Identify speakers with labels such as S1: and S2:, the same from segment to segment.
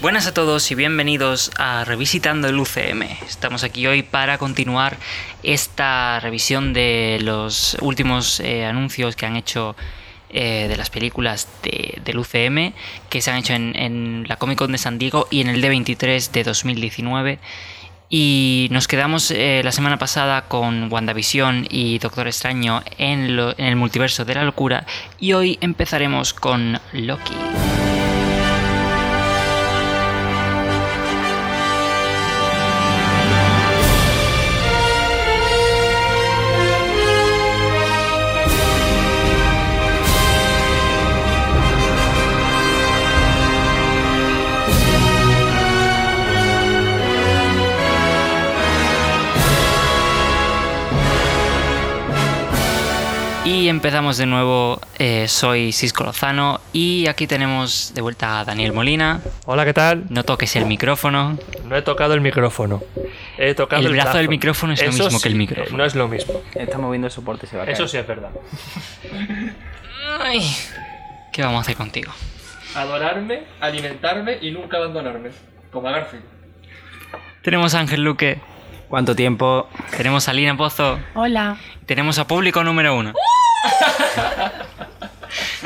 S1: Buenas a todos y bienvenidos a Revisitando el UCM. Estamos aquí hoy para continuar esta revisión de los últimos eh, anuncios que han hecho eh, de las películas de- del UCM, que se han hecho en, en la Comic Con de San Diego y en el D23 de 2019. Y nos quedamos eh, la semana pasada con WandaVision y Doctor Extraño en, lo- en el multiverso de la locura y hoy empezaremos con Loki. Y empezamos de nuevo, eh, soy Cisco Lozano y aquí tenemos de vuelta a Daniel Molina.
S2: Hola, ¿qué tal?
S1: No toques el micrófono.
S2: No he tocado el micrófono. He tocado
S1: El
S2: el,
S1: brazo del micrófono es lo
S2: Eso
S1: mismo que el
S2: sí,
S1: micrófono.
S2: eh, No es lo mismo.
S3: Está moviendo el soporte, se va a caer.
S2: Eso sí es verdad.
S1: Ay, ¿Qué vamos a hacer contigo?
S2: Adorarme, alimentarme y nunca abandonarme. Como a Garfield.
S1: Tenemos a Ángel Luque,
S3: ¿Cuánto tiempo?
S1: tenemos a Lina Pozo,
S4: Hola.
S1: tenemos a público número uno.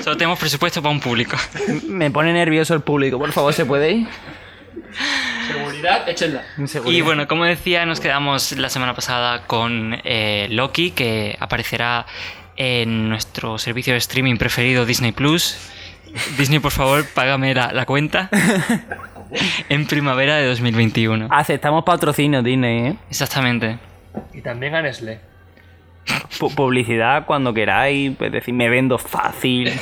S1: Solo tenemos presupuesto para un público.
S3: Me pone nervioso el público, por favor, ¿se puede ir?
S2: Seguridad, échenla.
S1: Y bueno, como decía, nos quedamos la semana pasada con eh, Loki, que aparecerá en nuestro servicio de streaming preferido Disney Plus. Disney, por favor, págame la, la cuenta en primavera de 2021.
S3: Ah. Aceptamos patrocinio Disney, ¿eh?
S1: Exactamente.
S2: Y también a Nestlé.
S3: Pu- publicidad cuando queráis, pues decir, me vendo fácil.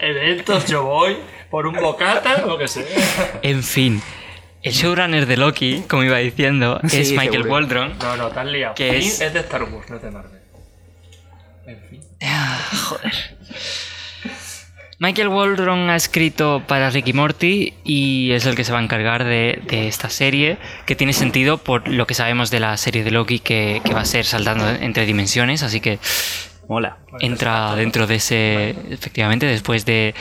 S2: Eventos, yo voy por un bocata, lo que sea.
S1: En fin, el showrunner de Loki, como iba diciendo,
S3: Sí,
S1: es Michael
S3: seguro.
S1: Waldron.
S2: No, no, tan liado.
S1: ¿Qué
S2: Flynn
S1: es?
S2: de Star Wars, no te Marvel. En fin.
S1: Michael Waldron ha escrito para Ricky Morty y es el que se va a encargar de, de esta serie, que tiene sentido por lo que sabemos de la serie de Loki que, que va a ser saltando entre dimensiones, así que
S3: Mola.
S1: entra dentro de ese, efectivamente, después de,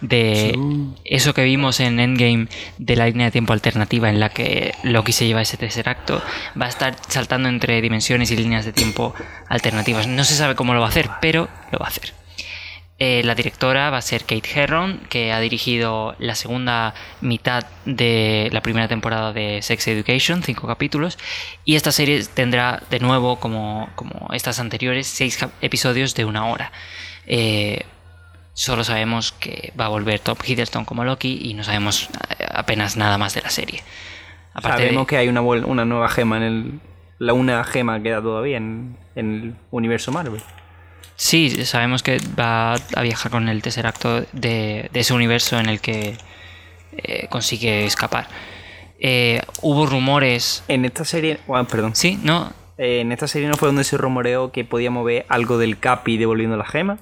S1: de eso que vimos en Endgame de la línea de tiempo alternativa en la que Loki se lleva ese tercer acto, va a estar saltando entre dimensiones y líneas de tiempo alternativas. No se sabe cómo lo va a hacer, pero lo va a hacer. Eh, la directora va a ser Kate Herron, que ha dirigido la segunda mitad de la primera temporada de Sex Education, cinco capítulos, y esta serie tendrá de nuevo, como, como estas anteriores, seis cap- episodios de una hora. Eh, solo sabemos que va a volver Tom Hiddleston como Loki y no sabemos eh, apenas nada más de la serie. Aparte de-
S3: Sabemos que hay una, vuel- una nueva gema en el. La una gema queda todavía en, en el universo Marvel.
S1: Sí, sabemos que va a viajar con el tercer acto de, de ese universo en el que eh, consigue escapar. Eh, hubo rumores.
S3: En esta serie. ah, perdón.
S1: Sí, no.
S3: Eh, en esta serie no fue donde se rumoreó que podíamos ver algo del Capi devolviendo la gema.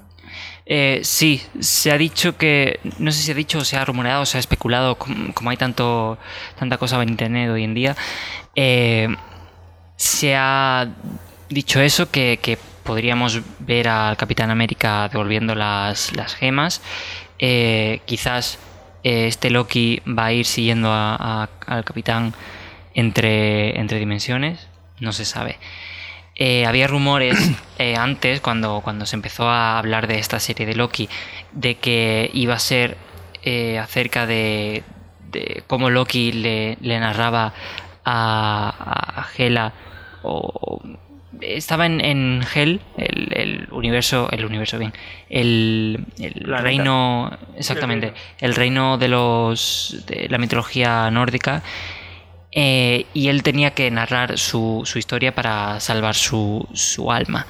S1: Eh, sí, se ha dicho que. No sé si se ha dicho, o se ha rumoreado, o se ha especulado, com- como hay tanto, tanta cosa en internet hoy en día. eh, se ha dicho eso, que, que podríamos ver al Capitán América devolviendo las, las gemas. Eh, quizás eh, este Loki va a ir siguiendo a- a- al Capitán entre, entre dimensiones. No se sabe. Eh, había rumores eh, antes, cuando, cuando se empezó a hablar de esta serie de Loki, de que iba a ser eh, acerca de, de cómo Loki le, le narraba a, a Hela. O, estaba en, en Hel, el, el universo, el universo bien, el, el
S3: Planeta.
S1: reino, exactamente, el reino de los de la mitología nórdica. Eh, y él tenía que narrar su, su historia para salvar su, su alma.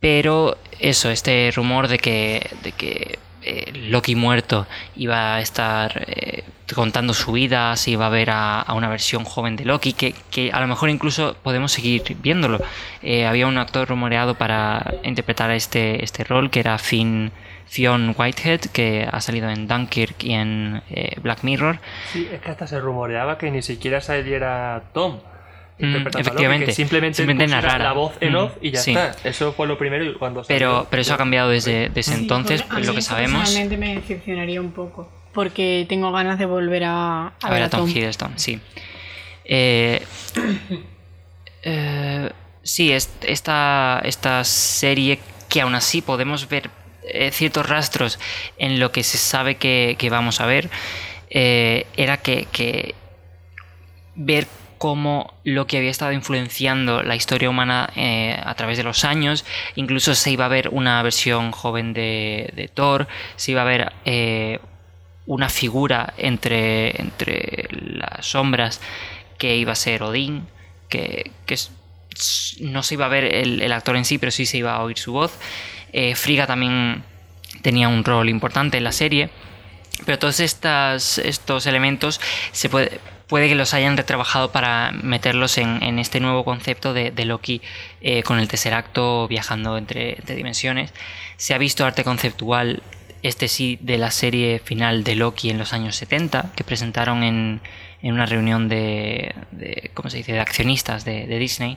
S1: Pero eso, este rumor de que, de que eh, Loki muerto iba a estar eh, contando su vida, si iba a ver a, a una versión joven de Loki, que, que a lo mejor incluso podemos seguir viéndolo. Eh, había un actor rumoreado para interpretar este, este rol, que era Finn Fionn Whitehead, que ha salido en Dunkirk y en eh, Black Mirror.
S2: Sí, es que hasta se rumoreaba que ni siquiera saliera Tom. interpretando a Loki,
S1: Mm, efectivamente.
S2: que simplemente,
S1: Simplemente
S2: pusieras
S1: narrara.
S2: la voz en
S1: Mm,
S2: off y ya
S1: sí.
S2: está. Eso fue lo primero y cuando
S1: Pero,
S2: salió-
S1: pero eso ha cambiado desde, desde
S2: Sí,
S1: entonces, pues,
S5: A mí
S1: lo que
S5: eso
S1: sabemos.
S5: Personalmente me decepcionaría un poco. Porque tengo ganas de volver a,
S1: A ver, a Tom Hiddleston, sí. Eh, eh, sí, es- esta, esta serie que aún así podemos ver eh, ciertos rastros en lo que se sabe que, que vamos a ver, eh, era que, que ver cómo lo que había estado influenciando la historia humana eh, a través de los años, incluso se iba a ver una versión joven de, de Thor, se iba a ver eh, una figura entre, entre las sombras que iba a ser Odín, que, que es- s- no se iba a ver el, el actor en sí, pero sí se iba a oír su voz. Eh, Friga también tenía un rol importante en la serie. Pero todos estas, estos elementos se puede, puede que los hayan retrabajado para meterlos en, en este nuevo concepto de, de Loki eh, con el tercer acto viajando entre, entre dimensiones. Se ha visto arte conceptual, este sí, de la serie final de Loki en los años 70, que presentaron en, en una reunión de, de, ¿cómo se dice?, de accionistas de, de Disney.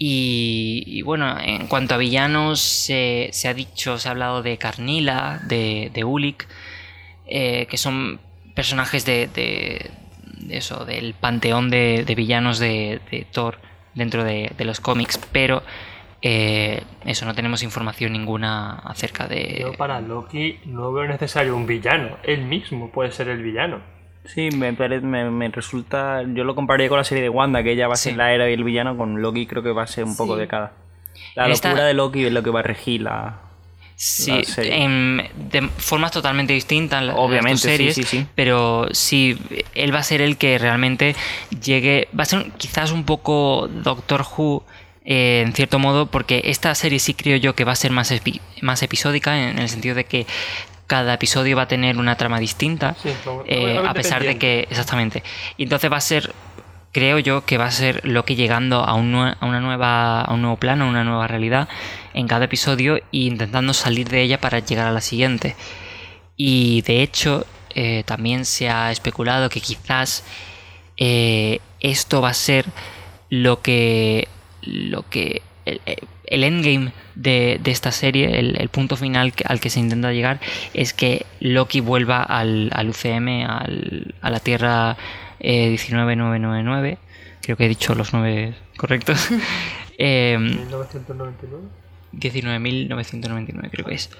S1: Y, y bueno, en cuanto a villanos, se, se ha dicho, se ha hablado de Carnila, de, de Ulick, eh, que son personajes de, de- de eso, del panteón de, de villanos de, de Thor dentro de, de los cómics, pero eh, eso, no tenemos información ninguna acerca de...
S2: Yo para Loki no veo necesario un villano. Él mismo puede ser el villano.
S6: Sí, me, pare- me, me resulta. Yo lo compararía con la serie de Wanda, que ella va a ser
S1: Sí.
S6: la era y el villano, con Loki creo que va a ser un poco
S5: Sí.
S6: de cada. La
S1: Esta-
S6: locura de Loki es lo que va a regir la.
S1: Sí,
S6: serie.
S1: en- de formas totalmente distintas la- las dos
S6: Obviamente, sí,
S1: series,
S6: sí, sí.
S1: pero sí, él va a ser el que realmente llegue, va a ser un- quizás un poco Doctor Who eh, en cierto modo, porque esta serie sí creo yo que va a ser más, epi- más episódica en, en el sentido de que cada episodio va a tener una trama distinta,
S2: Sí, lo- lo
S1: eh,
S2: voy a ver
S1: a pesar de
S2: dependiendo.
S1: que, exactamente, y entonces va a ser... Creo yo que va a ser lo que llegando a, un nue- a una nueva, a un nuevo plano, a una nueva realidad en cada episodio e intentando salir de ella para llegar a la siguiente. Y de hecho, eh, también se ha especulado que quizás eh, esto va a ser lo que. lo que. el, el endgame de, de esta serie, el, el punto final que- al que se intenta llegar, es que Loki vuelva al, al UCM, al- a la Tierra eh, 19999. Creo que he dicho los nueve correctos. Em,
S2: 1999.
S1: 19.999 creo que es.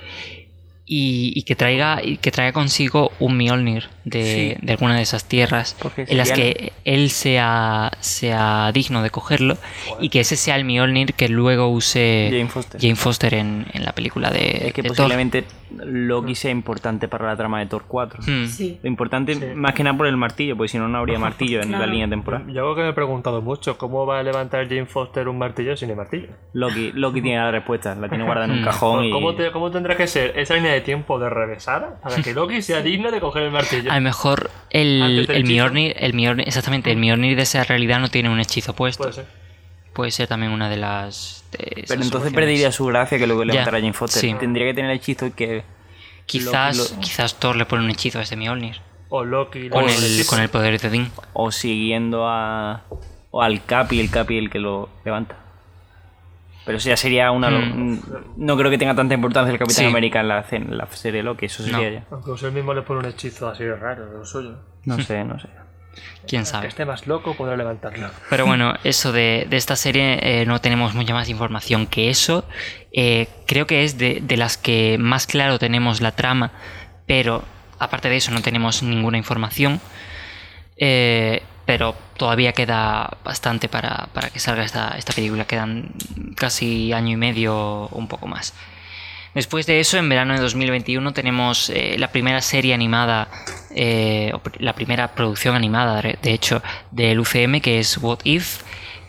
S1: Y, y que traiga y que traiga consigo un Mjolnir de,
S6: Sí.
S1: de alguna de esas tierras
S6: Porque
S1: en las
S6: serían-
S1: que él sea, sea digno de cogerlo y que ese sea el Mjolnir que luego use
S6: Jane Foster.
S1: Jane Foster en, en la película de,
S6: Es que
S1: Eh, de Thor.
S6: posiblemente Loki sea importante para la trama de Thor 4.
S1: Mm.
S5: Sí.
S6: Lo importante
S2: Sí.
S6: más que nada por el martillo, porque si no, no habría martillo en la
S5: Claro.
S6: línea temporal.
S2: Yo algo que me he preguntado mucho, ¿cómo va a levantar Jane Foster un martillo sin el martillo?
S6: Loki, Loki tiene la respuesta, la tiene guardada en un
S1: Mm.
S6: cajón y...
S2: Pues, ¿Cómo, te- cómo tendrá que ser esa línea de tiempo de regresar para que Loki sea digno de coger el martillo?
S1: A lo mejor el,
S2: Antes del
S1: el
S2: hechizo.
S1: Mjolnir, el Mjolnir- exactamente, el Mjolnir de esa realidad no tiene un hechizo puesto.
S2: Puede
S1: Puede ser,
S2: ser.
S1: también una de las de esas
S6: Pero entonces
S1: soluciones.
S6: perdería su gracia que luego
S1: Ya,
S6: levantara a Jane Foster.
S1: sí.
S6: Tendría que tener el hechizo que...
S1: Quizás,
S6: Lo- lo-
S1: quizás Thor le pone un hechizo a ese Mjolnir.
S2: O Loki.
S1: Con
S2: Loki.
S1: el, con el poder de Odín.
S6: O siguiendo a... O al Capi, el Capi el que lo levanta. Pero eso ya sería una... lo- No creo que tenga tanta importancia el Capitán
S1: Mm. Sí.
S6: América en la, ce- en la serie Loki, eso sería
S1: No.
S6: ya.
S2: Aunque usted mismo le pone un hechizo así raro, de lo suyo.
S6: No sé, no sé.
S1: Quién
S2: Que
S1: sabe.
S2: esté más loco podrá levantarlo.
S1: Pero bueno, eso de, de esta serie eh, no tenemos mucha más información que eso. Eh, creo que es de, de las que más claro tenemos la trama, pero aparte de eso no tenemos ninguna información. Eh, pero todavía queda bastante para, para que salga esta, esta película. Quedan casi año y medio o un poco más. Después de eso, en verano de 2021 tenemos eh, la primera serie animada, eh, o pr- la primera producción animada, de de hecho, del UCM, que es What If,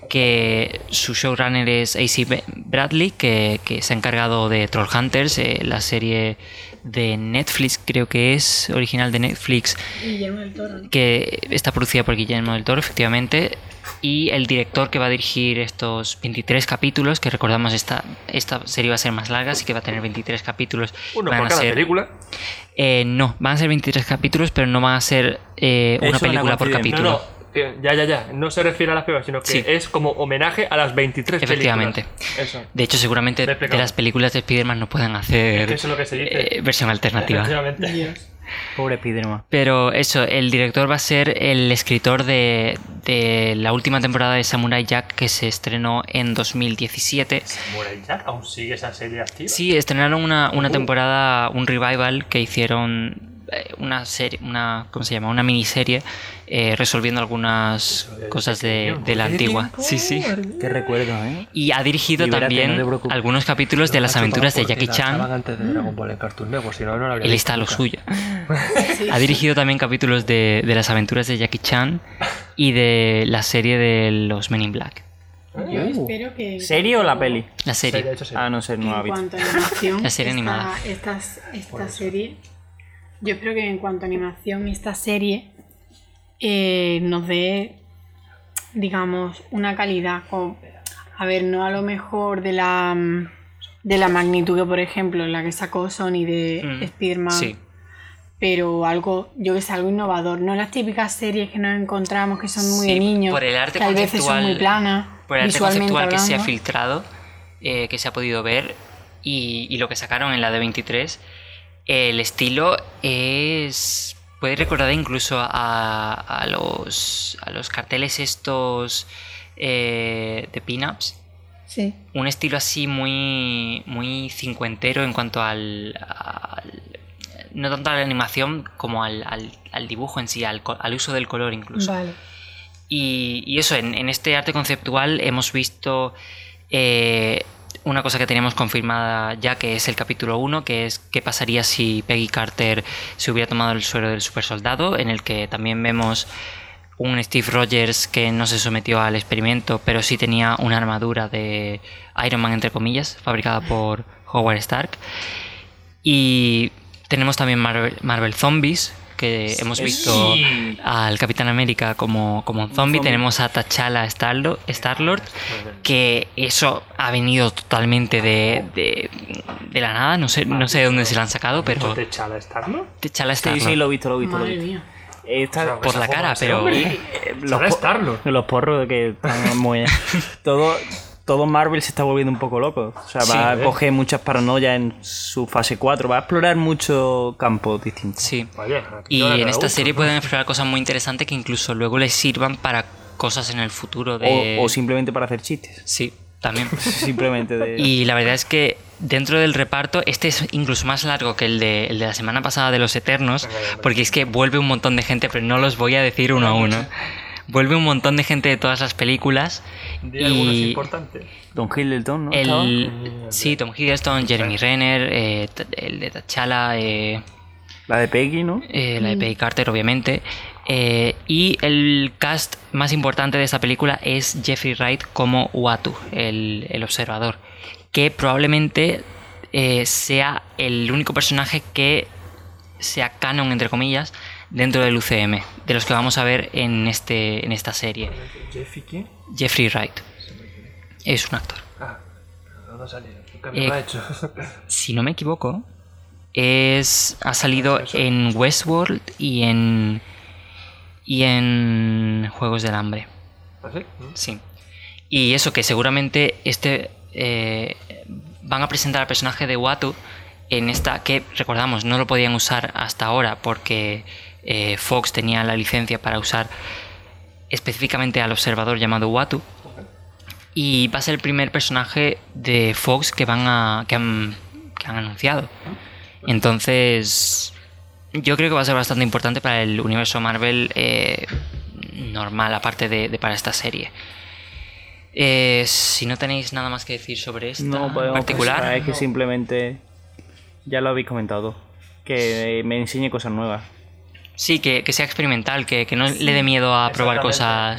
S1: que su showrunner es AC Be- Bradley, que, que se ha encargado de Trollhunters, eh, la serie de Netflix, creo que es original de Netflix,
S5: Guillermo del Toro, ¿no?
S1: que está producida por Guillermo del Toro, efectivamente. Y el director que va a dirigir estos 23 capítulos, que recordamos esta, esta serie va a ser más larga, así que va a tener 23 capítulos.
S2: Uno
S1: Van
S2: por
S1: a
S2: cada
S1: ser-
S2: película.
S1: Eh, no, van a ser 23 capítulos, pero no van a ser eh, una
S6: Eso de la
S1: película por
S6: coincidencia.
S2: No,
S1: capítulo.
S2: no. que- ya, ya, ya. No se refiere a las películas, sino que
S1: Sí.
S2: es como homenaje a las 23
S1: Efectivamente.
S2: películas. Eso.
S1: De hecho, seguramente
S2: Me he
S1: de
S2: explicado.
S1: las películas de Spider-Man no puedan
S2: Es
S1: hacer
S2: que eso es lo que se dice.
S1: eh, versión alternativa.
S2: Efectivamente.
S6: Pobre Spiderman.
S1: Pero eso, el director va a ser el escritor de, de la última temporada de Samurai Jack que se estrenó en 2017.
S2: Samurai Jack aún sigue esa serie activa.
S1: Sí, estrenaron una, una temporada, un revival que hicieron eh, una serie, una, ¿cómo se llama? Una miniserie eh, resolviendo algunas cosas de, de la antigua. Sí, sí.
S6: Qué recuerdo, ¿eh?
S1: Y ha dirigido
S6: Libérate,
S1: también
S6: no te preocupes.
S1: algunos capítulos de las aventuras de Jackie Chan.
S2: Antes de Dragon Ball en Cartoon Network, si no, no lo habría
S1: Él
S2: visto
S1: está a lo
S2: nunca.
S1: suyo. Ha dirigido también capítulos de, de las aventuras de Jackie Chan y de la serie de los Men in Black.
S5: Yo espero que.
S6: ¿Serie o la peli?
S1: La
S2: Sí, de
S1: serie.
S2: hecho, sí.
S6: Ah, no sé, no la
S5: En
S6: vi.
S5: cuanto a animación,
S1: La serie animada.
S5: Esta, esta- esta serie, yo espero que en cuanto a animación, esta serie eh, nos dé, digamos, una calidad. o- a ver, no a lo mejor de la mm, de la magnitud que, por ejemplo, la que sacó Sony de
S1: Mm,
S5: Spider-Man,
S1: Sí.
S5: pero algo, yo que sé, algo innovador. No las típicas series que nos encontramos que son muy
S1: Sí,
S5: de niños,
S1: por el arte
S5: que a veces son muy
S1: conceptual-
S5: planas.
S1: por el arte
S5: visualmente
S1: conceptual que se ha
S5: hablando.
S1: filtrado, eh, que se ha podido ver, y, y lo que sacaron en la de 23, el estilo es... Puede recordar incluso a, a los, a los carteles estos eh, de pin-ups.
S5: Sí.
S1: Un estilo así muy, muy cincuentero en cuanto al... al- no tanto a la animación como al, al- al dibujo en sí, al, co- al uso del color incluso.
S5: Vale.
S1: Y, y eso, en, en este arte conceptual hemos visto eh, una cosa que teníamos confirmada ya, que es el capítulo 1, que es qué pasaría si Peggy Carter se hubiera tomado el suero del supersoldado, en el que también vemos un Steve Rogers que no se sometió al experimento, pero sí tenía una armadura de Iron Man, entre comillas, fabricada por Howard Stark. Y tenemos también Marvel, Marvel Zombies, que hemos visto al Capitán América como, como un zombie.
S6: zombie.
S1: Tenemos a T'Challa Starlo- Star-Lord, que eso ha venido totalmente de, de, de la nada. No sé, no sé de dónde se la han sacado, pero
S2: ¿Te echala estar, no?
S1: T'Challa
S6: Sí, sí,
S1: Star-Lord.
S6: lo he visto, lo he visto. Lo he
S5: Madre
S6: visto.
S5: mía.
S6: Esta-
S1: Por la cara, pero...
S6: eh, los,
S2: Sale
S6: po-
S2: Star-Lord.
S6: los porros que están muy... todo, todo Marvel se está volviendo un poco loco. O sea, va
S1: Sí,
S6: a
S1: ¿eh?
S6: coger muchas paranoias en su fase 4. Va a explorar muchos campos distintos.
S1: Sí.
S2: Oye, aquí
S1: Y
S2: no le
S1: en
S2: da
S1: esta
S2: gusto.
S1: serie pueden explorar cosas muy interesantes que incluso luego les sirvan para cosas en el futuro de...
S6: O, o simplemente para hacer chistes.
S1: Sí, también.
S6: Simplemente de...
S1: Y la verdad es que dentro del reparto, este es incluso más largo que el de, el de la semana pasada de los Eternos, porque es que vuelve un montón de gente, pero no los voy a decir uno a uno. Vuelve un montón de gente de todas las películas.
S2: Di algunos
S1: y eh,
S2: importantes.
S6: Don Hiddleton, ¿no? Estaba.
S1: el, sí, Tom Hiddleston, Jeremy Renner, eh, t- el de T'Challa, eh,
S6: La de Peggy, ¿no?
S1: eh, la de Peggy Carter, obviamente. Eh, y el cast más importante de esta película es Jeffrey Wright como Uatu, el, el observador, que probablemente eh, sea el único personaje que sea canon, entre comillas, dentro del UCM, de los que vamos a ver en, este, en esta serie.
S2: ¿Jeffy quién?
S1: Jeffrey Wright es un actor.
S2: Ah, no, no sale. Nunca
S1: Eh,
S2: me lo ha hecho.
S1: Si no me equivoco, es ha salido en Westworld y en y en Juegos del Hambre.
S2: ¿Ah, sí?
S1: Sí. Y eso que seguramente este eh, van a presentar al personaje de Watu en esta que recordamos no lo podían usar hasta ahora porque eh, Fox tenía la licencia para usar específicamente al observador llamado Watu. Y va a ser el primer personaje de Fox que van a que han, que han anunciado. Entonces, yo creo que va a ser bastante importante para el universo Marvel eh, normal, aparte de, de para esta serie. Eh, si no tenéis nada más que decir sobre esta
S6: No
S1: en
S6: podemos
S1: particular,
S6: pensar, es que simplemente ya lo habéis comentado. Que me enseñe cosas nuevas.
S1: sí, que, que sea experimental, que, que no le dé miedo a probar
S2: Exactamente.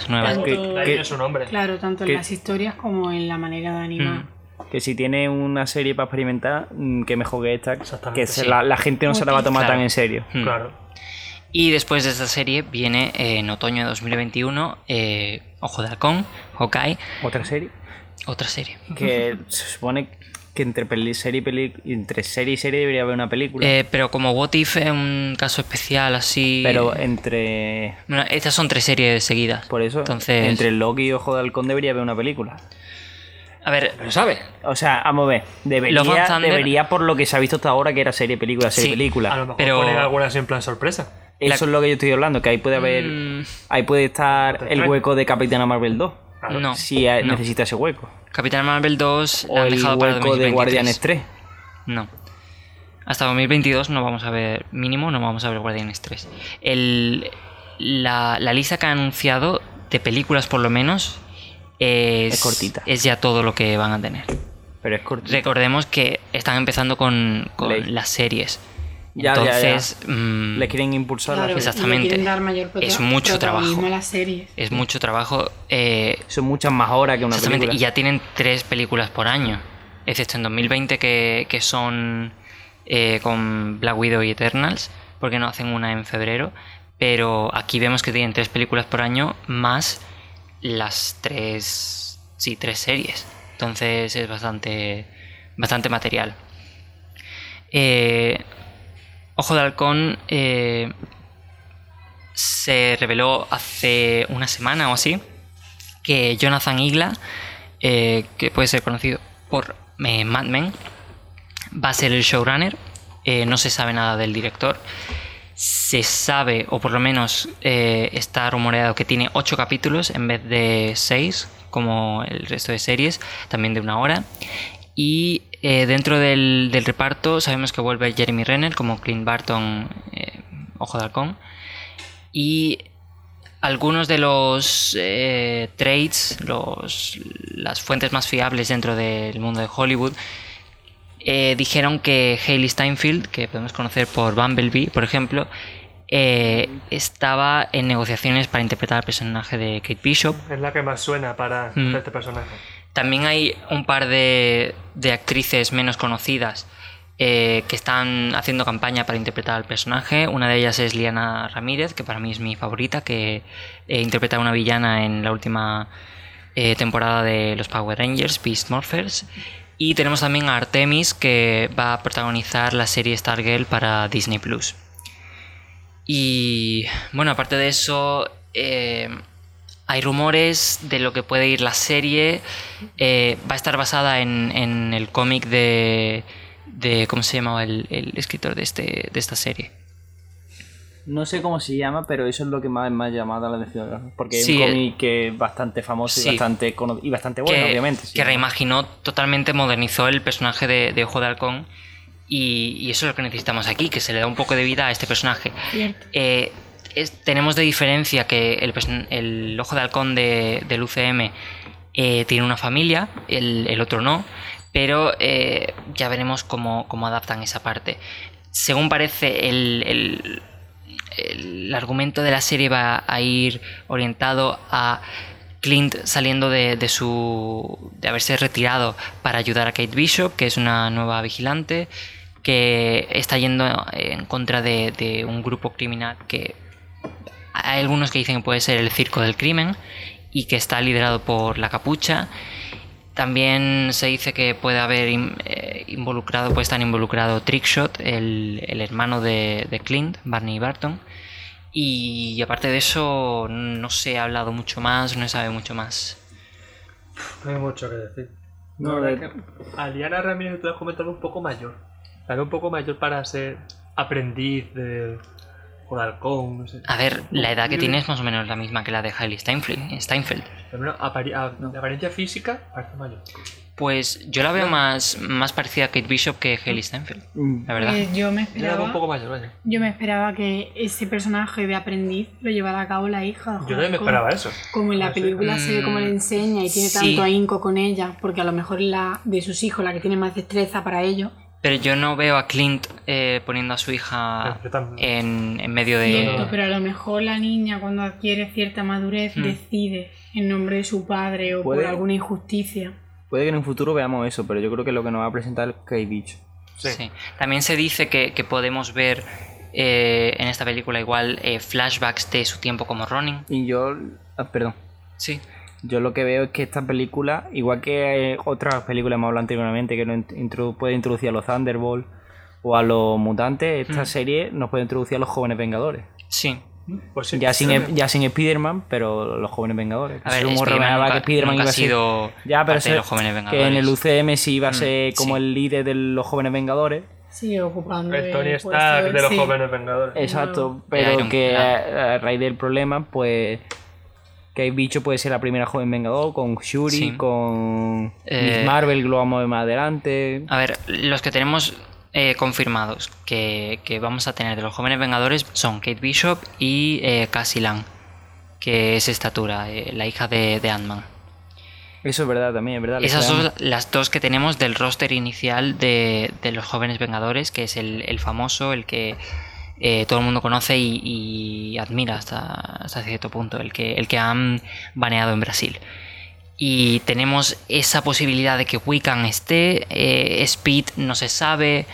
S1: cosas nuevas.
S5: Claro.
S6: Que,
S5: Todo-
S2: De
S6: que-
S2: ahí es su nombre.
S5: Claro, tanto
S6: ¿Qué?
S5: en las historias como en la manera de animar.
S1: Mm.
S6: que si tiene una serie para experimentar, mm, que mejor que esta.
S2: Exactamente,
S6: Que se
S1: sí.
S6: la, la gente no se la va a tomar
S1: Claro.
S6: tan en serio.
S1: Mm.
S2: Hmm. Claro.
S1: Y después de esta serie viene eh, en otoño de 2021 eh, Ojo de Halcón, Hawkeye,
S6: Otra serie
S1: otra serie.
S6: que se supone que entre peli- serie y peli- entre serie y serie debería haber una película.
S1: Eh, pero como What If es un caso especial así.
S6: pero entre.
S1: Bueno, estas son tres series seguidas.
S6: Por eso,
S1: Entonces.
S6: entre Loki y Ojo de Halcón debería haber una película.
S1: A ver,
S7: Lo sabe.
S6: O sea, vamos a ver.
S1: Love and
S6: Debería,
S1: Thunder-
S6: debería por lo que se ha visto hasta ahora, que era serie, película, serie,
S1: Sí,
S6: película.
S2: A lo mejor
S1: Pero-
S2: ponen alguna así en plan sorpresa.
S1: la-
S6: Eso es lo que yo estoy hablando, que ahí puede haber.
S1: mm,
S6: Ahí puede estar el hueco de Capitana Marvel 2.
S2: Claro.
S1: no.
S6: Si eh,
S1: no.
S6: necesita ese hueco.
S1: Capitán Marvel 2
S6: O
S1: la han
S6: el
S1: dejado para
S6: hueco
S1: 2023.
S6: de Guardianes 3.
S1: No. Hasta 2022 no vamos a ver, mínimo, no vamos a ver Guardianes 3. El, la, la lista que han anunciado, de películas por lo menos, es,
S6: Es cortita.
S1: es ya todo lo que van a tener.
S6: Pero es corto.
S1: Recordemos que están empezando con, con
S6: Ley.
S1: las series.
S6: Ya, ya, ya.
S1: Entonces, mm,
S6: Le quieren impulsar la
S5: Claro,
S6: serie.
S1: Exactamente.
S5: le quieren dar mayor prota-
S1: Es mucho
S5: protagonismo
S1: trabajo.
S5: a las series.
S1: es mucho trabajo. eh,
S6: Son muchas más horas que una
S1: exactamente,
S6: película.
S1: y ya tienen tres películas por año. Excepto en 2020 que, que son eh, con Black Widow y Eternals, porque no hacen una en febrero. Pero aquí vemos que tienen tres películas por año más las tres, sí, tres series. Entonces es bastante, bastante material. Eh, Ojo de Halcón eh, se reveló hace una semana o así que Jonathan Igla, eh, que puede ser conocido por eh, Mad Men, va a ser el showrunner. Eh, no se sabe nada del director. Se sabe, o por lo menos eh, está rumoreado, que tiene 8 capítulos en vez de 6, como el resto de series, también de una hora. Y eh, dentro del, del reparto sabemos que vuelve Jeremy Renner como Clint Barton, eh, Ojo de Halcón. Y algunos de los eh, trades, los, las fuentes más fiables dentro del mundo de Hollywood, eh, dijeron que Hayley Steinfeld, que podemos conocer por Bumblebee, por ejemplo, eh, estaba en negociaciones para interpretar al personaje de Kate Bishop.
S2: Es la que más suena para
S1: Mm.
S2: este personaje.
S1: También hay un par de, de actrices menos conocidas eh, que están haciendo campaña para interpretar al personaje. Una de ellas es Liana Ramírez, que para mí es mi favorita, que eh, interpreta a una villana en la última eh, temporada de los Power Rangers, Beast Morphers. Y tenemos también a Artemis, que va a protagonizar la serie Stargirl para Disney Plus. Y bueno, aparte de eso, eh, hay rumores de lo que puede ir la serie. Eh, va a estar basada en, en el cómic de, de- ¿Cómo se llamaba el, el escritor de, este, de esta serie?
S6: No sé cómo se llama, pero eso es lo que más me ha llamado la atención. Porque
S1: Sí, eh,
S6: es un cómic que es bastante famoso
S1: sí.
S6: y bastante, cono- y bastante bueno,
S1: que,
S6: obviamente. sí.
S1: que reimaginó totalmente, modernizó el personaje de, de Ojo de Halcón. Y, y eso es lo que necesitamos aquí, que se le da un poco de vida a este personaje.
S5: Cierto.
S1: Eh, es- tenemos de diferencia que el, person- el ojo de halcón de, del UCM eh, tiene una familia, el, el otro no, pero eh, ya veremos cómo, cómo adaptan esa parte. Según parece, el, el- el argumento de la serie va a ir orientado a Clint saliendo de, de su de haberse retirado para ayudar a Kate Bishop, que es una nueva vigilante que está yendo en contra de, de un grupo criminal que hay algunos que dicen que puede ser el circo del crimen y que está liderado por la capucha. También se dice que puede haber im- eh, involucrado, puede estar involucrado Trickshot, el, el hermano de, de Clint, Barney Barton. Y aparte de eso, no se ha hablado mucho más, no se sabe mucho más.
S2: No hay mucho que decir.
S6: No,
S2: La verdad
S6: de-
S2: que a Liana Ramírez te la has comentado un poco mayor. La veo un poco mayor para ser aprendiz de Jodalcón, no sé.
S1: A ver, la edad que tiene es más o menos la misma que la de Hailey Steinfeld. Steinfeld.
S2: Pero una apari- a- de apariencia física parece mayor.
S1: Pues yo la veo más, más parecida a Kate Bishop que Hailey Steinfeld,
S6: Mm,
S1: la verdad.
S5: Eh,
S2: Yo
S5: yo me
S2: la veo
S5: esperaba.
S2: un poco mayor, vaya.
S5: Yo me esperaba que ese personaje de aprendiz lo llevara a cabo la hija.
S2: Yo
S5: de Hulk
S2: también me
S5: Hogan.
S2: esperaba eso.
S5: Como en la
S2: No sé.
S5: película se ve como le
S1: Mm,
S5: enseña y tiene
S1: sí.
S5: tanto ahínco con ella, porque a lo mejor la de sus hijos, la que tiene más destreza para ello.
S1: Pero yo no veo a Clint eh, poniendo a su hija
S2: Yo también.
S1: en, en medio
S5: Cierto,
S1: de...
S5: pero a lo mejor la niña cuando adquiere cierta madurez
S2: Hmm.
S1: Mm.
S5: decide en nombre de su padre o
S6: Puede-
S5: por alguna injusticia.
S6: Puede que en un futuro veamos eso, pero yo creo que lo que nos va a presentar es K-Beach.
S2: Sí.
S1: Sí. También se dice que, que podemos ver eh, en esta película igual eh, flashbacks de su tiempo como Ronin.
S6: Y yo. ah, perdón.
S1: Sí.
S3: Yo lo que veo es que esta película, igual que eh, otras películas hemos hablado anteriormente, que nos int- introdu- puede introducir a los Thunderbolts o a los mutantes,
S1: Hmm.
S3: esta serie nos puede introducir a los jóvenes vengadores.
S1: Sí.
S2: Pues sí,
S3: ya, sin, E-,
S2: sí.
S3: ya sin Spider-Man, pero los jóvenes vengadores.
S1: A
S3: Se
S1: ver,
S3: rumoreaba
S1: Spider-Man
S3: que
S1: nunca,
S3: Spider-Man
S1: nunca
S3: iba
S1: ha
S3: a ser-
S1: sido
S3: Ya, pero
S1: parte
S3: eso
S1: de
S3: es
S1: los jóvenes
S3: que
S1: vengadores.
S3: en el UCM sí iba a ser
S1: Mm,
S3: como
S1: sí.
S3: el líder de los jóvenes vengadores.
S5: Sigue ocupando.
S2: El
S5: el
S2: Tony
S5: puesto,
S2: Stark de los
S5: Pues sí.
S2: jóvenes
S3: Eh.
S2: vengadores.
S3: Exacto,
S1: De
S3: pero
S1: Iron
S3: que
S1: Man.
S3: a, a raíz del problema, pues. Que hay bicho puede ser la primera joven vengador con Shuri,
S1: Sí.
S3: con
S1: Eh, Ah.
S3: Miss Marvel, que lo vamos a ver más adelante.
S1: A ver, los que tenemos eh, confirmados que, que vamos a tener de los jóvenes vengadores son Kate Bishop y eh, Cassie Lang, que es estatura, eh, la hija de, de Ant-Man.
S3: Eso es verdad también, es verdad. le
S1: Esas
S3: quedan-
S1: son las dos que tenemos del roster inicial de, de los jóvenes vengadores, que es el, el famoso, el que eh, todo el mundo conoce y, y admira hasta, hasta cierto punto, el que, el que han baneado en Brasil. Y tenemos esa posibilidad de que Wiccan esté, eh, Speed no se sabe,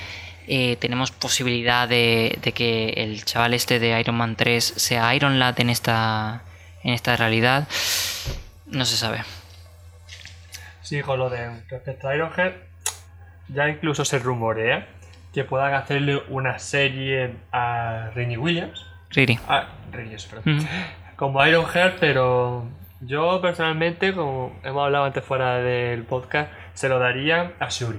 S1: eh, tenemos posibilidad de, de que el chaval este de Iron Man 3 sea Iron Lad en esta, en esta realidad, no se sabe.
S2: Sí, con lo de respecto a Ironhead, ya incluso se rumorea que puedan hacerle una serie a Rennie Williams.
S1: Riri.
S2: Ah, Reyes, perdón.
S1: Ujú.
S2: Como Ironheart, pero yo personalmente, como hemos hablado antes fuera del podcast, se lo daría a Shuri.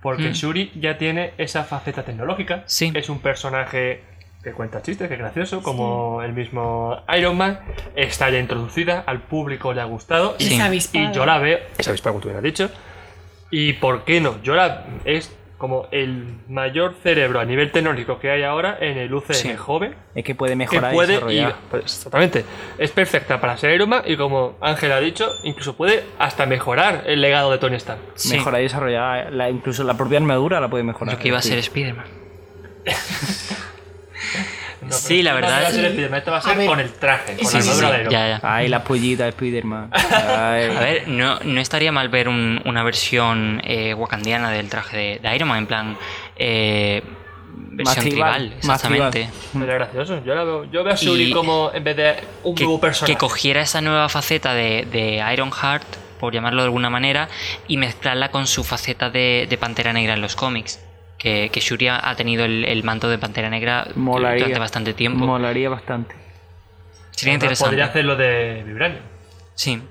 S2: Porque
S1: Mm.
S2: Shuri ya tiene esa faceta tecnológica.
S1: Sí.
S2: Es un personaje que cuenta chistes, que es gracioso, como el mismo Iron Man. Está ya introducida, al público le ha gustado.
S1: Sí.
S5: Es
S1: Y
S5: avispada.
S2: Y yo la veo. Esa avispa como tú hubieras dicho. ¿Y por qué no? Yo la. Es como el mayor cerebro a nivel tecnológico que hay ahora en el UCM
S1: Sí.
S2: joven
S3: Es que puede
S2: que
S3: mejorar y
S2: puede y,
S3: desarrollar.
S2: pues, exactamente es perfecta para ser Iron Man y como Ángel ha dicho incluso puede hasta mejorar el legado de Tony Stark
S1: Sí.
S3: Mejorar y desarrollar. la- incluso la propia armadura la puede mejorar.
S1: Yo que iba a
S3: Sí.
S1: ser Spider-Man.
S2: No,
S1: Sí, la
S2: pero
S1: verdad
S2: no va a
S1: es-
S2: ser Spider-Man, esto va a
S5: A
S2: ser
S5: ver.
S2: con el traje con
S5: Sí,
S2: la
S5: sí,
S2: armadura
S5: sí,
S2: de Iron Man
S1: Ya, ya.
S3: Ay, las pollitas de Spider-Man. Ay.
S1: A ver, no, no estaría mal ver un- una versión eh, wakandiana del traje de, de Iron Man, en plan. eh, versión
S3: tribal,
S1: tribal,
S3: más tribal.
S1: exactamente.
S2: pero gracioso yo la veo yo veo a
S1: Y-
S2: Shuri como en vez de un
S1: Que,
S2: nuevo personaje
S1: que cogiera esa nueva faceta de, de Ironheart, por llamarlo de alguna manera, y mezclarla con su faceta de, de Pantera Negra en los cómics. Que, que Shuri ha ha tenido el, el manto de Pantera Negra
S3: Molaría.
S1: durante bastante tiempo.
S3: Molaría bastante.
S1: Sería
S2: Además, podría
S1: interesante.
S2: hacer lo de Vibranium
S1: Sí.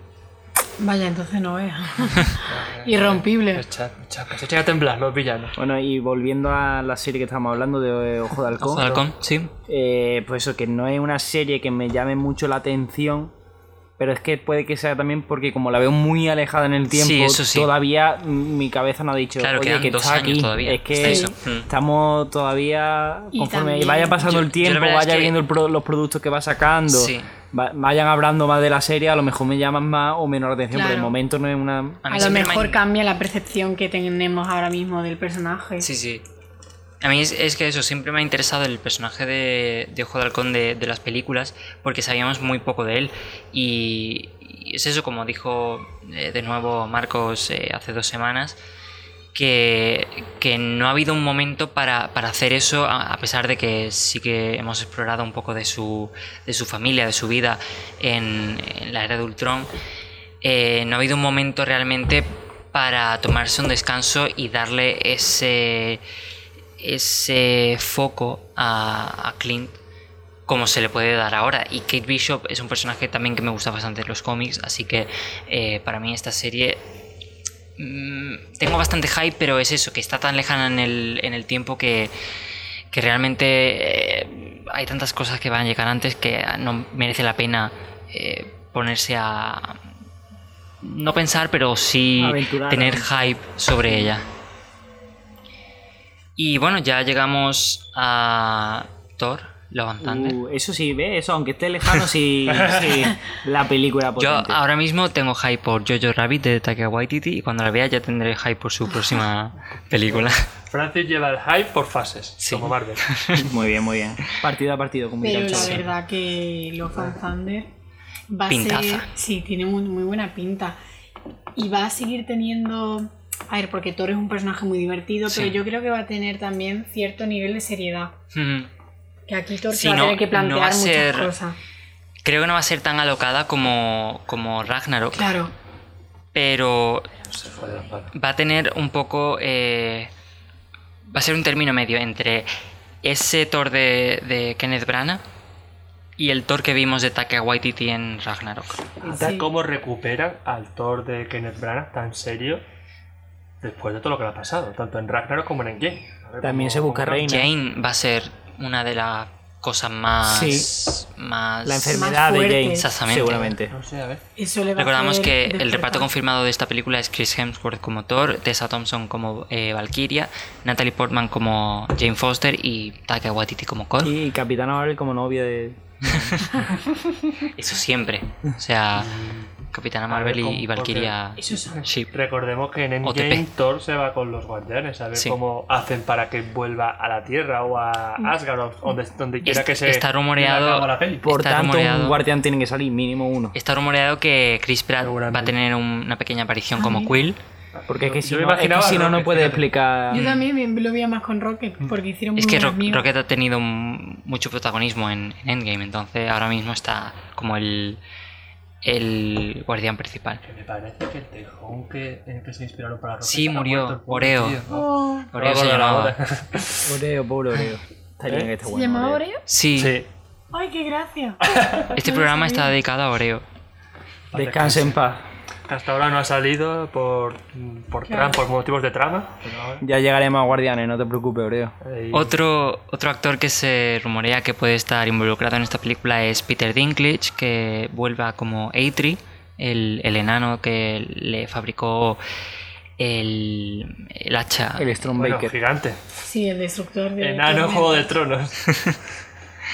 S5: Vaya, entonces no vea. Irrompible.
S2: Echa- echa- se echan a temblar los villanos
S3: Bueno, y volviendo a la serie que estábamos hablando de Ojo de Halcón.
S1: Ojo de halcón, sí.
S3: Eh, pues eso, que no es una serie que me llame mucho la atención. Pero es que puede que sea también porque como la veo muy alejada en el tiempo,
S1: Sí, eso sí.
S3: todavía mi cabeza no ha dicho
S1: Claro,
S3: Oye,
S1: quedan
S3: que
S1: dos
S3: está
S1: años
S3: aquí.
S1: todavía.
S3: Es
S1: Está
S3: que
S1: eso. Mm.
S3: estamos todavía
S5: Y
S3: conforme
S5: también-
S3: vaya pasando
S1: Yo-
S3: el
S1: yo la
S3: tiempo,
S1: verdad es
S3: vaya
S1: que-
S3: viendo el pro- los productos que va sacando,
S1: Sí.
S3: va- vayan hablando más de la serie, a lo mejor me llaman más o menos la atención, pero de
S5: Claro.
S3: momento no es una uh,
S1: A
S5: A,
S1: mí
S5: lo
S1: siempre me
S5: mejor
S1: ha-
S5: cambia la percepción que tenemos ahora mismo del personaje.
S1: Sí, sí. A mí es, es que eso, siempre me ha interesado el personaje de, de Ojo de Halcón de, de las películas, porque sabíamos muy poco de él. Y, y es eso, como dijo eh, de nuevo Marcos eh, hace dos semanas, que, que no ha habido un momento para, para hacer eso, a, a pesar de que sí que hemos explorado un poco de su, de su familia, de su vida en, en la era de Ultron. eh, no ha habido un momento realmente para tomarse un descanso y darle ese, ese foco a, a Clint como se le puede dar ahora. Y Kate Bishop es un personaje también que me gusta bastante en los cómics, así que eh, para mí esta serie Mm, tengo bastante hype, pero es eso, que está tan lejana en el, en el tiempo que, que realmente eh, hay tantas cosas que van a llegar antes que no merece la pena eh, ponerse a... No pensar, pero sí
S3: Aventurar,
S1: tener
S3: aventurar.
S1: hype sobre ella. Y bueno, ya llegamos a Thor, Love and Thunder.
S3: Uh, eso sí, ve, eso aunque esté lejano, sí, sí, la película
S1: Yo
S3: potente.
S1: ahora mismo tengo hype por Jojo Rabbit de Taika Waititi y cuando la vea ya tendré hype por su próxima película.
S2: Francis lleva el hype por fases como Marvel
S3: Muy bien, muy bien. Partido a partido, como diría
S5: Pero
S3: el
S5: la
S3: chaval.
S5: verdad que los and Thunder va a
S1: Pintaza.
S5: ser. Sí, tiene muy, muy buena pinta. Y va a seguir teniendo. A ver, porque Thor es un personaje muy divertido,
S1: Sí.
S5: pero yo creo que va a tener también cierto nivel de seriedad.
S1: Mm.
S5: Que aquí Thor
S1: Sí,
S5: se va
S1: no-
S5: a tener que
S1: no
S5: plantear
S1: va a
S5: muchas
S1: ser-
S5: cosas.
S1: Creo que no va a ser tan alocada como, como Ragnarok,
S5: Claro.
S1: pero
S8: Se fue de las manos.
S1: va a tener un poco. eh, va a ser un término medio entre ese Thor de, de Kenneth Branagh y el Thor que vimos de Taika Waititi en Ragnarok.
S2: Mira
S5: Sí.
S2: cómo recuperan al Thor de Kenneth Branagh tan serio después de todo lo que le ha pasado, tanto en Ragnarok como en Endgame. A ver
S3: También
S2: cómo-
S3: se busca
S2: cómo-
S3: reina.
S1: Jane va a ser una de las cosas más.
S3: Sí.
S1: más
S3: La enfermedad de
S5: fuerte.
S3: Jane,
S1: Exactamente.
S3: seguramente.
S2: No sé, a ver.
S5: Eso le va a
S1: Recordamos
S5: hacer
S1: que el reparto
S5: despertar.
S1: confirmado de esta película es Chris Hemsworth como Thor, Tessa Thompson como eh, Valkyria, Natalie Portman como Jane Foster y Taika Waititi como Korg.
S3: Y Capitana Marvel como novia de...
S1: Eso siempre. O sea, Capitana
S2: A ver,
S1: Marvel y-
S2: ¿cómo-
S1: y, Valkyria
S5: Eso es
S1: Ship.
S2: Recordemos que en Endgame
S1: OTP.
S2: Thor se va con los guardianes, a ver
S1: Sí.
S2: cómo hacen para que vuelva a la Tierra o a Asgard o donde, donde quiera
S1: Es-
S2: que se
S1: está rumoreado-
S2: acaba la peli.
S3: Por
S1: Está
S3: tanto,
S1: rumoreado.
S3: un guardián tiene que salir mínimo uno.
S1: Está rumoreado que Chris Pratt va a
S2: Seguramente.
S1: tener un- una pequeña aparición
S5: Ah,
S1: como
S5: mira.
S1: Quill.
S3: Porque es que si
S2: yo me
S3: no, es que
S2: imaginaba
S3: si no, no
S2: Rocket,
S3: puede
S2: fíjate.
S3: explicar...
S5: Yo también me- lo veía más con Rocket, porque hicieron
S1: Mm.
S5: muy
S1: Es que
S5: buen
S1: Ro-
S5: amigo.
S1: Rocket ha tenido m- mucho protagonismo en, en Endgame, entonces ahora mismo está como el, el guardián principal.
S2: Que Me parece que el tejón que, en el que se inspiraron para Rocket
S1: Sí,
S2: ha
S1: murió.
S2: muerto el pobre
S1: Oreo.
S2: tío.
S5: Oh,
S1: Por eso
S2: No me acuerdo
S1: llamaba-
S2: ahora.
S3: Oreo, pobre Oreo.
S2: ¿Eh?
S3: Está bien que esté
S5: ¿Se
S3: bueno,
S5: llama
S3: Oreo.
S5: Oreo?
S1: Sí,
S2: Sí.
S5: ¡Ay, qué gracia!
S1: este
S5: No lo
S1: programa
S5: sabía.
S1: está dedicado a Oreo.
S3: Descanse en paz.
S2: Que Hasta ahora no ha salido por, por,
S5: Claro.
S2: tram- por motivos de trama. pero ahora-
S3: Ya llegaremos a Guardianes, no te preocupes, Oreo.
S2: Eh, y-
S1: Otro, otro actor que se rumorea que puede estar involucrado en esta película es Peter Dinklage, que vuelva como Eitri, el, el enano que le fabricó el, el hacha.
S3: El Strong
S2: bueno,
S3: Baker.
S2: gigante.
S5: Sí, el destructor de.
S2: Enano
S5: tormentas.
S2: Juego de Tronos.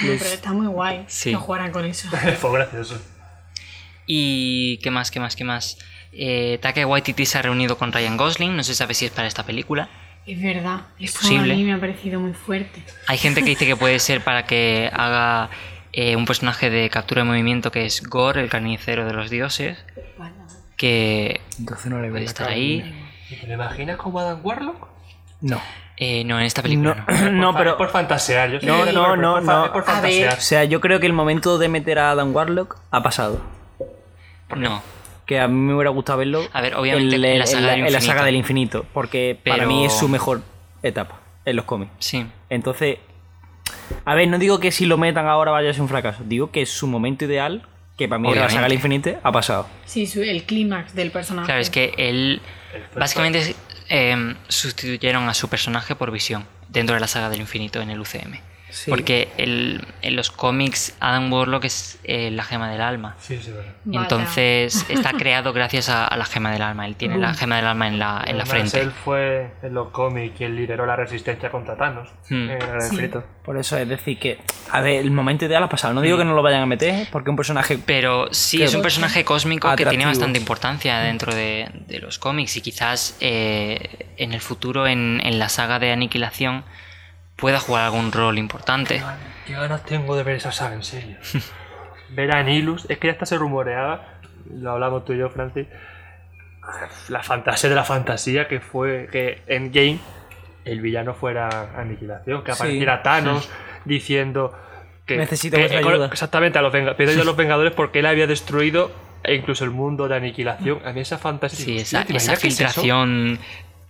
S5: No, pero está muy guay
S1: Sí.
S5: que jugaran con eso.
S2: Fue gracioso.
S1: Y qué más, qué más, qué más. Eh, Taika Waititi se ha reunido con Ryan Gosling, no se sabe si es para esta película.
S5: Es verdad,
S1: Es
S5: eso
S1: posible.
S5: a mí me ha parecido muy fuerte.
S1: Hay gente que dice que puede ser para que haga eh, un personaje de captura de movimiento que es Gore, el carnicero de los dioses,
S5: Bueno,
S1: que
S3: Entonces no le veo
S1: puede
S3: la
S1: estar
S3: cara.
S1: ahí.
S2: ¿Y te lo imaginas como Adam Warlock?
S3: No.
S1: Eh, no, en esta
S3: No,
S1: película no.
S3: no,
S2: Por fa-
S3: pero...
S2: Por fantasear. Yo sé
S3: No,
S2: que-
S3: no,
S2: pero
S3: no,
S2: por fa-
S3: no.
S2: es Por
S5: A ver.
S2: fantasear.
S3: O sea, yo creo que el momento de meter a Adam Warlock ha pasado.
S1: No.
S3: Que a mí me hubiera gustado verlo.
S1: A ver, obviamente, en la saga del
S3: en la saga
S1: infinito.
S3: del infinito. Porque para
S1: Pero-
S3: mí es su mejor etapa en los cómics.
S1: Sí.
S3: Entonces, a ver, no digo que si lo metan ahora vaya a ser un fracaso. Digo que su momento ideal, que para mí era la
S1: Obviamente.
S3: saga del infinito, ha pasado.
S5: sí, su- el clímax del personaje.
S1: Claro, es que él. Básicamente eh, sustituyeron a su personaje por visión dentro de la saga del infinito en el UCM.
S3: Sí.
S1: Porque el- en los cómics, Adam Warlock es eh, la gema del alma.
S2: Sí, sí, verdad.
S5: Vaya.
S1: Entonces está creado gracias a, a la gema del alma. Él tiene la gema del alma en
S3: Ah,
S1: la, en la
S2: Además,
S1: frente.
S2: Él fue en los cómics quien lideró la resistencia contra Thanos.
S1: Hmm.
S2: En el
S5: Sí.
S2: escrito.
S3: Por eso es decir que, a ver, el momento ideal ha pasado. No digo que no lo vayan a meter, porque un personaje...
S1: Pero sí,
S3: Qué
S1: es un personaje cósmico que tiene
S3: atractivo.
S1: bastante importancia dentro de, de los cómics y quizás eh, en el futuro, en, en la saga de Aniquilación, pueda jugar algún rol importante.
S2: Qué ganas tengo de ver esa saga, en serio. ver a Nilus, es que ya hasta se rumoreaba, lo hablamos tú y yo, Francis, la fantasía de la fantasía que fue que en Game el villano fuera Aniquilación, que
S3: Sí.
S2: apareciera Thanos diciendo que
S3: Necesito
S2: que-
S3: vuestra
S2: que-
S3: ayuda.
S2: Exactamente, a los, venga, pidiendo a los Vengadores porque él había destruido e incluso el mundo de Aniquilación. A mí esa fantasía...
S1: Sí,
S2: digo,
S1: esa,
S2: "Hostia, ¿te
S1: esa
S2: imaginas qué es eso?".
S1: filtración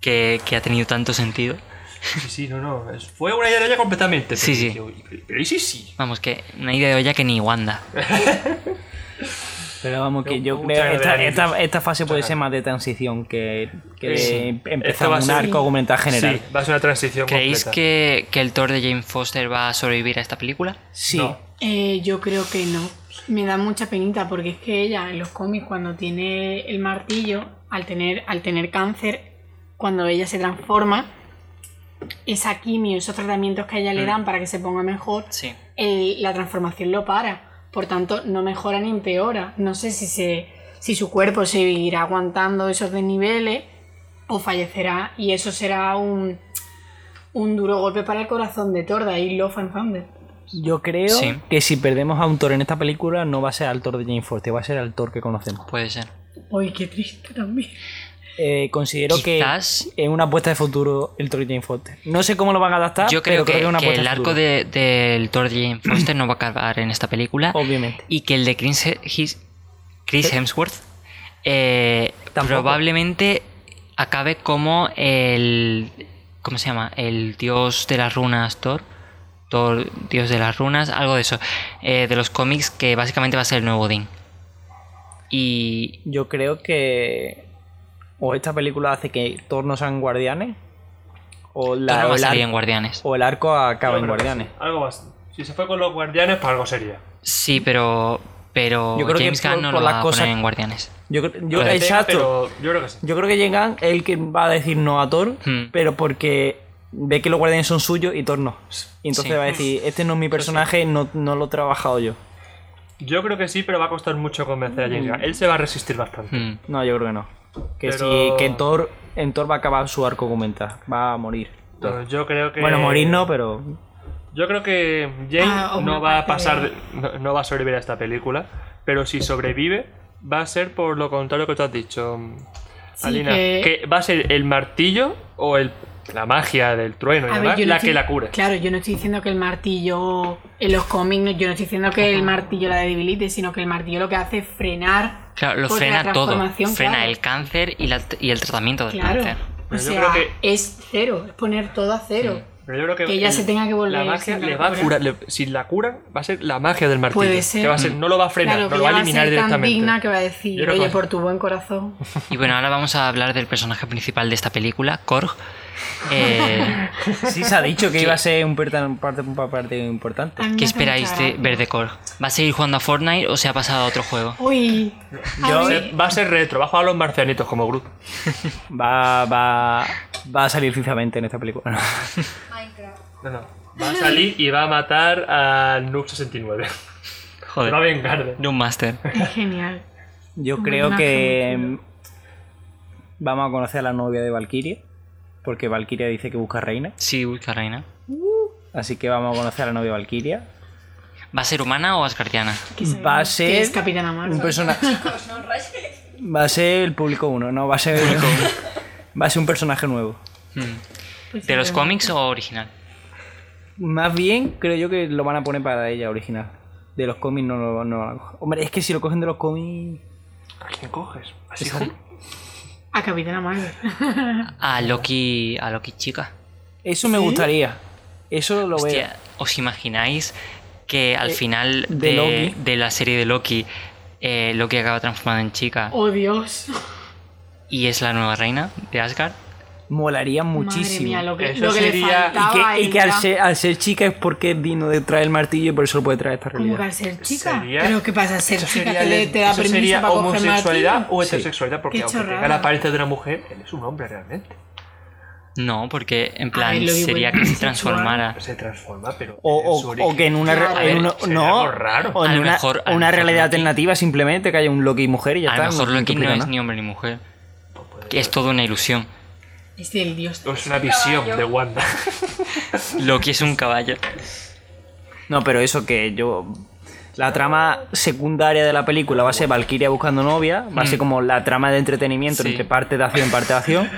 S1: que, que ha tenido tanto sentido.
S2: Sí, sí, no, no. es- Fue una idea de ella completamente. pero
S1: Sí, sí.
S2: digo, Pero, pero ¿y sí, sí.
S1: Vamos, que una idea de olla que ni Wanda.
S3: Pero vamos, que yo
S2: Muchas
S3: creo que esta,
S2: gracias.
S3: esta, esta fase puede ser más de transición que, que de
S2: Sí.
S3: empezar
S2: Esto va a
S3: un
S2: ser-
S3: arco argumental general.
S2: Sí, va a ser una transición
S1: ¿Creéis
S2: completa.
S1: que, que el Thor de Jane Foster va a sobrevivir a esta película?
S3: Sí.
S2: No.
S5: Eh, yo creo que no. Me da mucha penita porque es que ella en los cómics cuando tiene el martillo, al tener, al tener cáncer, cuando ella se transforma, esa quimio, esos tratamientos que a ella le
S1: Mm.
S5: dan para que se ponga mejor,
S1: Sí.
S5: el- la transformación lo para. Por tanto, no mejora ni empeora. No sé si, se, si su cuerpo seguirá aguantando esos desniveles o fallecerá. Y eso será un, un duro golpe para el corazón de Torda y Love and Thunder.
S3: Yo creo
S1: Sí.
S3: que si perdemos a un Thor en esta película, no va a ser al Thor de Jane Foster, va a ser al Thor que conocemos.
S1: Puede ser.
S5: Uy, qué triste también.
S3: eh, considero
S1: Quizás-
S3: que es una apuesta de futuro el Tori Jane Foster. No sé cómo lo van a adaptar,
S1: Yo creo
S3: Ah, pero
S1: que,
S3: creo que es una
S1: que
S3: apuesta
S1: el
S3: de
S1: arco
S3: futuro,
S1: de- del Thor de Jane Foster no va a acabar en esta película.
S3: Obviamente.
S1: Y que el de Chris, He- His- Chris Hemsworth eh,
S3: Tampoco.
S1: probablemente acabe como el. ¿Cómo se llama? El dios de las runas, Thor. Thor, dios de las runas, algo de eso. Eh, de los cómics, que básicamente va a ser el nuevo Odín. Y.
S3: Yo creo que o esta película hace que todos no sean guardianes o, la-
S1: Thor no
S3: o
S1: va a
S3: el, ar-
S1: salir en Guardianes.
S3: o el arco acaba
S2: Yo
S3: en
S2: creo que
S3: guardianes.
S2: sí. Algo más. Si se fue con los guardianes, para algo sería.
S1: Sí, pero. Pero
S3: Yo creo que
S1: James
S3: por-
S1: Gunn no
S3: por
S1: lo va
S3: las
S1: a
S3: cosas-
S1: poner en Guardianes.
S3: Yo, cre- yo-
S1: Lo de-
S3: exacto.
S2: Pero yo creo que sí.
S3: Yo creo que llegan el que va a decir no a Thor,
S1: Hmm.
S3: pero porque ve que los guardianes son suyos y Thor no. Y entonces
S1: Sí.
S3: va a decir,
S2: Hmm.
S3: este no es mi
S2: Pues
S3: personaje, no, no lo he trabajado yo.
S2: Yo creo que sí, pero va a costar mucho convencer a
S3: Mm.
S2: James Gunn. Él se va a resistir bastante.
S1: Mm.
S3: No, yo creo que no. Que
S2: Pero-
S3: sí, que en Thor, en Thor va a acabar su arco comentar, va a morir.
S2: Pero yo creo que.
S3: Bueno, morir no, pero
S2: Yo creo que Jane
S5: Ah, o una
S2: no va a
S5: parte
S2: pasar.
S5: de-
S2: de- No, no va a sobrevivir a esta película. Pero si sobrevive, va a ser por lo contrario que tú has dicho, mm,
S5: Sí,
S2: Alina.
S5: que-
S2: Que... va a ser el martillo o el, la magia del trueno y
S5: A ver,
S2: demás
S5: yo no
S2: la
S5: estoy-
S2: que la cure.
S5: Claro, yo no estoy diciendo que el martillo en los cómics, no- yo no estoy diciendo que el martillo la debilite, sino que el martillo lo que hace es frenar.
S1: Claro, lo
S5: porque la
S1: frena todo.
S5: transformación,
S1: Frena
S5: claro.
S1: el cáncer y, la- y el tratamiento del
S5: Claro.
S1: cáncer.
S5: O
S2: Pero yo
S5: sea,
S2: creo
S5: es cero, es poner todo a cero.
S2: Pero yo creo que,
S5: Que ella
S2: el-
S5: se tenga que volver
S2: La
S5: si
S2: magia
S5: la
S2: le va a
S5: cura.
S2: curar. le- si la cura, va a ser la magia del martillo.
S5: Puede ser.
S2: Que va a ser, no lo va a frenar, no
S5: claro, que
S2: lo va
S5: ella
S2: a
S5: ser
S2: eliminar
S5: tan
S2: directamente.
S5: digna que va a
S2: Yo
S5: decir,
S2: creo que
S5: oye,
S2: va-
S5: por tu buen corazón.
S1: Y bueno, ahora vamos a hablar del personaje principal de esta película, Korg. Eh,
S3: sí se ha dicho que iba a ser un perta- un parte, un parte importante.
S5: A mí me
S1: ¿Qué
S5: hace
S1: esperáis
S5: mucha
S1: de
S5: gracia.
S1: ver de Korg? ¿Va a seguir jugando a Fortnite o se ha pasado a otro juego?
S5: Uy, a
S3: Yo-
S5: mí-
S2: Va a ser retro, va a jugar a los marcianitos como grupo.
S3: Va, va, va a salir FIFA 20 en esta película. ¿no?
S2: No, no. Va a salir y va a matar al Noob 69. Se va a
S1: Joder,
S2: vengar de-
S1: de un máster.
S5: es genial.
S3: Yo
S5: Un
S3: creo
S5: personaje
S3: que
S5: muy
S3: mm, vamos a conocer a la novia de Valkyria, porque Valkyria dice que busca reina,
S1: Sí, uy, qué reina.
S3: así que vamos a conocer a la novia de Valkyria.
S1: ¿Va a ser humana o asgardiana?
S5: Que se-
S3: Va a
S5: que
S3: ser
S5: es Capitana Marvel.
S3: un personaje. Va a ser el público uno, no va a ser va a ser un personaje nuevo.
S5: Pues
S1: ¿De los
S5: sí,
S1: cómics o original?
S3: Más bien creo yo que lo van a poner para ella original. De los cómics no lo no lo van a coger. Hombre, es que si lo cogen de los cómics
S2: ¿A quién coges? Así
S5: A Capitana Marvel.
S3: Ah.
S1: A Loki, a Loki chica.
S3: eso me gustaría. Eso lo veo.
S1: Hostia, ¿os imagináis que al
S3: Eh,
S1: final
S3: de
S1: de,
S3: Loki.
S1: de la serie de Loki, eh, Loki acaba transformado en chica
S5: Oh, Dios.
S1: y es la nueva reina de Asgard?
S3: Molaría muchísimo.
S5: Madre mía, lo que,
S2: Eso
S5: lo que le
S2: sería-
S5: faltaba a
S3: Y que, y que al,
S5: ella.
S3: ser, al ser chica es porque vino de traer el martillo y por eso lo puede traer a esta
S5: ¿Cómo que
S3: realidad.
S5: al ser chica?
S2: Sería-
S5: ¿Pero qué pasa? ¿Ser
S2: Eso
S5: chica
S2: sería,
S5: te, le-
S2: les-
S5: te da
S2: eso
S5: permiso
S2: sería
S5: para coger
S2: homosexualidad
S5: martillo?
S2: o
S3: Sí.
S2: heterosexualidad, porque
S5: Qué
S2: aunque tenga
S5: chorrada.
S2: la apariencia de una mujer, él es un hombre realmente.
S1: No, porque en plan
S5: ver, Loki
S1: sería
S5: puede
S1: que se
S5: transexual.
S1: transformara.
S2: Se transforma, pero.
S3: O,
S2: en su
S3: o-
S2: origen-
S3: o que en una,
S5: Claro.
S3: en
S1: A
S3: una-
S1: ver,
S2: sería
S3: no,
S2: algo raro.
S3: o en
S1: A lo
S3: una,
S1: mejor- a lo
S3: una
S1: mejor
S3: realidad
S1: Loki-
S3: alternativa simplemente que haya un Loki y mujer y ya
S1: A
S3: está.
S1: lo mejor
S3: no
S1: Loki no
S3: complica
S1: es
S3: nada.
S1: ni hombre ni mujer. Que es toda una ilusión.
S5: Es el dios.
S2: Es una visión de Wanda.
S1: Loki es un caballo.
S3: No, pero eso que yo. La trama secundaria de la película va a ser Valkyria buscando novia, va a ser como la trama de entretenimiento
S1: Mm. Sí.
S3: entre parte de acción, parte de acción.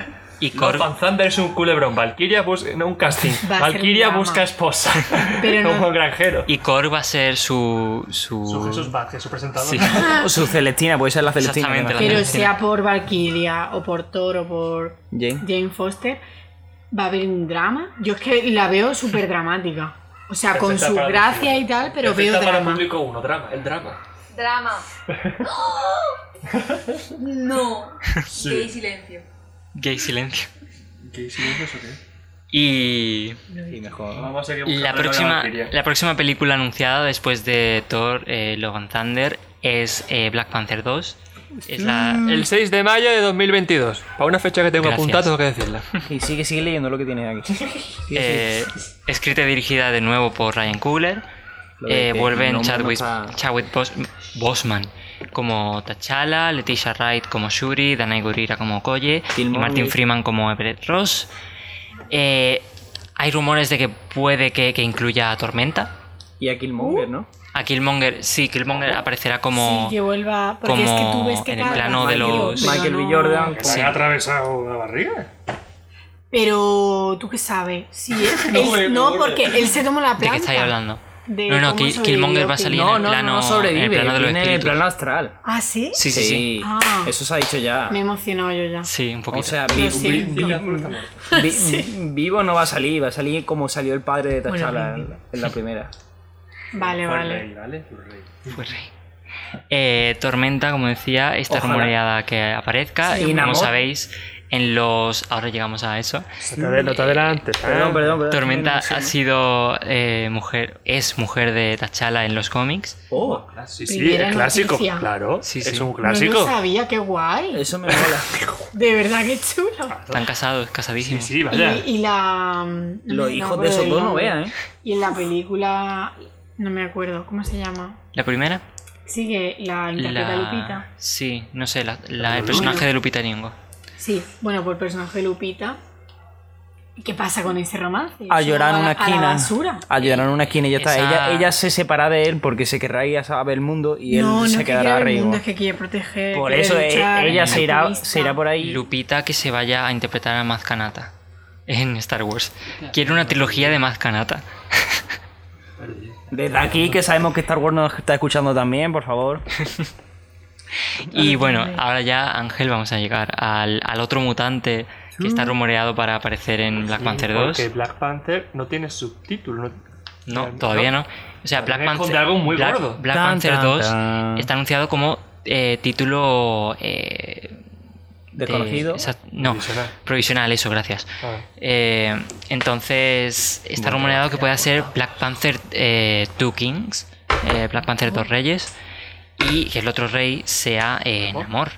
S1: Y
S2: Lord
S1: Korg,
S2: Van Thunder es un culebrón. Valkyria busca. No, un casting.
S5: Va a ser
S2: Valkyria
S5: drama.
S2: busca esposa.
S5: Pero no-
S2: Como granjero.
S1: y Korg va a ser su. su...
S2: Su Jesús Vázquez, su presentador.
S1: Uh. Sí.
S3: O su Celestina, puede ser la Celestina.
S1: Exactamente,
S3: además.
S5: Pero sea por Valkyria o por Thor o por
S3: Jane.
S5: Jane Foster, va a haber un drama. Yo es que la veo súper dramática. O sea, con
S2: Perfecta
S5: su
S2: para-
S5: gracia y tal, pero
S2: Perfecta
S5: veo
S2: para
S5: drama.
S2: público uno, drama, el drama.
S9: Drama. no. Gay silencio.
S1: Gay silencio.
S10: ¿Qué silencio eso qué?
S1: Y.
S3: Sí, mejor.
S2: Vamos a seguir buscando
S1: La
S2: novia
S1: próxima,
S2: Valkyria.
S1: la próxima película anunciada después de Thor, eh, Love and Thunder es eh, Black Panther 2. Es
S3: Mm.
S1: la.
S2: El 6 de mayo de 2022. Para una fecha que tengo
S1: Gracias.
S2: apuntada, tengo que decirla.
S3: Y sigue, sigue leyendo lo que tienes aquí. Sigue, sigue.
S1: eh, escrita y dirigida de nuevo por Ryan Coogler.
S3: Lo de
S1: Eh,
S3: que el
S1: vuelven
S3: nombre no
S1: Chadwick,
S3: está-
S1: Chadwick Bos- Bosman como T'Challa, Leticia Wright como Shuri, Danai Gurira como Okoye y
S3: Killmonger.
S1: Martin Freeman como Everett Ross. Eh, hay rumores de que puede que, que incluya a Tormenta.
S3: Y a Killmonger, ¿no?
S1: A Killmonger, sí, Killmonger aparecerá como.
S5: Sí, que vuelva. Porque es que tú
S1: como
S5: ves que
S1: en el
S5: carga
S1: plano de
S5: Michael,
S1: los-
S5: pero
S3: Michael B.
S5: no-
S3: Jordan.
S2: Que
S1: Sí.
S2: se ha atravesado la barriga.
S5: Pero tú qué sabes. Sí, es-
S11: No,
S5: él-
S11: hombre,
S5: no,
S11: hombre.
S5: porque él se tomó la
S1: ¿De
S5: planta.
S1: qué estáis hablando?
S5: de
S1: No, no,
S5: cómo
S1: Kill-
S5: sobrevivió
S1: Killmonger va a
S5: Killmonger.
S1: salir en
S3: No,
S1: el
S3: no,
S1: plano.
S3: no sobrevive.
S1: en el plano de los
S3: viene en el
S1: espíritus.
S3: plano astral.
S5: ¿Ah, sí?
S1: Sí, sí, sí.
S5: Ah.
S3: Eso se ha dicho ya.
S5: Me he emocionado yo ya.
S1: Sí, un poquito.
S3: O sea, vi-
S5: Lo siento.
S11: Sí, Azul está muerto.
S3: vi- vivo no va a salir, va a salir como salió el padre de
S5: Bueno,
S3: T'Challa
S5: bien, bien.
S3: en la primera.
S5: Vale,
S11: Fue
S5: vale.
S11: rey, ¿vale? Fue rey.
S1: Pues sí. Eh, Tormenta, como decía, esta
S3: Ojalá.
S1: rumoreada que aparezca.
S3: Sí,
S1: y como
S3: Namor.
S1: sabéis, en los. Ahora llegamos a eso.
S2: No te, no te
S1: ¿eh?
S2: adelantes.
S3: Perdón, perdón, perdón.
S1: Ah, Tormenta
S3: Sí,
S1: ha sido eh, mujer. Es mujer de Tachala en los cómics.
S3: Oh,
S2: Ah, sí, sí,
S5: Primera
S2: es clásico.
S5: noticia.
S2: Claro,
S1: Sí,
S2: es
S1: sí.
S2: un
S5: No lo
S2: clásico.
S5: sabía, qué guay.
S3: eso me mola.
S5: De verdad, qué chulo.
S1: Están casados,
S2: Sí,
S1: casadísimos.
S2: sí,
S5: Y,
S2: vaya.
S5: y la. mm, no
S3: Los
S5: me
S3: hijos
S5: acuerdo
S3: de esos
S5: del
S3: dos no
S5: nombre.
S3: vean, ¿eh?
S5: Y en la película. No me acuerdo, ¿cómo se llama?
S1: La primera.
S5: Sí, que la interpreta Lupita.
S1: Sí, no sé, la- la- el personaje de Lupita Nyong'o.
S5: Sí, bueno, por el personaje de Lupita. ¿Y ¿Qué pasa con ese romance?
S3: A
S5: Eso
S3: llorar en
S5: va
S3: una
S5: A la
S3: esquina.
S5: basura.
S3: A llorar en una esquina y ya está.
S1: Esa-
S3: Ella, ella se separa de él porque se querrá ir a saber el mundo y él
S5: no, no
S3: se
S5: es que quiera
S3: quedará
S5: ver el
S3: arriba.
S5: mundo, es que quiere proteger.
S3: Por
S5: quiere
S3: eso eh,
S5: luchar,
S3: ella
S5: es
S3: se irá,
S5: activista.
S3: se irá por ahí.
S1: Lupita que se vaya a interpretar a Maz Kanata en Star Wars. Quiero una trilogía de Maz Kanata.
S3: Desde aquí que sabemos que Star Wars nos está escuchando también, por favor.
S1: Y bueno, ahora ya, Ángel, vamos a llegar al, al otro mutante que está rumoreado para aparecer en Black Panther 2.
S2: Porque Black Panther no tiene subtítulo. no-
S1: No, todavía no. O sea, Black
S2: Todavía es
S1: Panther.
S2: de algo muy
S1: Black,
S2: gordo.
S1: Black
S3: Tan,
S1: Panther
S3: tan,
S1: 2
S3: tan.
S1: está anunciado como eh, título. eh, de-
S3: Desconocido.
S1: exact- no,
S2: Provisional.
S1: provisional. eso, gracias.
S2: Ah.
S1: Eh, entonces, está rumoreado que pueda ser Black Panther eh, Two Kings, eh, Black Panther Dos Reyes, y que el otro rey sea eh, Namor,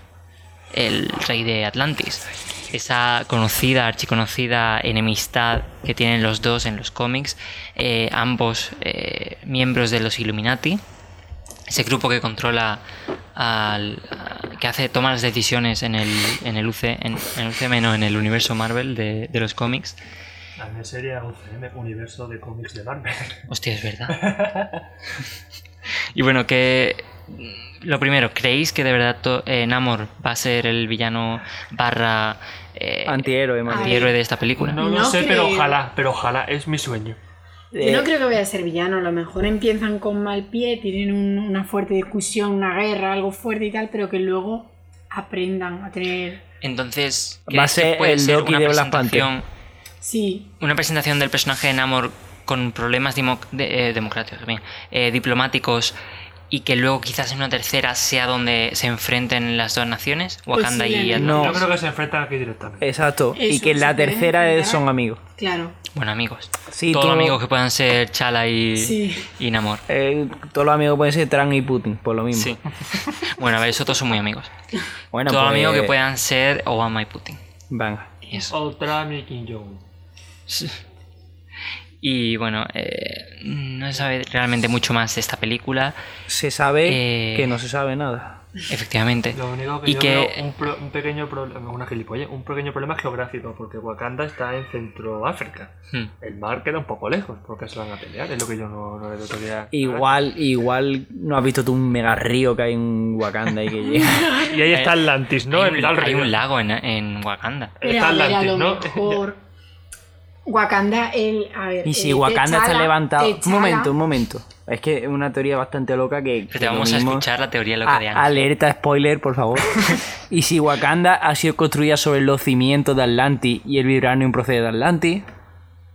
S1: el rey de Atlantis. Esa conocida, archiconocida enemistad que tienen los dos en los cómics, eh, ambos eh, miembros de los Illuminati ese grupo que controla al a- que hace toma las decisiones en el en el UC en, en el UCM no en el universo Marvel de, de los cómics
S2: También sería un CM universo de cómics de Marvel.
S1: hostia es verdad y bueno que lo primero creéis que de verdad to- eh, Namor va a ser el villano barra eh,
S3: Antihéroe, más
S5: ah,
S3: bien.
S1: antihéroe de esta película
S2: No, lo
S5: No
S2: sé, pero
S5: creo.
S2: ojalá, pero ojalá, es mi sueño.
S5: Yo
S3: Eh,
S5: no creo que vaya a ser villano, a lo mejor empiezan con mal pie, tienen un- una fuerte discusión, una guerra, algo fuerte y tal, pero que luego aprendan a tener...
S1: entonces
S3: Va a
S1: ¿creéis
S3: ser
S1: que puede
S3: el
S1: ser
S3: Loki
S1: una
S3: de Black Panther.
S1: presentación-
S5: Sí,
S1: una presentación del personaje de Namor con problemas dimo- de- eh, democráticos, bien, eh, diplomáticos y que luego quizás en una tercera sea donde se enfrenten las dos naciones, Wakanda y
S5: Posiblemente.
S1: Atlantis.
S2: Yo creo que se enfrentan aquí
S1: Eh,
S2: directamente.
S3: Exacto. y
S5: Eso,
S3: que en la
S5: se pueden
S3: tercera es-
S5: enfrentar.
S3: son amigos.
S5: claro.
S1: Bueno, amigos.
S3: Sí,
S1: Todos
S3: todo-
S1: amigos que puedan ser Chala y,
S5: Sí.
S1: y Namor.
S3: Eh, todos los amigos pueden ser Trump y Putin, por lo mismo.
S1: Sí. bueno, a ver, esos dos son muy amigos.
S3: Bueno,
S1: todos
S3: pues-
S1: amigos
S2: eh,
S1: que puedan ser Obama y Putin.
S3: Venga.
S1: Eso.
S2: Otra mi Kim Jong.
S1: Y bueno, eh, no se sabe realmente mucho más de esta película.
S3: Se sabe
S1: Eh,
S3: que no se sabe nada.
S1: Efectivamente.
S2: Lo único que
S1: Y
S2: yo
S1: que-
S2: veo un, pro- un pequeño problema, una gilipollez, un pequeño problema geográfico, porque Wakanda está en Centroáfrica.
S1: Hmm.
S2: El mar queda un poco lejos, porque se van a pelear, es lo que yo no, no le doy todavía.
S3: Igual, igual no has visto tú un mega río que hay en Wakanda y que llega.
S2: Y ahí está Atlantis, ¿no?
S1: hay,
S2: El
S1: un,
S2: tal
S1: hay
S2: río.
S1: un lago en, en Wakanda.
S5: Pero
S2: Está
S5: a ver, a
S2: Atlantis,
S5: lo
S2: ¿no?
S5: mejor... Wakanda, el... A ver,
S3: Y si
S5: eh,
S3: Wakanda está
S5: T'Challa-
S3: levantado. Un
S5: T'Challa-
S3: momento, un momento. Es que es una teoría bastante loca
S1: Pero
S3: que. que
S1: Pues te
S3: lo
S1: Este, vamos a
S3: mismo-
S1: escuchar la teoría loca de
S3: A-
S1: Ángel.
S3: alerta spoiler, por favor. y si Wakanda ha sido construida sobre los cimientos de Atlantis y el vibranium procede de Atlantis,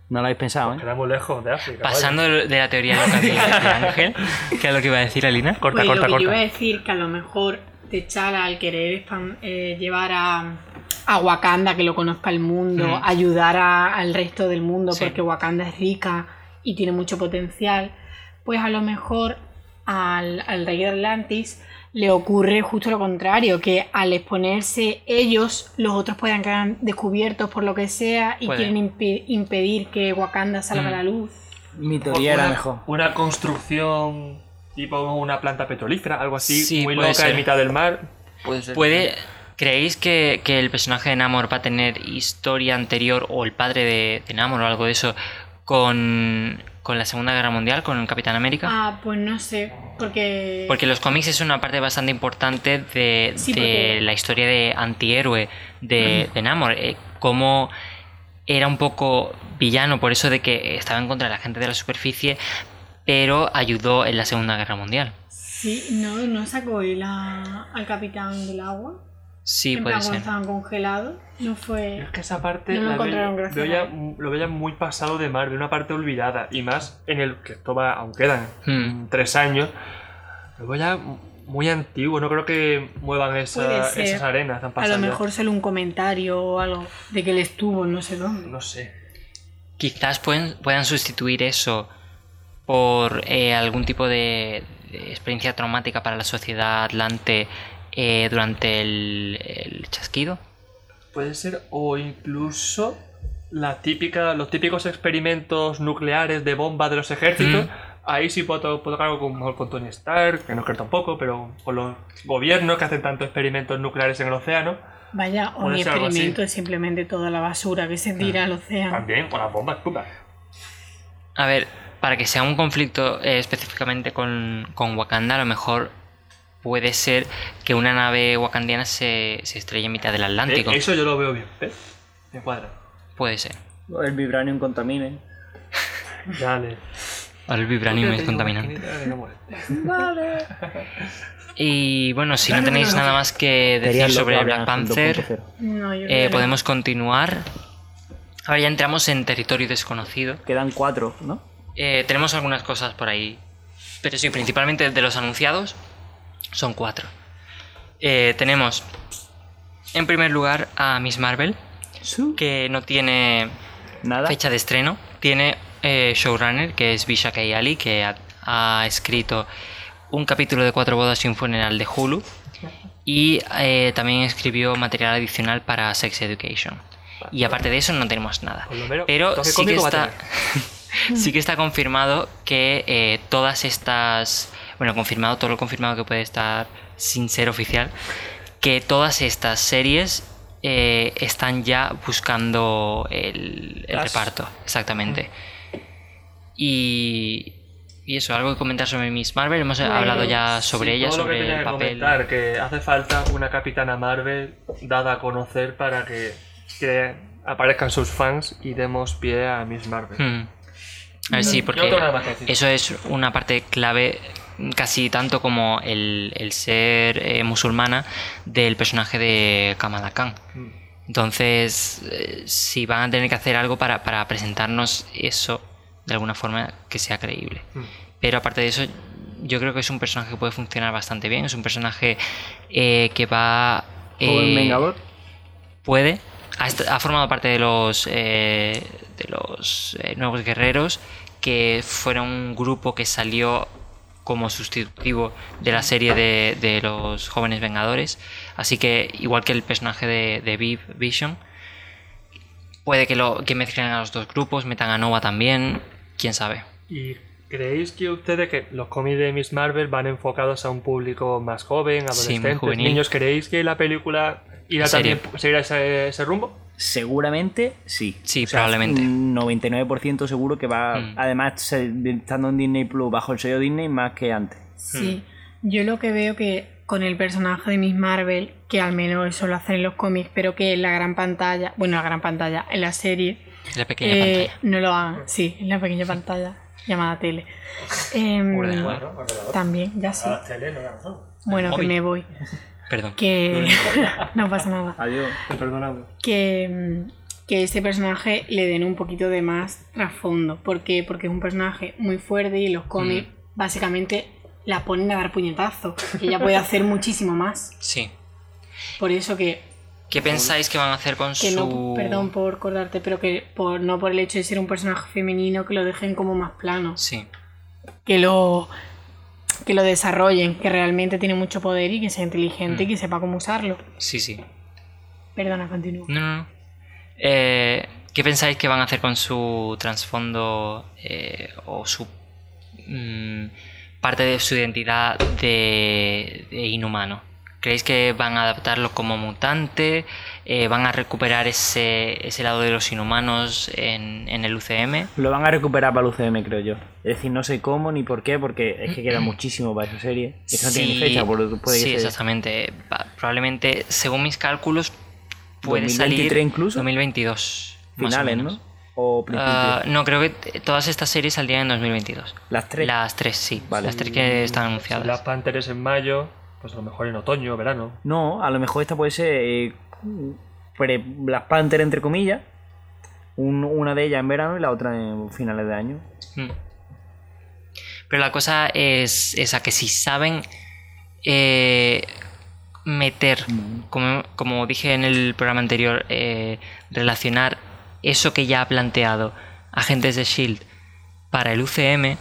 S3: no lo habéis pensado, ¿eh?
S2: Queda muy lejos de África. vaya.
S1: Pasando de de la teoría loca de, de Ángel, que es lo que iba a decir Alina.
S2: Corta,
S5: Pues
S2: corta,
S5: lo que yo
S2: corta.
S5: iba a decir que a lo mejor Techala al querer expan- eh, llevar a, a Wakanda, que lo conozca el mundo,
S1: Mm.
S5: ayudar a- al resto del mundo,
S1: Sí.
S5: porque Wakanda es rica y tiene mucho potencial, pues a lo mejor al, al rey de Atlantis le ocurre justo lo contrario, que al exponerse ellos, los otros puedan quedar descubiertos por lo que sea y
S1: Puede.
S5: quieren impe- impedir que Wakanda salga a la luz.
S3: Mi teoría era
S2: una,
S3: mejor.
S2: Una construcción tipo una planta petrolífera, algo así,
S1: Sí,
S2: muy
S1: puede
S2: loca
S1: ser.
S2: en mitad del mar. Puede ser.
S1: ¿Puede, ¿Creéis que, que el personaje de Namor va a tener historia anterior o el padre de, de Namor o algo de eso con con la Segunda Guerra Mundial, con el Capitán América.
S5: Ah, pues no sé, porque...
S1: Porque los cómics es una parte bastante importante de,
S5: Sí,
S1: de
S5: porque-
S1: la historia de antihéroe de, de Namor. eh, cómo era un poco villano por eso de que estaba en contra de la gente de la superficie, pero ayudó en la Segunda Guerra Mundial.
S5: Sí, no, no sacó él a- al capitán del agua.
S1: Sí,
S5: en
S1: puede
S5: plan, cuando
S1: ser.
S5: estaban congelados. No fue...
S2: Es que esa parte
S5: No lo
S2: la veo-
S5: encontraron gracia.
S2: veo ya- lo veo ya muy pasado de Marvel, una parte olvidada. Y más en el que esto va, aún quedan
S1: Hmm.
S2: mm, tres años, lo veo ya muy antiguo. No creo que muevan esa-
S5: Puede ser.
S2: esas arenas tan
S5: A lo
S2: pasadas.
S5: mejor solo un comentario o algo de que él estuvo no sé dónde.
S2: No sé.
S1: Quizás pueden- puedan sustituir eso por eh, algún tipo de, de experiencia traumática para la sociedad atlante eh, durante el- el chasquido.
S2: Puede ser, o incluso la típica, los típicos experimentos nucleares de bomba de los ejércitos.
S1: Mm.
S2: Ahí sí puedo, to- puedo tocar con, con Tony Stark, que no creo tampoco, pero con los gobiernos que hacen tantos experimentos nucleares en el océano.
S5: Vaya, o
S2: Puede
S5: mi
S2: ser algo así.
S5: experimento es simplemente toda la basura que se tira al océano.
S2: También con las bombas, puta.
S1: A ver, para que sea un conflicto eh, específicamente con, con Wakanda, a lo mejor puede ser que una nave wakandiana se, se estrelle en mitad del Atlántico.
S2: Eh, Eso yo lo veo bien, ¿ves? Me cuadra.
S1: Puede ser.
S6: El vibranium contamine.
S2: Dale.
S1: O El vibranium es contaminante.
S5: Vale.
S1: Y bueno, si no tenéis nada más que decir sobre Black Panther,
S5: No, yo
S1: eh,
S5: creo que-
S1: podemos continuar. Ahora ya entramos en territorio desconocido.
S6: Quedan cuatro, ¿no?
S1: Eh, tenemos algunas cosas por ahí. Pero sí, principalmente de los anunciados son cuatro. Eh, tenemos en primer lugar a Miss Marvel, que no tiene
S6: Nada.
S1: fecha de estreno. Tiene eh, showrunner, que es Bisha K. Ali, que ha, ha escrito un capítulo de Cuatro Bodas y un Funeral de Hulu. Y eh, también escribió material adicional para Sex Education. Y aparte de eso, no tenemos nada.
S2: Por Pues lo menos,
S1: Pero
S2: toque
S1: sí que,
S2: cómico va a
S1: está, sí que está confirmado que eh, todas estas. Bueno, confirmado, todo lo confirmado que puede estar sin ser oficial. Que todas estas series eh, están ya buscando el, el
S2: Las-
S1: reparto. Exactamente. Y. Y eso, algo que comentar sobre Miss Marvel. Hemos hablado ya sobre
S2: Sí,
S1: ella,
S2: todo lo que
S1: sobre
S2: tenía
S1: el
S2: que
S1: papel.
S2: comentar, que hace falta una capitana Marvel dada a conocer para que, que aparezcan sus fans y demos pie a Miss Marvel.
S1: Hmm. A ver, sí, porque.
S7: Yo no tengo nada más que decir.
S1: Eso es una parte clave, casi tanto como el, el ser eh, musulmana del personaje de Kamala Khan.
S2: Mm.
S1: Entonces, eh, si van a tener que hacer algo para, para presentarnos eso de alguna forma que sea creíble.
S7: Hmm.
S1: Pero aparte de eso, yo creo que es un personaje que puede funcionar bastante bien. Es un personaje eh, que va.
S6: Joven
S1: eh,
S6: Vengador.
S1: puede. Ha, est- ha formado parte de los, eh, de los eh, Nuevos Guerreros, que fueron un grupo que salió como sustitutivo de la serie de, de los Jóvenes Vengadores. Así que, igual que el personaje de, de Viv Vision, puede que, lo, que mezclen a los dos grupos, metan a Nova también, quién sabe.
S2: ¿Y creéis que ustedes que los cómics de Miss Marvel van enfocados a un público más
S1: Sí,
S2: joven,
S1: muy
S2: adolescentes,
S1: juvenil.
S2: niños? ¿Creéis que la película irá
S1: Serie.
S2: también seguirá ese, ese rumbo?
S6: Seguramente sí.
S1: Sí,
S6: O sea,
S1: probablemente.
S6: un 99% seguro que va.
S1: Mm.
S6: Además, se- estando en Disney Plus, bajo el sello Disney, más que antes.
S5: Sí,
S2: Hmm.
S5: yo lo que veo que con el personaje de Miss Marvel, que al menos eso lo hacen en los cómics, pero que en la gran pantalla, bueno, la gran pantalla, en la serie,
S1: La pequeña
S5: eh,
S1: pantalla.
S5: no lo hagan. Sí, en la pequeña pantalla llamada tele. Em,
S1: Ordenador.
S5: también, ya sí. Bueno, que
S1: Móvil.
S5: me voy.
S1: Perdón.
S5: Que no pasa nada.
S6: Adiós.
S2: Te perdonamos.
S5: que, mm, que ese personaje le den un poquito de más trasfondo. ¿Por qué? Porque es un personaje muy fuerte y en los cómics básicamente la ponen a dar puñetazos. Ella puede hacer muchísimo más.
S1: Sí.
S5: Por eso que,
S1: ¿Qué pensáis que van a hacer con
S5: que
S1: su.
S5: no, perdón por cortarte, pero que por, no por el hecho de ser un personaje femenino que lo dejen como más plano.
S1: Sí.
S5: Que lo, que lo desarrollen, que realmente tiene mucho poder y que sea inteligente y que sepa cómo usarlo.
S1: Sí, sí.
S5: Perdona, continúo.
S1: No, no, no. Eh, ¿Qué pensáis que van a hacer con su trasfondo eh, o su mm, parte de su identidad de, de inhumano? ¿Creéis que van a adaptarlo como mutante? Eh, ¿Van a recuperar ese, ese lado de los inhumanos en, en el UCM?
S6: Lo van a recuperar para el UCM, creo yo. Es decir, no sé cómo ni por qué, porque es que queda muchísimo para esa serie. Es que no tiene fecha, por lo que puede
S1: sí,
S6: que sea
S1: exactamente. Va- Probablemente, según mis cálculos, puede
S6: 2023
S1: salir
S6: incluso?
S1: 2022. más o
S6: finales,
S1: menos.
S6: ¿no? O
S1: Ah,
S6: principios.
S1: no, creo que t- todas estas series saldrían en 2022.
S6: Las tres.
S1: Las tres, sí.
S6: Vale.
S1: Las tres que están anunciadas.
S2: Las Panthers en mayo, pues a lo mejor en otoño, verano.
S6: No, a lo mejor esta puede ser eh, pre- Black Panther, entre comillas. Un- una de ellas en verano y la otra en finales de año.
S1: Mm. Pero la cosa es esa, que si saben eh, meter, como, como dije en el programa anterior, eh, relacionar eso que ya ha planteado Agentes de Shield E para el UCM,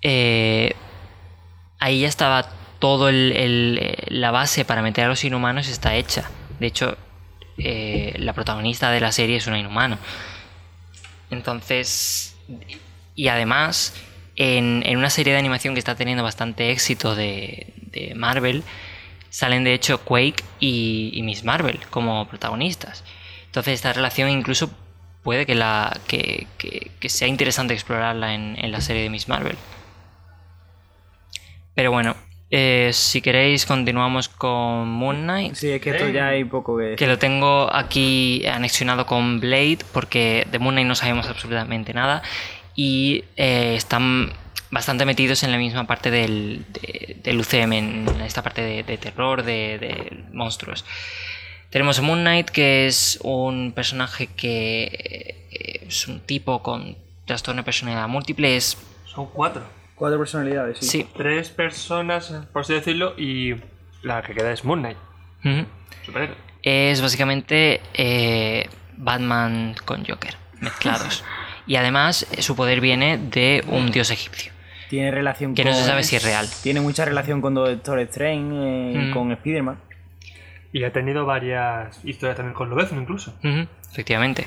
S1: eh, ahí ya estaba todo el- el- eh, la base para meter a los inhumanos está hecha. De hecho, eh, la protagonista de la serie es una inhumano. Entonces, y además, en, en una serie de animación que está teniendo bastante éxito de, de Marvel, salen de hecho Quake y, y Miss Marvel como protagonistas. Entonces, esta relación incluso puede que, la, que, que- que sea interesante explorarla en, en la serie de Miss Marvel. Pero bueno, eh, si queréis, continuamos con Moon Knight.
S6: Sí, es que esto ya hay poco que...
S1: Que lo tengo aquí anexionado con Blade, porque de Moon Knight no sabemos absolutamente nada. Y eh, están bastante metidos en la misma parte del, de- del UCM, en esta parte de, de terror, de, de monstruos. Tenemos a Moon Knight, que es un personaje que eh, es un tipo con trastorno de personalidad múltiple. Es,
S2: Son cuatro.
S6: Cuatro personalidades,
S1: sí.
S2: Tres personas, por así decirlo, y la que queda es Moon Knight.
S1: Ujú.
S2: superhéroe.
S1: Es básicamente eh, Batman con Joker, mezclados. y además eh, su poder viene de un dios egipcio.
S6: Tiene relación
S1: Que
S6: con...
S1: no se sabe si es real.
S6: Tiene mucha relación con Doctor Strange, eh, y
S1: Mm.
S6: con Spider-Man.
S2: Y ha tenido varias historias también con Lobezno incluso.
S1: Ujú, efectivamente.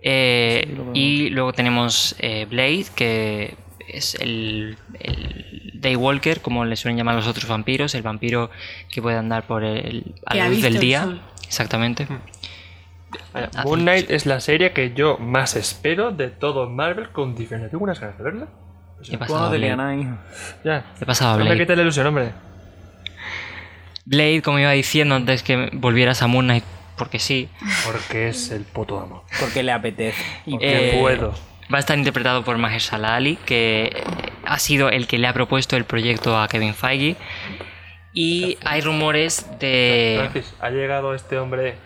S1: Eh,
S6: Sí, lo veo.
S1: y luego tenemos eh, Blade, que es el, el Daywalker, como le suelen llamar los otros vampiros, el vampiro que puede andar por el, a
S5: Que
S1: la
S5: ha
S1: luz
S5: visto
S1: del
S5: el
S1: día.
S5: sol.
S6: Mm,
S1: Exactamente.
S2: Vaya,
S6: Ah,
S1: Hace
S2: Moon Knight es la serie que yo más espero de todo Marvel con diferencia. Tengo unas ganas de verla.
S1: He pasado
S6: Cuando
S1: a
S6: te
S1: Blade.
S6: lian ahí.
S2: Ya.
S1: He pasado a
S2: Hombre,
S1: Blade.
S2: quita la ilusión, hombre.
S1: Blade, como iba diciendo antes que volvieras a Moon Knight, porque sí,
S2: Porque es el puto amo.
S6: Porque le apetece. Y
S2: Que
S1: Eh,
S2: puedo.
S1: Va a estar interpretado por Mahershala Ali, que eh, ha sido el que le ha propuesto el proyecto a Kevin Feige. Y hay rumores
S6: Eh.
S1: de...
S2: Francis, ha llegado este hombre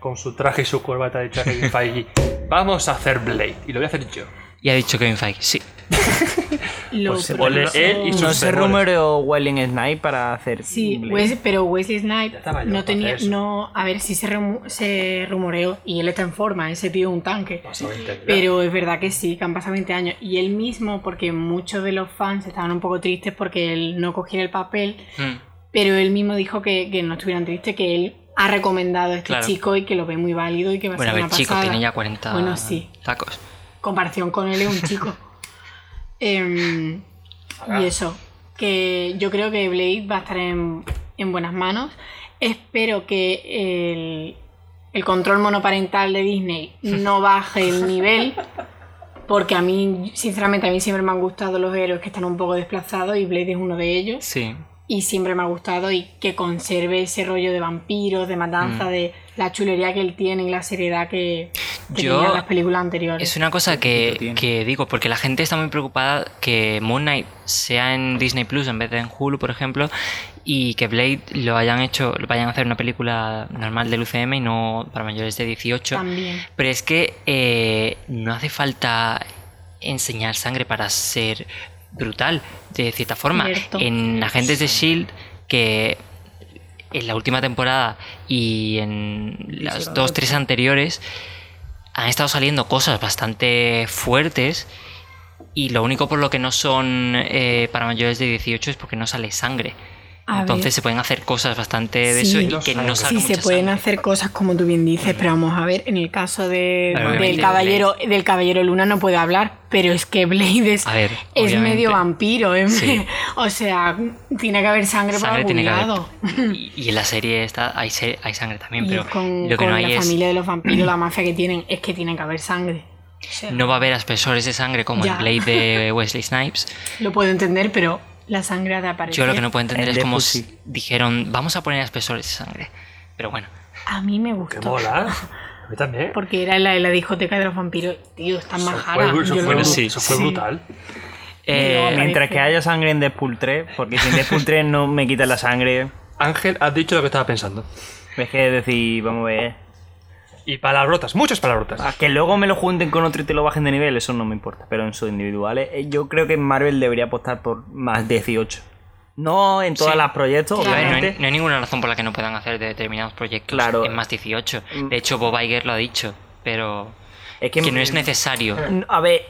S2: con su traje y su corbata de Kevin Feige. Vamos a hacer Blade. Y lo voy a hacer yo.
S1: Y ha dicho Kevin Feige, sí.
S5: Lo
S6: Pues se
S1: eh,
S2: Ole
S5: propuso-
S2: él y sus
S6: no se
S2: fervores.
S6: rumoreó Welling Snipe para hacer...
S5: Sí,
S6: Blade.
S5: Wes- pero Wesley
S2: Ya
S5: Snipes
S2: está mayor
S5: no
S2: para
S5: tenía,
S2: hacer eso.
S5: no, a ver, sí se, remu- se rumoreó y él está en forma, ese tío es un tanque.
S2: Pasó 20 días.
S5: Pero es verdad que sí, que han pasado 20 años. Y él mismo, porque muchos de los fans estaban un poco tristes porque él no cogiera el papel,
S1: Mm.
S5: pero él mismo dijo que, que no estuvieran tristes, que él ha recomendado a este
S1: Claro.
S5: chico y que lo ve muy válido y que va
S1: Bueno, a
S5: a ser
S1: ver,
S5: una
S1: chico,
S5: pasada.
S1: tiene ya 40
S5: Bueno, sí.
S1: tacos.
S5: comparación con él es un chico. Em,
S1: Ah.
S5: y eso, que yo creo que Blade va a estar en, en buenas manos. Espero que el, el control monoparental de Disney no baje el nivel. Porque a mí, sinceramente, a mí siempre me han gustado los héroes que están un poco desplazados y Blade es uno de ellos.
S1: Sí.
S5: Y siempre me ha gustado y que conserve ese rollo de vampiros, de matanza,
S1: Mm.
S5: de la chulería que él tiene y la seriedad que, que
S1: Yo-
S5: tenía en las películas anteriores.
S1: Es una cosa
S6: Lo
S1: que,
S6: tiene.
S1: que digo, porque la gente está muy preocupada que Moon Knight sea en Disney Plus en vez de en Hulu, por ejemplo, y que Blade lo hayan hecho, lo vayan a hacer una película normal del UCM y no para mayores de 18.
S5: También.
S1: Pero es que eh, no hace falta enseñar sangre para ser brutal, de cierta forma.
S5: Cierto.
S1: En Agentes de Shield, E que en la última temporada y en las dos, tres anteriores, han estado saliendo cosas bastante fuertes. Y lo único por lo que no son eh, para mayores de 18 es porque no sale sangre.
S5: A
S1: Entonces
S5: ver.
S1: se pueden hacer cosas bastante Eh, de
S5: Sí.
S1: eso y que no salga
S5: Sí, se
S1: mucha
S5: pueden
S1: sangre.
S5: hacer cosas como tú bien dices, pero vamos a ver, en el caso de-
S1: Pero obviamente
S5: del caballero del caballero Luna no puede hablar, pero es que Blade es,
S1: A ver,
S5: es
S1: obviamente.
S5: medio vampiro, ¿eh?
S1: Sí.
S5: o sea, tiene que haber sangre, por
S1: Sangre
S5: algún
S1: tiene que haber.
S5: lado.
S1: Y, y en la serie está, hay, se- hay sangre también,
S5: Y
S1: pero
S5: con,
S1: lo que
S5: con
S1: no
S5: la
S1: hay es.
S5: familia de los vampiros, la mafia que tienen, es que tiene que haber sangre. O sea,
S1: No va a haber aspersores de sangre como en
S5: Ya.
S1: Blade de Wesley Snipes.
S5: Lo puedo entender, pero la sangre ha de aparecer.
S1: Yo lo que no puedo entender
S3: El
S1: es
S3: de
S1: cómo
S3: Pussy.
S1: s- dijeron, vamos a poner aspersores de sangre. Pero bueno,
S5: A mí me
S2: Que
S5: gustó.
S2: mola. A mí también.
S5: Porque era la de la discoteca de los vampiros. Tío, están
S2: Eso fue-
S5: majara.
S2: Eso
S5: Yo
S2: fue,
S5: lo-
S2: bru-
S1: sí.
S2: eso fue
S5: Sí.
S2: brutal.
S1: eh,
S5: Pero-
S3: Mientras que haya sangre en Deadpool 3, porque si en Deadpool 3 no me quitan la sangre,
S2: Ángel, has dicho lo que estaba pensando.
S3: es que decir, vamos a ver.
S2: Y palabrotas, muchas palabrotas.
S3: A que luego me lo junten con otro y te lo bajen de nivel, eso no me importa. Pero en sus individuales, eh, yo creo que Marvel debería apostar por más 18. No en todas
S1: Sí.
S3: las proyectos,
S1: a ver, no,
S3: obviamente.
S1: hay, no hay ninguna razón por la que no puedan hacer de determinados proyectos
S3: Claro.
S1: en más 18.
S3: Mm.
S1: De hecho, Bob Iger lo ha dicho, pero
S3: Es que,
S1: que no es necesario.
S3: N- A ver,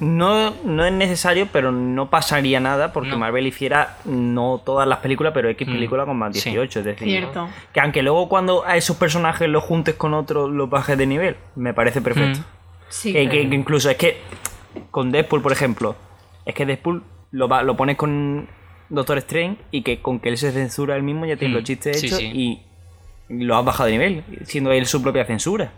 S3: no, no es necesario, pero no pasaría nada porque
S1: No.
S3: Marvel hiciera no todas las películas, pero X
S1: Mm.
S3: películas con más
S1: Sí.
S3: 18. Es decir,
S5: Cierto.
S3: que aunque luego cuando a esos personajes los juntes con otros, los bajes de nivel, me parece perfecto.
S1: Mm.
S5: Sí.
S3: Que, que- que incluso es que con Deadpool, por ejemplo, es que Deadpool lo, va- lo pones con Doctor Strange y que con que él se censura él mismo ya tiene
S1: Mm,
S3: los chistes
S1: sí,
S3: hechos
S1: sí.
S3: y lo has bajado de nivel, siendo él su propia censura.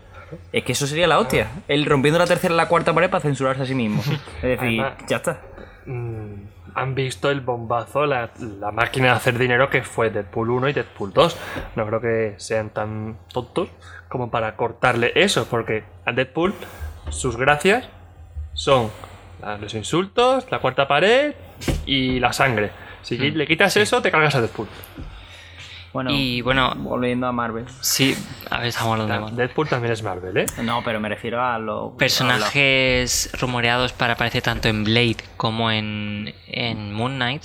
S3: Es que eso sería la hostia. Él rompiendo la tercera y la cuarta pared para censurarse a sí mismo. Es decir,
S2: Además-
S3: ya está.
S2: Mm, han visto el bombazo, la, la máquina de hacer dinero que fue Deadpool 1 y Deadpool 2. No creo que sean tan tontos como para cortarle eso, porque a Deadpool sus gracias son la- los insultos, la cuarta pared y la sangre. Si qui- le quitas eso, te cargas a Deadpool.
S3: Bueno,
S1: Y bueno,
S3: volviendo a Marvel.
S1: sí, a ver, estamos hablando de Marvel.
S2: Deadpool también es Marvel, ¿eh?
S3: No, pero me refiero a los a
S1: Pues personajes rumoreados para aparecer tanto en Blade como en, en Moon Knight.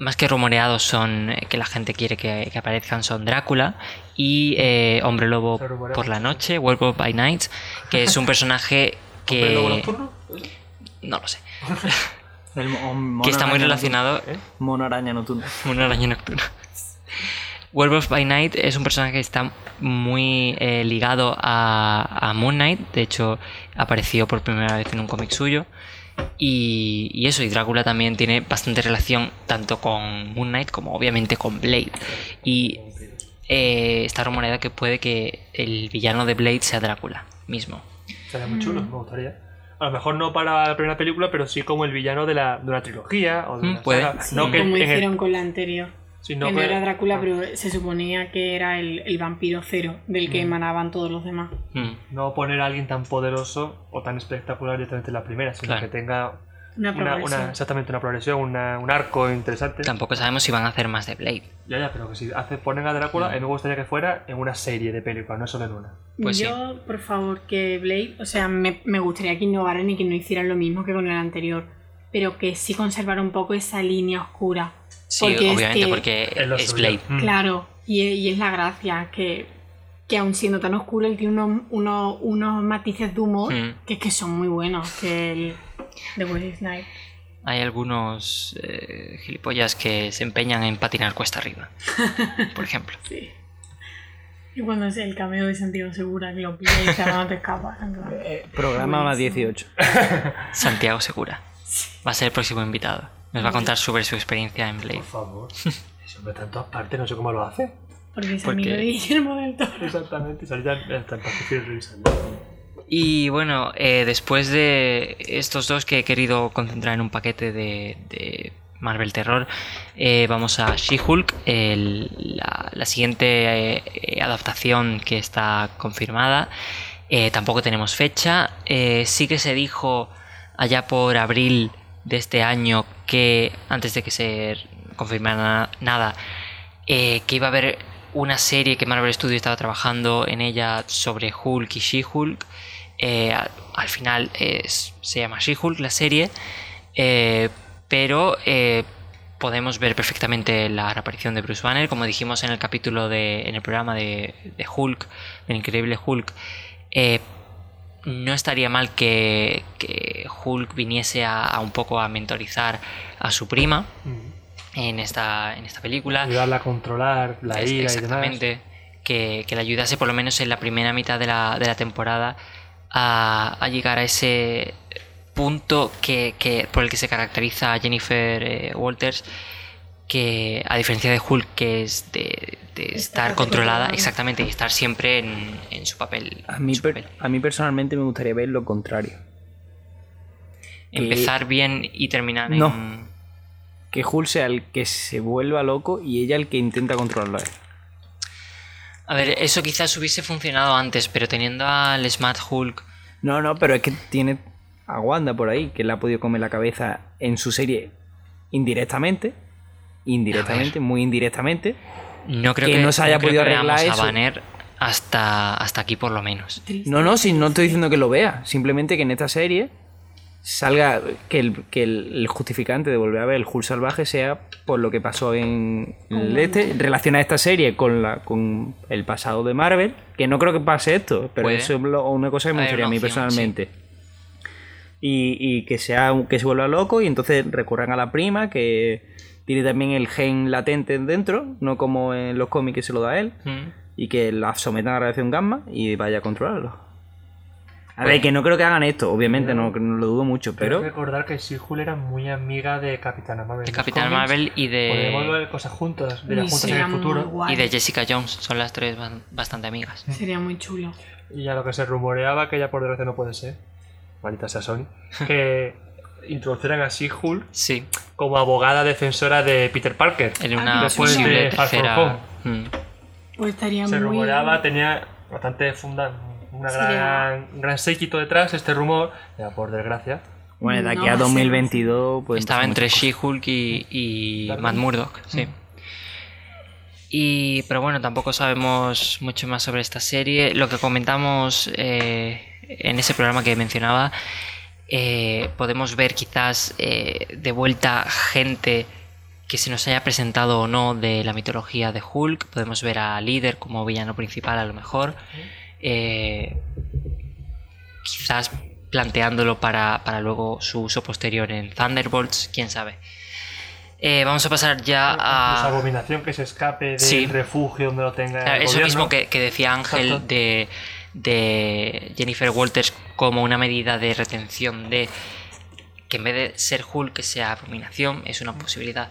S1: Más que rumoreados son eh, que la gente quiere que, que aparezcan son Drácula y eh, Hombre Lobo
S2: Se rumorea
S1: por la noche, Werewolf by Night, que es un personaje
S2: ¿Hombre lobo
S1: que
S2: nocturno?
S1: no lo sé,
S3: los- el mo- mono
S1: que está muy
S3: araña
S1: relacionado ¿eh?
S3: nocturno. Mono araña nocturno.
S1: una araña nocturna. Werewolf by Night es un personaje que está muy eh, ligado a, a Moon Knight. De hecho, apareció por primera vez en un cómic suyo. Y, y eso, y Drácula también tiene bastante relación tanto con Moon Knight como obviamente con Blade. Y eh, está rumoreada que puede que el villano de Blade sea Drácula mismo.
S2: Sería muy
S5: Mm.
S2: chulo, me gustaría. A lo mejor no para la primera película, pero sí como el villano de, la, de una trilogía o de
S1: Mm,
S2: una
S1: puede.
S2: saga.
S5: Sí,
S2: No que
S5: como
S2: en el-
S5: hicieron con la anterior.
S2: sino
S5: que no
S2: que-
S5: era Drácula, pero se suponía que era el, el vampiro cero del que emanaban todos los demás.
S1: Mm.
S2: no poner a alguien tan poderoso o tan espectacular directamente en la primera, sino
S1: Claro.
S2: que tenga
S5: Una
S2: una,
S5: progresión.
S2: una- exactamente una progresión, una- un arco interesante.
S1: Tampoco sabemos si van a hacer más de Blade.
S2: Ya, ya, pero que si hace, ponen a
S1: Mm.
S2: Drácula, a mí me gustaría que fuera en una serie de películas, no solo en una.
S1: Pues
S5: Yo, por favor, que Blade, o sea, me, me gustaría que innovaran y que no hicieran lo mismo que con el anterior, pero que sí conservara un poco esa línea oscura.
S1: Sí,
S5: Porque es
S1: obviamente,
S5: que-
S1: porque
S2: Es lo
S1: Eh, es
S2: suyo.
S1: Blade.
S2: Mm.
S5: Claro, y, e- y es la gracia, que, que aun siendo tan oscuro, él tiene unos, unos, unos matices de humor
S1: Mm.
S5: que, es que son muy buenos, que el de Wesley Snipes.
S1: Hay algunos eh, gilipollas que se empeñan en patinar cuesta arriba, por ejemplo.
S5: Sí. Y cuando es el cameo de Santiago Segura que lo pilla y dice, "Ahora no te escapas. en plan.
S3: Eh, programa más 18.
S1: Santiago Segura va a ser el próximo invitado. Nos va a contar sobre su experiencia en Blade.
S2: Por favor. Ese hombre está en todas partes, no sé cómo lo hace.
S5: Porque es
S1: Porque-
S5: amigo de Guillermo del Toro.
S2: Exactamente, y salía hasta en Pacific Rim, salía.
S1: Y bueno, eh, después de estos dos que he querido concentrar en un paquete de, de Marvel Terror, eh, vamos a She-Hulk, el- la, la siguiente eh, eh, adaptación que está confirmada. Eh, tampoco tenemos fecha. Eh, sí que se dijo allá por abril de este año que antes de que se confirmara na- nada, eh, que iba a haber una serie que Marvel Studios estaba trabajando en ella sobre Hulk y She-Hulk. Eh, a- al final es- se llama She-Hulk la serie, eh, pero eh, podemos ver perfectamente la aparición de Bruce Banner, como dijimos en el capítulo de, en el programa de, de Hulk, del increíble Hulk. eh, no estaría mal que, que Hulk viniese a- a un poco a mentorizar a su prima
S2: Mm.
S1: en esta, en esta película.
S2: Ayudarla a controlar la
S1: Es-
S2: ira y demás.
S1: exactamente. Que, que le ayudase por lo menos en la primera mitad de la, de la temporada a, a llegar a ese punto que, que- por el que se caracteriza a Jennifer eh, Walters, que a diferencia de Hulk, que es de, de estar controlada,
S5: controlada.
S1: exactamente, y estar siempre en, en su papel.
S3: A
S1: en
S3: mí,
S1: su
S3: per-
S1: papel.
S3: a mí personalmente me gustaría ver lo contrario.
S1: Empezar bien y terminar
S3: No.
S1: en...
S3: Que Hulk sea el que se vuelva loco y ella el que intenta controlarlo a él.
S1: A ver, eso quizás hubiese funcionado antes, pero teniendo al Smart Hulk...
S3: No, no, pero es que tiene a Wanda por ahí, que le ha podido comer la cabeza en su serie indirectamente. Indirectamente, muy indirectamente.
S1: No creo
S3: Que
S1: que,
S3: no se haya
S1: creo
S3: podido
S1: que veamos
S3: arreglar eso.
S1: a Banner hasta, hasta aquí por lo menos.
S5: Triste.
S3: No, no, si no estoy diciendo que lo vea. Simplemente que en esta serie salga que el, que el, el justificante de volver a ver el Hulk salvaje sea por lo que pasó en el este. Relaciona esta serie con la con el pasado de Marvel. Que no creo que pase esto, pero
S1: Puede.
S3: eso es lo- una cosa que me
S1: Pues, Hay
S3: gustaría a
S1: una
S3: mí
S1: opción,
S3: personalmente. Y, y que sea un- que se vuelva loco y entonces recurran a la prima que tiene también el gen latente dentro, no como en los cómics que se lo da él
S1: Mm.
S3: y que la sometan a radiación gamma y vaya a controlarlo. A ver, que no creo que hagan esto, obviamente, no, no lo dudo mucho,
S2: Pero
S3: pero
S2: recordar que She-Hulk era muy amiga de Capitana Marvel.
S1: De
S2: en los
S1: Capitán
S2: cómics.
S1: Marvel eh, y
S3: Pues
S2: Podemos
S1: de,
S2: ver cosas juntas, de
S5: Y
S2: las juntas en
S5: sería
S2: el
S5: muy
S2: futuro.
S5: guay.
S1: y de Jessica Jones. Son las tres ba- bastante amigas.
S5: Sería muy chulo.
S2: Y a lo que se rumoreaba, que ya por desgracia no puede ser, maldita sea Sony, que introducirán a She-Hulk
S1: Sí,
S2: como abogada defensora de Peter Parker.
S1: en
S5: Ah,
S1: una
S5: después de
S1: posible
S2: Far From
S1: tercera. Mm.
S5: Pues estaría
S2: Se
S5: muy...
S2: rumoreaba, tenía bastante funda, una
S5: Sí.
S2: gran, un gran séquito detrás este rumor, ya por desgracia.
S3: bueno, de aquí
S5: No
S3: a
S5: va a ser
S3: 2022 pues
S1: Estaba
S3: entonces,
S1: entre She-Hulk y, y
S2: Claro.
S1: Matt Murdock, sí. Y, pero bueno, tampoco sabemos mucho más sobre esta serie. Lo que comentamos eh, en ese programa que mencionaba, eh, podemos ver quizás eh, de vuelta gente que se nos haya presentado o no de la mitología de Hulk. Podemos ver a Líder como villano principal a lo mejor. Eh, quizás planteándolo para, para luego su uso posterior en Thunderbolts, quién sabe. Eh, vamos a pasar ya
S2: Incluso
S1: a...
S2: abominación que se escape del
S1: Ah. Sí.
S2: refugio donde lo tenga.
S1: Claro,
S2: el
S1: eso
S2: gobierno.
S1: mismo que, que decía Ángel
S2: Exacto.
S1: de, de Jennifer Walters como una medida de retención de que en vez de ser Hulk que sea abominación, es una posibilidad.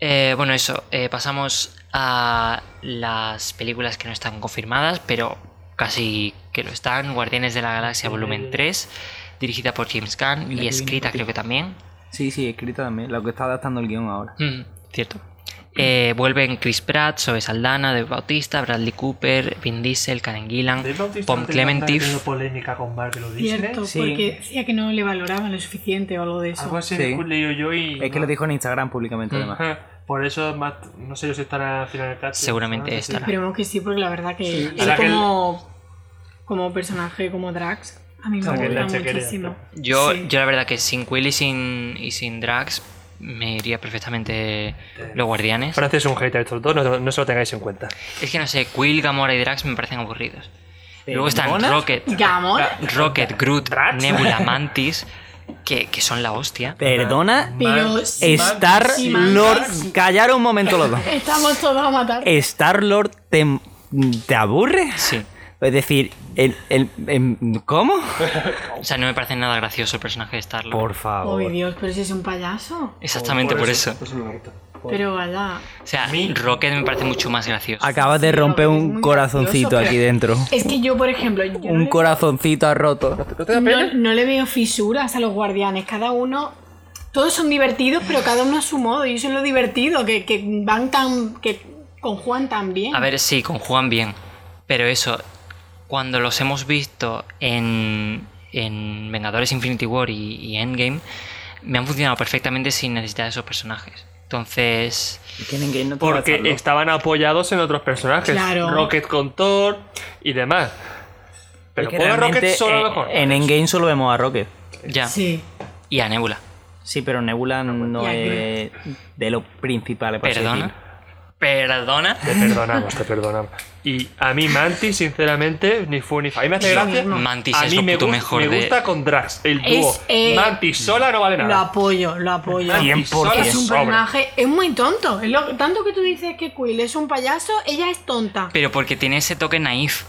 S1: Eh, bueno, eso, eh, pasamos a las películas que no están confirmadas, pero casi que lo están. Guardianes de la Galaxia Volumen 3, dirigida por James Gunn
S3: Mira
S1: y
S3: qué
S1: escrita
S3: bien, tío.
S1: creo que también.
S3: Sí, sí, escrita también, lo que está adaptando el guión ahora.
S1: Mm, cierto. Eh, vuelven Chris Pratt, Zoe Saldana, Dave Bautista, Bradley Cooper, Vin Diesel, Karen Gillan,
S2: Dave Bautista
S1: Pom
S2: no tenía nada que
S1: Clementif.
S2: ver con polémica con Marvel o Disney.
S5: Cierto,
S3: Sí.
S5: porque decía que no le valoraban lo suficiente o algo de eso.
S2: Algo así
S3: Sí.
S2: de leí yo y.
S3: Es que
S2: no.
S3: lo dijo en Instagram públicamente
S1: Mm.
S3: además.
S2: Ajá. Por eso, Matt, no sé yo si estará al final del cast.
S1: Seguramente
S2: No sé si-
S1: estará.
S5: Esperemos que sí, porque la verdad que
S2: Sí,
S5: él
S2: la verdad que
S5: como, como personaje, como Drax, a mí me
S3: La que
S5: gusta
S2: la chequería,
S5: muchísimo.
S1: Yo,
S5: Sí.
S1: yo la verdad que sin Quill y sin, y sin Drax me iría perfectamente los guardianes.
S2: Francia es un hater de estos dos, no, no se lo tengáis en cuenta.
S1: Es que no sé, Quill, Gamora y Drax me parecen aburridos.
S3: Eh,
S1: Luego están
S3: ¿Gamora?
S1: Rocket,
S5: Gamora,
S1: Rocket, Groot,
S2: ¿Drax?
S1: Nebula, Mantis, que, que son la hostia.
S3: Perdona,
S5: pero
S3: Star
S5: sí,
S3: Lord,
S5: sí.
S3: callar un momento los dos.
S5: estamos todos a matar.
S3: Star Lord te, te aburre?
S1: Sí.
S3: Es decir, el, el- em, ¿cómo?
S1: O sea, no me parece nada gracioso el personaje de Star-Lord.
S3: Por favor.
S5: Oh, Dios, pero si es un payaso.
S1: Exactamente por eso.
S2: Esto es un momento.
S5: Pero vaya.
S1: O sea, Rocket me parece mucho más gracioso.
S3: Acabas de romper
S5: es
S3: un
S5: muy
S3: corazoncito
S5: gracioso, pero-
S3: aquí dentro.
S5: Es que yo, por ejemplo, yo
S3: Un
S5: no,
S3: corazoncito ha roto.
S5: le, no- no le veo fisuras a los guardianes. Cada uno. Todos son divertidos, pero cada uno a su modo. Y eso es lo divertido, que, que van tan. que conjugan tan bien.
S1: A ver, sí, conjugan bien. Pero eso, cuando los hemos visto en, en Vengadores Infinity War y, y Endgame, me han funcionado perfectamente sin necesidad de esos personajes. Entonces,
S2: Porque estaban apoyados en otros personajes.
S5: Claro.
S2: Rocket con Thor y demás. Pero
S3: Porque
S2: pon a Rocket
S3: realmente,
S2: solo a
S3: eh,
S2: lo mejor.
S3: En Endgame solo vemos a Rocket.
S1: ya.
S5: Sí.
S1: Y a Nebula.
S2: Ah, pues,
S3: Sí, pero Nebula no
S5: Y a
S3: es de lo principal. por así
S1: Perdona.
S3: decirlo.
S1: perdona.
S2: Te perdonamos, te perdonamos. Y a mí Mantis, sinceramente, ni fue ni fa. A mí me hace
S1: Tío,
S2: gracia.
S1: Mantis
S2: a
S1: es
S2: mí
S1: lo
S2: me,
S1: puto
S2: gu-
S1: mejor
S2: me
S1: de-
S2: gusta con Drax, el
S5: Es,
S2: dúo.
S5: eh,
S2: Mantis sola no vale
S5: Lo
S2: nada.
S5: apoyo, lo apoyo.
S2: Mantis
S6: 100%.
S2: sola
S5: Es un
S2: sobra.
S5: personaje, es muy tonto. Es lo, tanto que tú dices que Quill es un payaso, ella es tonta.
S1: Pero porque tiene ese toque naif.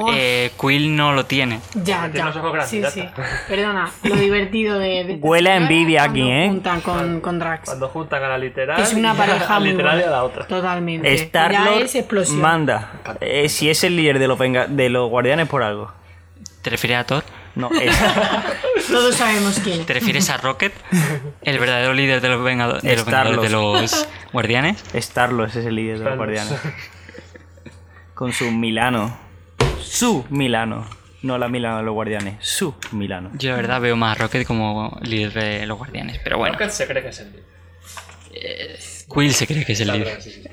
S5: Oh,
S1: Eh, Quill no lo tiene.
S5: ya,
S2: tiene
S5: ya.
S2: los ojos grandes,
S5: sí,
S2: ya
S5: sí.
S2: está.
S5: Perdona, lo divertido de. de
S3: Huele a envidia
S5: cuando
S3: aquí, ¿eh?
S5: juntan con, con Drax.
S2: Cuando juntan a la literal.
S5: Es una
S2: y a la
S5: pareja muy
S2: literal y a
S5: buena.
S2: la otra.
S5: Totalmente. ya
S3: Star-Lord
S5: es explosión.
S3: manda. Eh, si es el líder de los, venga- de los guardianes por algo.
S1: ¿Te refieres a Thor?
S3: No, es
S5: Todos sabemos quién
S1: ¿Te
S5: es.
S1: refieres a Rocket? El verdadero líder de los, vengado- de los
S3: Star-Lord.
S1: Vengadores, de los Guardianes.
S3: Starlo, ese es el líder de los
S2: Starlos.
S3: guardianes. Con su Milano. Su Milano. No la Milano de los guardianes. Su Milano.
S1: Yo la verdad veo más a Rocket como líder de los Guardianes. Pero bueno,
S2: Rocket se cree que es el líder.
S1: Quill se cree que es el
S2: La
S1: líder.
S2: verdad, sí, sí, sí.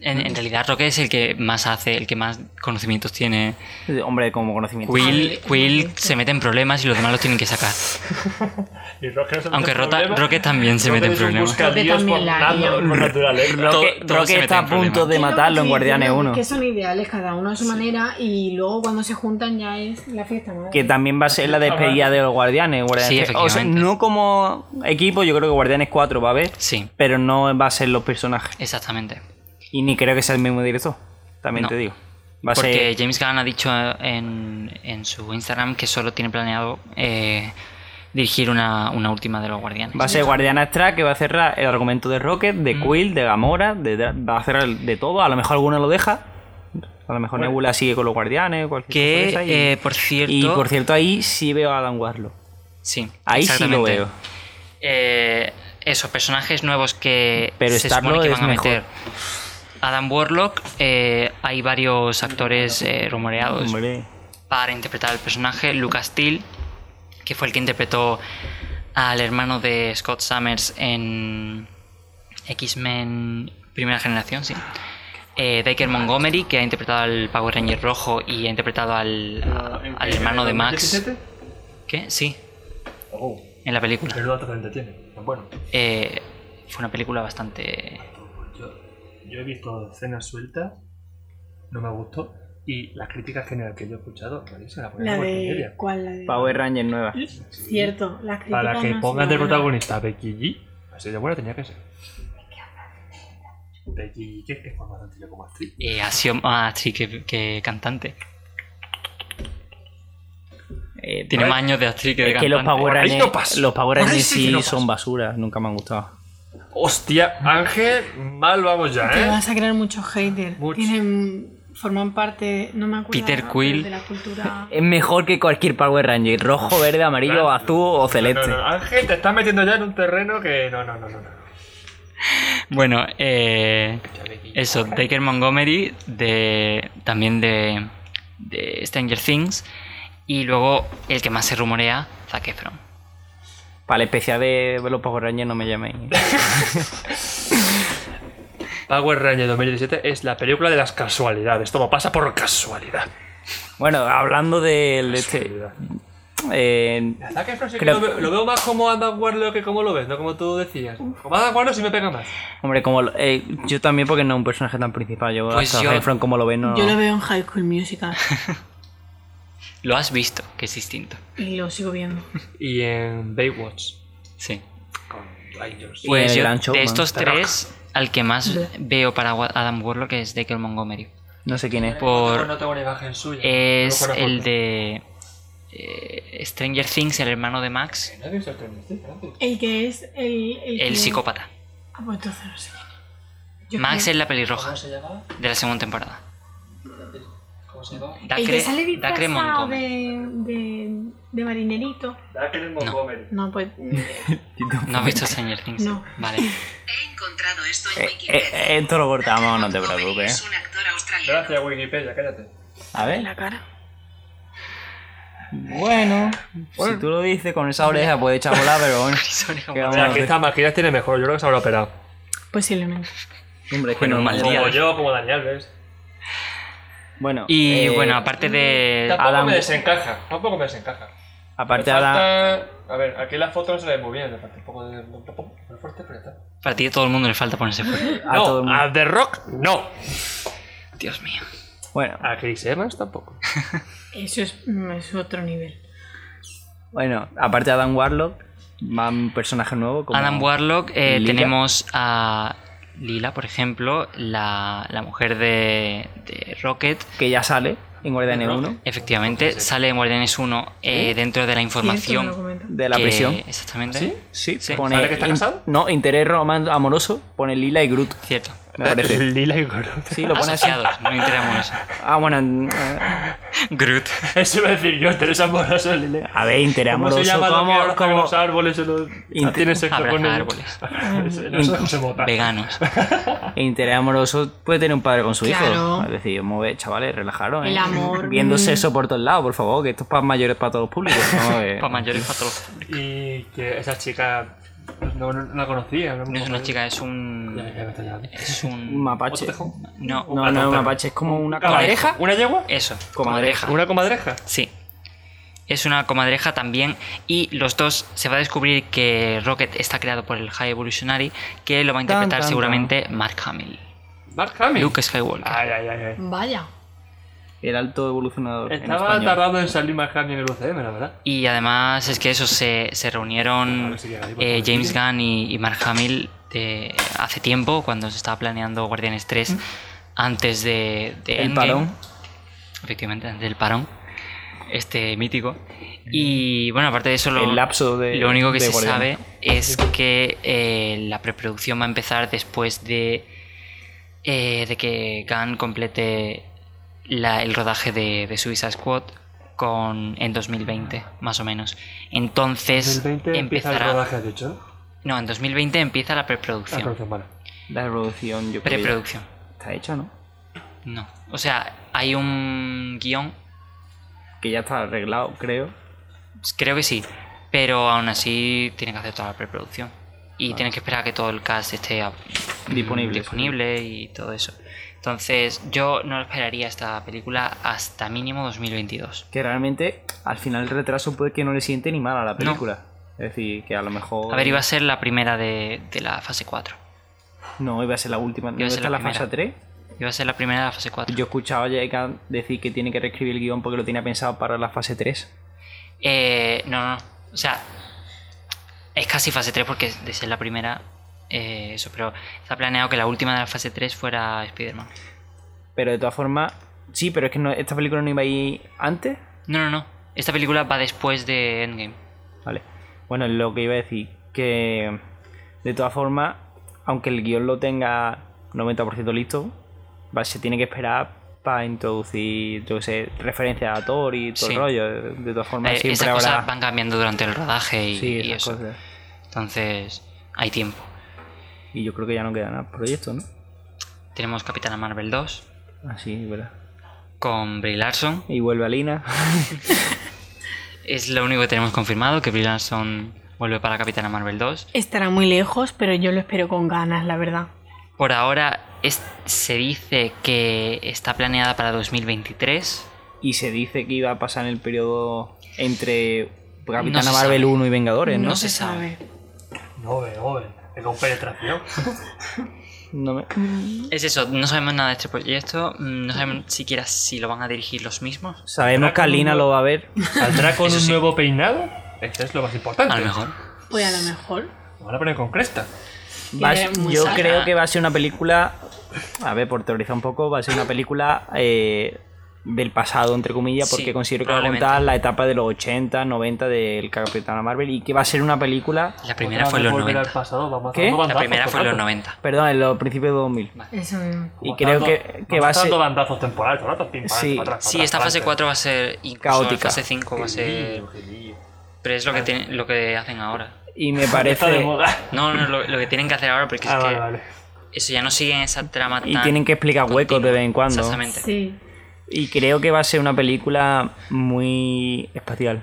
S1: En, en realidad Rocket es el que más hace, el que más conocimientos tiene.
S2: Ah,
S3: Hombre, como conocimiento.
S1: Quill, Quill se mete en problemas y los demás los tienen que sacar.
S2: Y Rocket no se mete
S1: Aunque
S2: en
S1: Rota-
S2: problemas.
S1: Rocket también se mete en
S2: es un
S1: problemas.
S2: busca
S5: Rocket
S2: líos
S5: también
S2: por
S5: la
S2: nat-
S5: lía.
S2: por naturaleza.
S1: Todo-
S3: Roque,
S1: todo se
S3: Roque
S1: mete
S3: está
S1: en
S3: a punto
S1: problemas.
S3: de matarlo en Guardianes 1.
S5: Que son ideales cada uno a su manera y luego cuando se juntan ya es la fiesta. madre.
S3: Que también va a ser la despedida de los guardianes. Guardianes
S1: Sí,
S3: tres. o sea,
S1: efectivamente.
S3: no como equipo, yo creo que Guardianes 4 va a haber.
S1: Sí,
S3: Pero no va a ser los personajes.
S1: exactamente.
S3: Y ni creo que sea el mismo director. También
S1: No.
S3: te digo. Va a
S1: Porque
S3: ser.
S1: James Gunn ha dicho en, en su Instagram que solo tiene planeado eh, dirigir una, una última de los Guardianes.
S3: Va a ser Guardiana Extra que va a cerrar el argumento de Rocket, de
S1: Mm.
S3: Quill, de Gamora, de, Dra- va a cerrar de todo. A lo mejor alguno lo deja. A lo mejor Nebula sigue con los guardianes. cualquier
S1: Que,
S3: cosa de esa, y,
S1: eh, por cierto...
S3: y, por cierto, ahí sí veo a Adam Warlock.
S1: sí,
S3: Ahí sí lo
S1: exactamente.
S3: veo.
S1: Eh, esos personajes nuevos que
S3: Pero
S1: se supone
S3: Star-Lord
S1: que
S3: es
S1: van a
S3: mejor.
S1: meter. Adam Warlock, eh, hay varios actores eh, rumoreados
S3: Hombre.
S1: para interpretar al personaje. Lucas Till, que fue el que interpretó al hermano de Scott Summers en X-Men Primera Generación, sí. Eh, Baker Montgomery, que ha interpretado al Power Ranger Rojo y ha interpretado al, a-
S7: ¿En
S1: al
S7: qué?
S1: hermano de
S7: ¿En
S1: Max.
S7: 2017?
S1: ¿Qué? Sí,
S2: Oh,
S1: en la película.
S2: menudo dato tan entretiene. Bueno,
S1: Eh, fue una película bastante...
S2: yo he visto escenas sueltas, no me gustó. Y las críticas generales que yo he escuchado, ¿vale? se la ponen
S5: La
S2: como
S5: de.
S2: comedia.
S5: ¿Cuál? La de.
S3: Power Ranger nueva.
S5: Cierto, las críticas.
S2: Para que pongan
S5: no son
S2: de
S5: buenas.
S2: protagonista a Becky G, así de buena tenía que ser. Becky G, que es que es más antigua como actriz.
S1: Eh, ha sido más actriz que, que cantante. Tiene
S3: Eh, pero-
S1: más años de actriz que de
S3: es Eh, que los
S1: cantante.
S3: Power
S2: Por ahí
S3: Rangers,
S2: no paso.
S3: los Power
S2: Por ahí
S3: Rangers
S2: sí que
S3: sí
S2: no paso.
S3: son basura. Nunca me han gustado.
S2: Hostia, Ángel, mal vamos ya,
S5: Te
S2: ¿eh?
S5: vas a crear muchos haters.
S2: Mucho.
S5: Tienen. Forman parte. No me acuerdo.
S1: Peter
S5: ahora,
S1: Quill.
S5: De la cultura.
S3: Es mejor que cualquier Power Ranger. Rojo, verde, amarillo, azul o
S2: No,
S3: celeste.
S2: no, Ángel, te estás metiendo ya en un terreno que no, no, no, no. no.
S1: Bueno, eh, eso, Baker Montgomery, de, también de, de Stranger Things. Y luego el que más se rumorea, Zac Efron.
S3: Para el especial de los Power Rangers no me llaméis.
S2: Power Rangers 2017 es la película de las casualidades. Todo pasa por casualidad.
S3: bueno, hablando del este, eh,
S2: que
S3: Creo-
S2: lo, veo, lo veo más como Adam Warlock que como lo ves, no como tú decías. Como Adam Warlock sí me pega más.
S3: hombre, como eh, yo también porque no es un personaje tan principal. Yo
S1: Pues
S3: hasta
S1: yo-
S3: Zac Efron, como lo ven no.
S5: Yo lo veo en High School Musical.
S1: Lo has visto, que es distinto.
S5: y lo sigo viendo.
S2: Y en Baywatch.
S1: Sí.
S2: Con Ryan Johnson.
S3: Y en
S1: Pues
S3: el
S1: yo,
S3: Gran
S1: de
S3: Showman.
S1: estos
S2: The Rock.
S1: tres, al que más
S5: The-
S1: veo para Wa- Adam Warlock es Baker Montgomery.
S3: No sé quién es.
S1: Por-
S2: No tengo una imagen suya.
S1: Es
S2: No conozco.
S1: el de eh, Stranger Things, el hermano de Max,
S7: ¿No has visto el este, Stranger Things antes?
S5: El que es el. El, que-
S1: el psicópata.
S5: Ah, pues entonces no sé quién es. Yo
S1: Max
S5: creo-
S1: es la pelirroja
S7: ¿Cómo se llamaba?
S1: de la segunda temporada.
S7: ¿Cómo se llamaba?
S1: Dacre,
S5: el que sale eh.
S1: Dacre
S5: disfrazado de,
S1: Montgomery.
S5: de, de marinerito.
S2: Dacre Montgomery.
S5: No, pues.
S1: ¿No has visto Stranger Things?
S5: No.
S1: Vale.
S12: He encontrado esto en
S3: Eh, eh,
S12: Wikipedia.
S3: esto lo cortamos, no te
S12: Montgomery Es
S3: preocupes.
S12: un actor australiano.
S2: Gracias, Wikipedia, cállate.
S3: A ver,
S5: cara.
S3: bueno, si tú lo dices con esa oreja puede echar a volar, pero bueno.
S1: Sorry,
S3: ¿qué
S2: O
S3: vamos a
S2: sea, que
S3: hacer?
S2: esta maquilla tiene mejor, yo creo que se habrá operado.
S5: Pues Posiblemente.
S3: Hombre, es que
S1: Bueno,
S3: no-
S1: mal día.
S2: Como yo, como Daniel, ¿ves?
S3: Bueno,
S1: Y
S3: eh,
S1: bueno, aparte de.
S2: Tampoco
S3: Adam-
S1: Eh,
S2: me desencaja, tampoco me desencaja.
S3: Aparte
S7: Me
S3: ahora...
S7: falta- A ver, aquí la foto no se ve muy bien, me falta un poco de. Un poco de fuerte, pero ya está.
S1: Para ti a todo el mundo le falta ponerse fuerte.
S3: a todo el
S2: No,
S3: mundo-
S2: a The Rock no.
S1: Dios mío.
S3: Bueno,
S2: A Chris Evans tampoco.
S5: Eso es, mm, es otro nivel.
S3: bueno, aparte de Adam Warlock, va un personaje nuevo como...
S1: Adam Warlock, eh,
S3: Lila.
S1: tenemos a Lila, por ejemplo, la, la mujer de, de Rocket.
S3: Que ya sale en Guardianes 1
S1: Efectivamente, sale en Guardianes 1 eh, dentro de la
S5: Cierto, me lo
S1: información.
S5: comenta.
S3: de la
S1: que-
S3: prisión.
S1: Exactamente.
S3: Sí,
S1: Sí.
S3: pone...
S2: ¿Sale que está
S3: in-
S2: casado?
S3: No, interés román- amoroso, pone Lila y Groot,
S1: Cierto.
S3: me parece.
S2: Lila y Groot.
S3: Sí, lo
S1: Ah,
S3: pone así.
S1: Asociados, no enteramos eso.
S3: Ah, bueno, en- eh,
S1: Groot.
S2: Eso iba a decir yo, Teresa Amoroso, Lila.
S3: a ver, interés
S2: ¿Cómo
S3: amoroso.
S2: se llama lo que
S3: como-
S2: abraza
S3: como-
S2: los árboles? en Los...
S3: Int-
S2: Tiene sexo
S1: Abraza
S2: con el-
S1: Ah, árboles. Mm,
S2: Los ojos se botan.
S1: Veganos.
S3: Interés amoroso puede tener un padre con su
S5: Claro.
S3: hijo. Es decir, move, chavales, relajaros. ¿eh?
S5: El amor. mm.
S3: Viéndose eso por todos lados, por favor, que esto es para mayores, para todos los públicos. Vamos a ver.
S1: Para mayores, para todos. los-
S2: Y que esa chica pues, no, no la conocía. ¿no?
S1: No es una chica, es
S2: Ya,
S1: un.
S2: ya me está llegando.
S1: Es
S3: Un
S1: un.
S3: mapache.
S1: No,
S3: No, no es un mapache, es como una
S1: Comadreja.
S3: cabreja.
S2: ¿Una yegua?
S1: eso.
S3: Comadreja.
S2: ¿Una comadreja?
S1: Sí. Es una comadreja también. Y los dos se va a descubrir que Rocket está creado por el High Evolutionary, que lo va a interpretar
S3: tan, tan.
S1: seguramente Mark Hamill.
S2: Mark Hamill.
S1: Luke Skywalker.
S3: Ah.
S2: Ay, ay, ay, ay.
S5: Vaya.
S3: El alto evolucionador. en
S2: Estaba
S3: español.
S2: tardando en salir Mark Hamill en el UCM, la verdad.
S1: Y además es que eso, se, se
S2: A
S1: reunieron
S2: ver si llega ahí, por
S1: eh,
S2: favor.
S1: James Gunn y, y Mark Hamill de- hace tiempo, cuando se estaba planeando Guardianes 3, antes de, de
S3: Mm. El
S1: Endgame.
S3: parón.
S1: Efectivamente, antes del parón. Este mítico. Y bueno, aparte de eso, lo,
S3: Mm. El lapso de-
S1: lo único que
S3: de
S1: se
S3: Guardianes.
S1: sabe es que eh, la preproducción va a empezar después de, eh, de que Gunn complete la- el rodaje de, de Suicide Squad con, en 2020, más o menos. Entonces
S2: El 20 empieza el
S1: empezará...
S2: rodaje, Ah, has dicho, ¿no?
S1: No, en 2020 empieza la
S2: La
S1: preproducción.
S2: producción, vale.
S3: La evolución, yo creo. que ya
S1: Preproducción.
S3: Está hecha, ¿no?
S1: No. O sea, hay un guión,
S3: Que ya está arreglado, creo.
S1: creo que sí, pero aún así tienen que hacer toda la preproducción. Y tienen que esperar a que todo el cast esté a-
S3: Disponible,
S1: Mm, disponible y todo eso. Entonces, yo no esperaría esta película hasta mínimo 2022.
S3: Que realmente al final el retraso puede que no le siente ni mal a la película. Es decir, que a lo mejor.
S1: A ver, iba a ser la primera de, de la fase 4.
S3: No, iba a ser la última. ¿No
S1: a ser
S3: está
S1: la
S3: la, fase 3?
S1: Iba a ser la primera de la fase 4.
S3: Yo he escuchado a Jay Gunn decir que tiene que reescribir el guión porque lo tenía pensado para la fase 3.
S1: Eh, no, no, no. O sea, es casi fase 3 porque de ser la primera, eh, eso, pero está planeado que la última de la fase 3 fuera Spider-Man.
S3: Pero de todas formas, sí, pero es que no- esta película no iba a ir antes.
S1: No, no, no. Esta película va después de Endgame.
S3: Vale. Bueno, lo que iba a decir, que de todas formas, aunque el guión lo tenga 90% listo, va- se tiene que esperar para introducir, yo qué sé, referencias a Thor y todo
S1: Sí.
S3: el rollo. De todas formas,
S1: Eh,
S3: siempre
S1: esas cosas
S3: habrá...
S1: van cambiando durante el rodaje y,
S3: sí,
S1: y
S3: esas
S1: eso.
S3: cosas.
S1: Entonces, hay tiempo.
S3: Y yo creo que ya no queda nada proyecto, ¿no?
S1: Tenemos Capitana Marvel 2
S3: Así, ¿verdad?
S1: con Brie Larson.
S3: Y vuelve a Lina.
S1: Es lo único que tenemos confirmado, que Brie Larson vuelve para Capitana Marvel 2.
S5: Estará muy lejos, pero yo lo espero con ganas, la verdad.
S1: Por ahora es- se dice que está planeada para 2023.
S3: y se dice que iba a pasar en el periodo entre Capitana
S1: se
S3: Marvel
S1: sabe.
S3: 1 y Vengadores, ¿no?
S1: No se sabe.
S2: No, ve, no, ve. Es con penetración.
S3: No me-
S1: Es eso, no sabemos nada de este proyecto, mm, no sabemos siquiera si lo van a dirigir los mismos.
S3: Sabemos que Alina lo va a ver.
S2: ¿Saldrá con
S1: Eso
S2: un
S1: sí.
S2: nuevo peinado? Este es lo más importante.
S1: A lo mejor.
S5: Pues a lo mejor.
S2: Lo van a poner con cresta.
S3: Va a
S5: Tiene
S3: ser-
S5: muy
S3: yo
S5: saga.
S3: creo que va a ser una película. A ver, por teorizar un poco, va a ser una película eh, del pasado, entre comillas, porque
S1: Sí,
S3: considero que va a
S1: probablemente.
S3: contar la etapa de los 80, 90 del Capitana Marvel y que va a ser una película.
S1: La primera
S2: Otra
S1: fue en
S2: vez
S1: los
S2: volver
S1: 90.
S2: al pasado, vamos
S3: ¿Qué?
S2: dando
S1: La
S2: bandazos
S1: primera
S2: por
S1: fue en los
S2: rato.
S1: 90.
S3: Perdón, en los principios de 2000.
S5: Eso mismo.
S3: Y
S2: Vamos
S3: creo
S2: dando-
S3: que, que
S2: vamos
S3: va a ser.
S2: dando bandazos temporales, por rato, pim, pam,
S3: Sí.
S2: para atrás, para
S1: Sí,
S2: atrás,
S1: esta
S2: para
S1: fase
S2: atrás.
S1: 4 va a ser incluso la
S3: Caótica.
S1: fase 5 va a ser... Pero es lo que, tienen- lo que hacen ahora.
S3: Y me
S2: Está de
S3: parece.
S2: moda.
S1: No, no, lo, lo que tienen que hacer ahora porque es
S2: Ah,
S1: que
S2: vale, vale.
S1: eso ya no siguen esa trama tan...
S3: Y tienen que explicar huecos de vez en cuando.
S1: Exactamente.
S5: Sí.
S3: Y creo que va a ser una película muy espacial.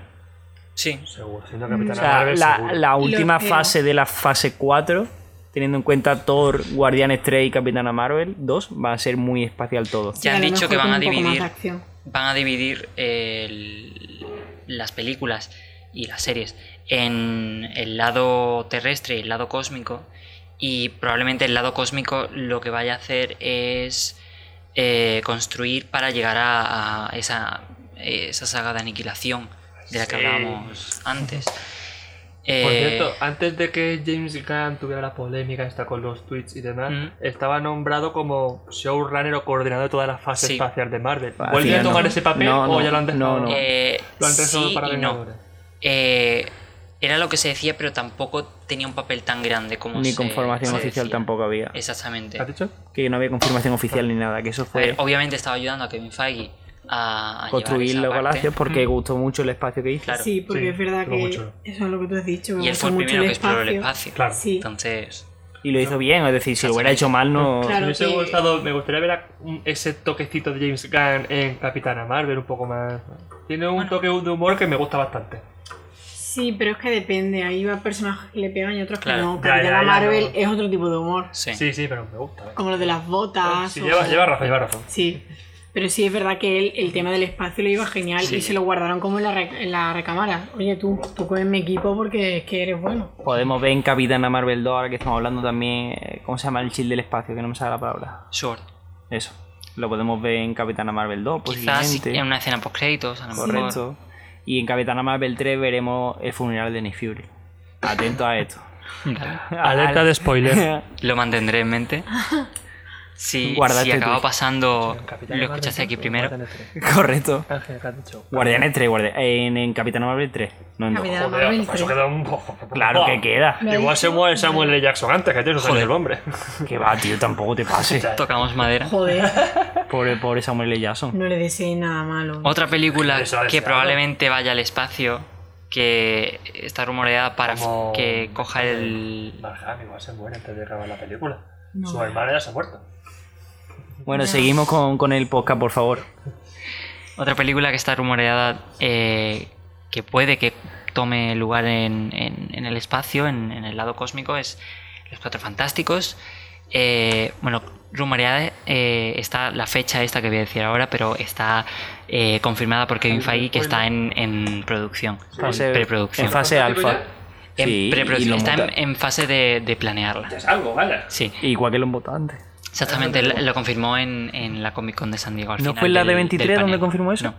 S1: Sí.
S2: Seguro, siendo Capitana
S3: Mm, O sea,
S2: Marvel,
S3: la,
S2: seguro.
S3: la última
S5: espero.
S3: fase de la fase 4, teniendo en cuenta Thor, Guardianes 3 y Capitana Marvel 2, va a ser muy espacial todo.
S5: Sí,
S1: Ya
S5: a
S1: han
S5: lo
S1: dicho
S5: mejor
S1: que
S5: con
S1: van a
S5: un poco más de
S1: dividir
S5: acción.
S1: van a dividir el- las películas y las series en el lado terrestre y el lado cósmico. Y probablemente el lado cósmico lo que vaya a hacer es eh, construir para llegar a, a esa, esa saga de aniquilación de la que
S2: Sí.
S1: hablábamos antes.
S2: Por
S1: Eh,
S2: cierto, antes de que James Gunn tuviera la polémica esta con los tweets y demás,
S1: Mm.
S2: estaba nombrado como showrunner o coordinador de todas las fases
S1: Sí.
S2: espaciales de Marvel.
S3: Al
S2: ¿Vuelve a
S3: final Ah, no.
S2: tomar ese papel
S3: No,
S2: o
S3: no,
S2: ya lo han dejado?
S3: no, no.
S1: eh,
S2: Lo han dejado
S1: sí
S2: para
S1: y no.
S2: Vengadores.
S1: Eh, era lo que se decía, pero tampoco tenía un papel tan grande como
S3: Ni
S1: se-
S3: conformación
S1: se
S3: oficial
S1: decía.
S3: tampoco había.
S1: Exactamente.
S2: ¿Has dicho?
S3: Que no había confirmación oficial ni nada, que eso
S1: A
S3: fue
S1: ver, obviamente estaba ayudando a Kevin Feige a, a
S3: construir
S1: llevar esa
S3: los
S1: parte. Mm.
S3: palacios porque gustó mucho el espacio que hizo.
S1: Claro.
S5: Sí, porque
S2: Sí,
S5: es verdad
S2: pero
S5: que
S2: mucho.
S5: eso es lo que tú has dicho.
S1: y
S5: me
S1: él fue
S5: gusta
S1: el
S5: mucho
S1: primero que exploró el
S5: espacio.
S1: espacio.
S2: Claro.
S5: Sí.
S1: Entonces,
S3: Y lo hizo bien, es decir, si lo hubiera hecho mal no...
S5: Claro.
S2: me, hubiese
S5: que-
S2: gustado- me gustaría ver a- un- ese toquecito de James Gunn en Capitana Marvel un poco más. Tiene un toque de humor que me gusta bastante.
S5: Sí, pero es que depende. Hay personajes que le pegan y otros
S1: Claro.
S5: que no.
S2: Ya,
S5: Pero
S2: ya,
S5: la
S2: ya,
S5: Marvel
S2: no.
S5: es otro tipo de humor.
S1: sí.
S2: Sí, sí, pero me gusta. ¿eh?
S5: Como lo de las botas.
S2: Sí,
S5: o-
S2: lleva, lleva razón, lleva razón.
S5: Sí. Pero sí es verdad que él, el tema del espacio lo iba genial
S1: Sí.
S5: y se lo guardaron como en la, re- en la recámara. Oye, tú, tú coges mi equipo porque es que eres bueno.
S3: Podemos ver en Capitana Marvel 2, ahora que estamos hablando también, eh, ¿cómo se llama el shield del espacio? Que no me sale la palabra.
S1: Sword.
S3: Eso. Lo podemos ver en Capitana Marvel 2,
S1: Quizás
S3: posiblemente.
S1: en una escena post créditos, a lo mejor.
S3: Pues Correcto. Y en Capitana Marvel 3 veremos el funeral de Nick Fury. Atento a esto.
S1: Vale.
S2: Alerta de spoiler.
S1: Lo mantendré en mente. Si,
S3: Guarda
S1: si
S3: este
S1: acaba
S3: tuit.
S1: pasando, Oh, lo escuchaste aquí primero.
S3: Correcto.
S2: Ángel, ¿qué has dicho?
S3: Guardianes 3, guardia- en, en Capitana Marvel 3. No, en dos.
S5: Capitana
S2: Joder,
S5: Marvel
S2: eso
S5: 3.
S2: queda un...
S3: Claro que queda.
S5: Me ha
S2: Igual
S5: dicho-
S2: se muere Samuel L. Jackson antes, que tienes
S1: Joder.
S2: el nombre.
S3: Que va, tío, tampoco te pases.
S1: Tocamos madera.
S5: Joder,
S3: Pobre, pobre Samuel L. Jackson.
S5: no le deseé nada malo.
S1: Otra película
S2: Eso ha
S1: que
S2: deseado.
S1: probablemente vaya al espacio, que está rumoreada para
S2: Como-
S1: que coja el...
S2: Marham igual se muere antes de acabar la película.
S5: No.
S2: Su hermana ya se ha muerto.
S3: Bueno, seguimos con, con el podcast, por favor.
S1: Otra película que está rumoreada eh, que puede que tome lugar en, en- en el espacio, en, en el lado cósmico, es Los Cuatro Fantásticos. Eh, bueno, rumoreada eh, está la fecha esta que voy a decir ahora, pero está eh, confirmada por Kevin Feige que está en, en producción.
S3: Fase-
S1: preproducción.
S3: En fase
S7: ¿Fantástico
S3: alfa.
S1: En
S3: Sí, y
S1: preproducción.
S3: lo
S1: Está en,
S3: monta-
S1: en fase de, de planearla.
S7: Es algo, vaya.
S1: Sí,
S3: Igual que los votantes.
S1: exactamente. Lo lo confirmó en, en la Comic Con de San Diego. al
S3: Ah, ¿No
S1: final
S3: fue la
S1: del-
S3: de
S1: del
S3: 23 donde
S1: panel.
S3: confirmó eso?
S1: No.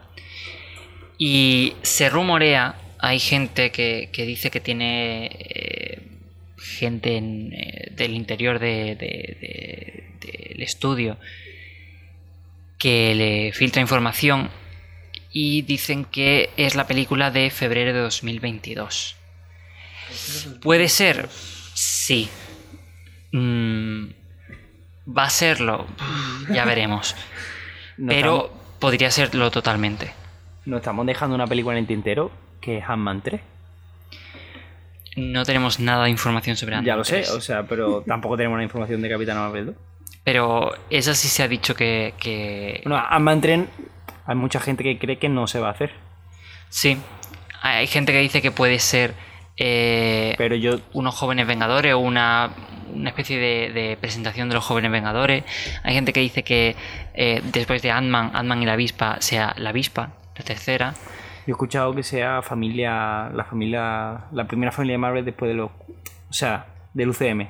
S1: Y se rumorea, hay gente que, que dice que tiene eh, gente en, eh, del interior de- de- de- del estudio que le filtra información y dicen que es la película de febrero de 2022. ¿Puede ser? Sí. Mm, ¿Va a serlo?
S3: Mm.
S1: Ya veremos.
S3: No
S1: Pero
S3: estamos-
S1: podría serlo totalmente.
S3: Nos estamos dejando una película en el tintero que es Ant-Man 3.
S1: No tenemos nada de información sobre
S3: Ya
S1: Ant-Man
S3: lo sé,
S1: 3,
S3: o sea, pero tampoco tenemos la información de Capitán Marvel 2.
S1: Pero esa sí se ha dicho que. que-
S3: Bueno, Ant-Man 3 hay mucha gente que cree que no se va a hacer.
S1: Sí. Hay gente que dice que puede ser eh,
S3: Pero yo
S1: unos jóvenes vengadores o una, una especie de, de presentación de los jóvenes vengadores. Hay gente que dice que eh, después de Ant-Man, Ant-Man y la avispa sea la avispa, la tercera.
S3: Yo he escuchado que sea familia, la familia, la primera familia de Marvel después de los, o sea, del UCM.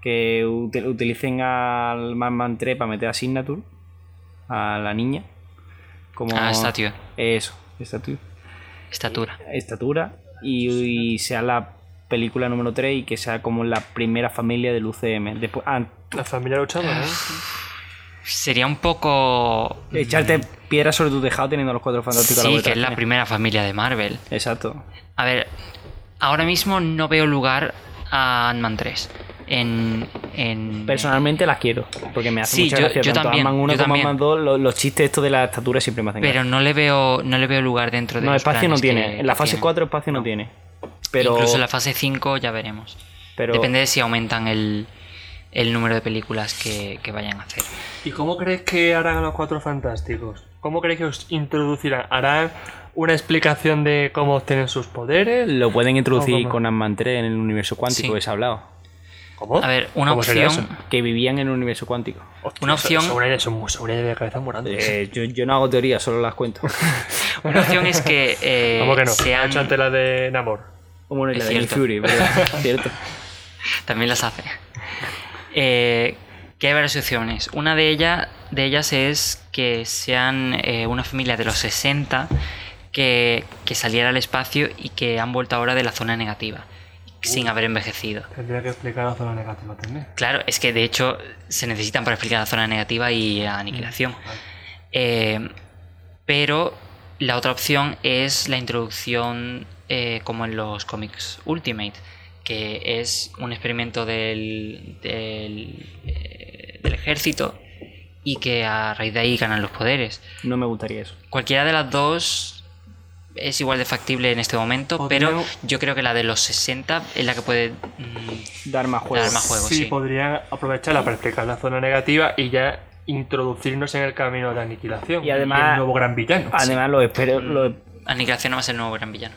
S3: Que ute- utilicen al Man Man 3 para meter a Signature, a la niña, como...
S1: Ah, estatua.
S3: Eso, estatua.
S1: Estatura.
S3: Estatura. Y, y sea la película número 3 y que sea como la primera familia del UCM. Después, ah,
S2: La familia luchando, ¿no?
S1: Sería un poco.
S3: echarte piedras sobre tu tejado teniendo a los cuatro fantásticos a la
S1: Sí,
S3: vuelta
S1: que es
S3: de la
S1: la
S3: esquina.
S1: primera familia de Marvel.
S3: Exacto.
S1: A ver, ahora mismo no veo lugar a Ant-Man 3. En. en
S3: Personalmente las quiero, porque me hace
S1: Sí,
S3: mucha
S1: yo-
S3: gracia.
S1: yo
S3: tanto
S1: también,
S3: Ant-Man 1
S1: yo
S3: como
S1: también.
S3: Ant-Man 2, lo- los chistes estos de la estatura siempre me hacen
S1: pero
S3: gracia.
S1: no le veo no le veo lugar dentro de
S3: No,
S1: los
S3: espacio no
S1: planes que-
S3: tiene. En la
S1: que
S3: fase
S1: tienen.
S3: 4 espacio no, tiene. Pero,
S1: Incluso en la fase 5 ya veremos.
S3: pero
S1: Depende de si aumentan el, el número de películas que, que vayan a hacer.
S2: ¿Y cómo crees que harán a los cuatro fantásticos? ¿Cómo crees que os introducirán? ¿Harán una explicación de cómo obtienen sus poderes?
S3: lo pueden introducir
S2: Ojo,
S3: con Ant-Man 3 en el universo cuántico
S1: Sí.
S3: que se ha hablado.
S2: ¿Cómo?
S1: A ver, una
S2: ¿Cómo sería
S1: opción.
S2: eso?
S3: que vivían en un universo cuántico.
S2: Hostia,
S1: Una
S2: eso-
S1: opción-
S2: Sobre ello, son muy- sobre ello de cabeza morante.
S3: Eh, yo, yo no hago teorías, solo las cuento.
S1: Una opción es que eh,
S2: ¿Cómo que no?
S1: sean-
S2: Ha hecho antes la de Namor.
S3: Bueno, y la
S1: Es
S3: de Nick
S1: cierto.
S3: Fury, ¿verdad? cierto.
S1: También las hace. Eh, que hay varias opciones. Una de, ella, de ellas es que sean eh, una familia de los 60 que, que saliera al espacio y que han vuelto ahora de la zona negativa, sin haber envejecido.
S2: Tendría que explicar la zona negativa también.
S1: Claro, es que de hecho se necesitan para explicar la zona negativa y la aniquilación. Eh, pero la otra opción es la introducción eh, como en los cómics Ultimate, que es un experimento del, del, eh, del ejército y que a raíz de ahí ganan los poderes.
S3: No me gustaría eso.
S1: Cualquiera de las dos es igual de factible en este momento, pero
S2: Podríamos-
S1: yo creo que la de los 60 es la que puede... mm,
S3: Dar más juegos.
S1: Dar más juegos,
S2: sí,
S1: sí.
S2: podrían aprovecharla para explicar la zona negativa y ya introducirnos en el camino de la aniquilación.
S3: Y además-
S2: el nuevo gran villano.
S3: Además, los espero, los-
S1: Aniquilación no va a ser el nuevo gran villano.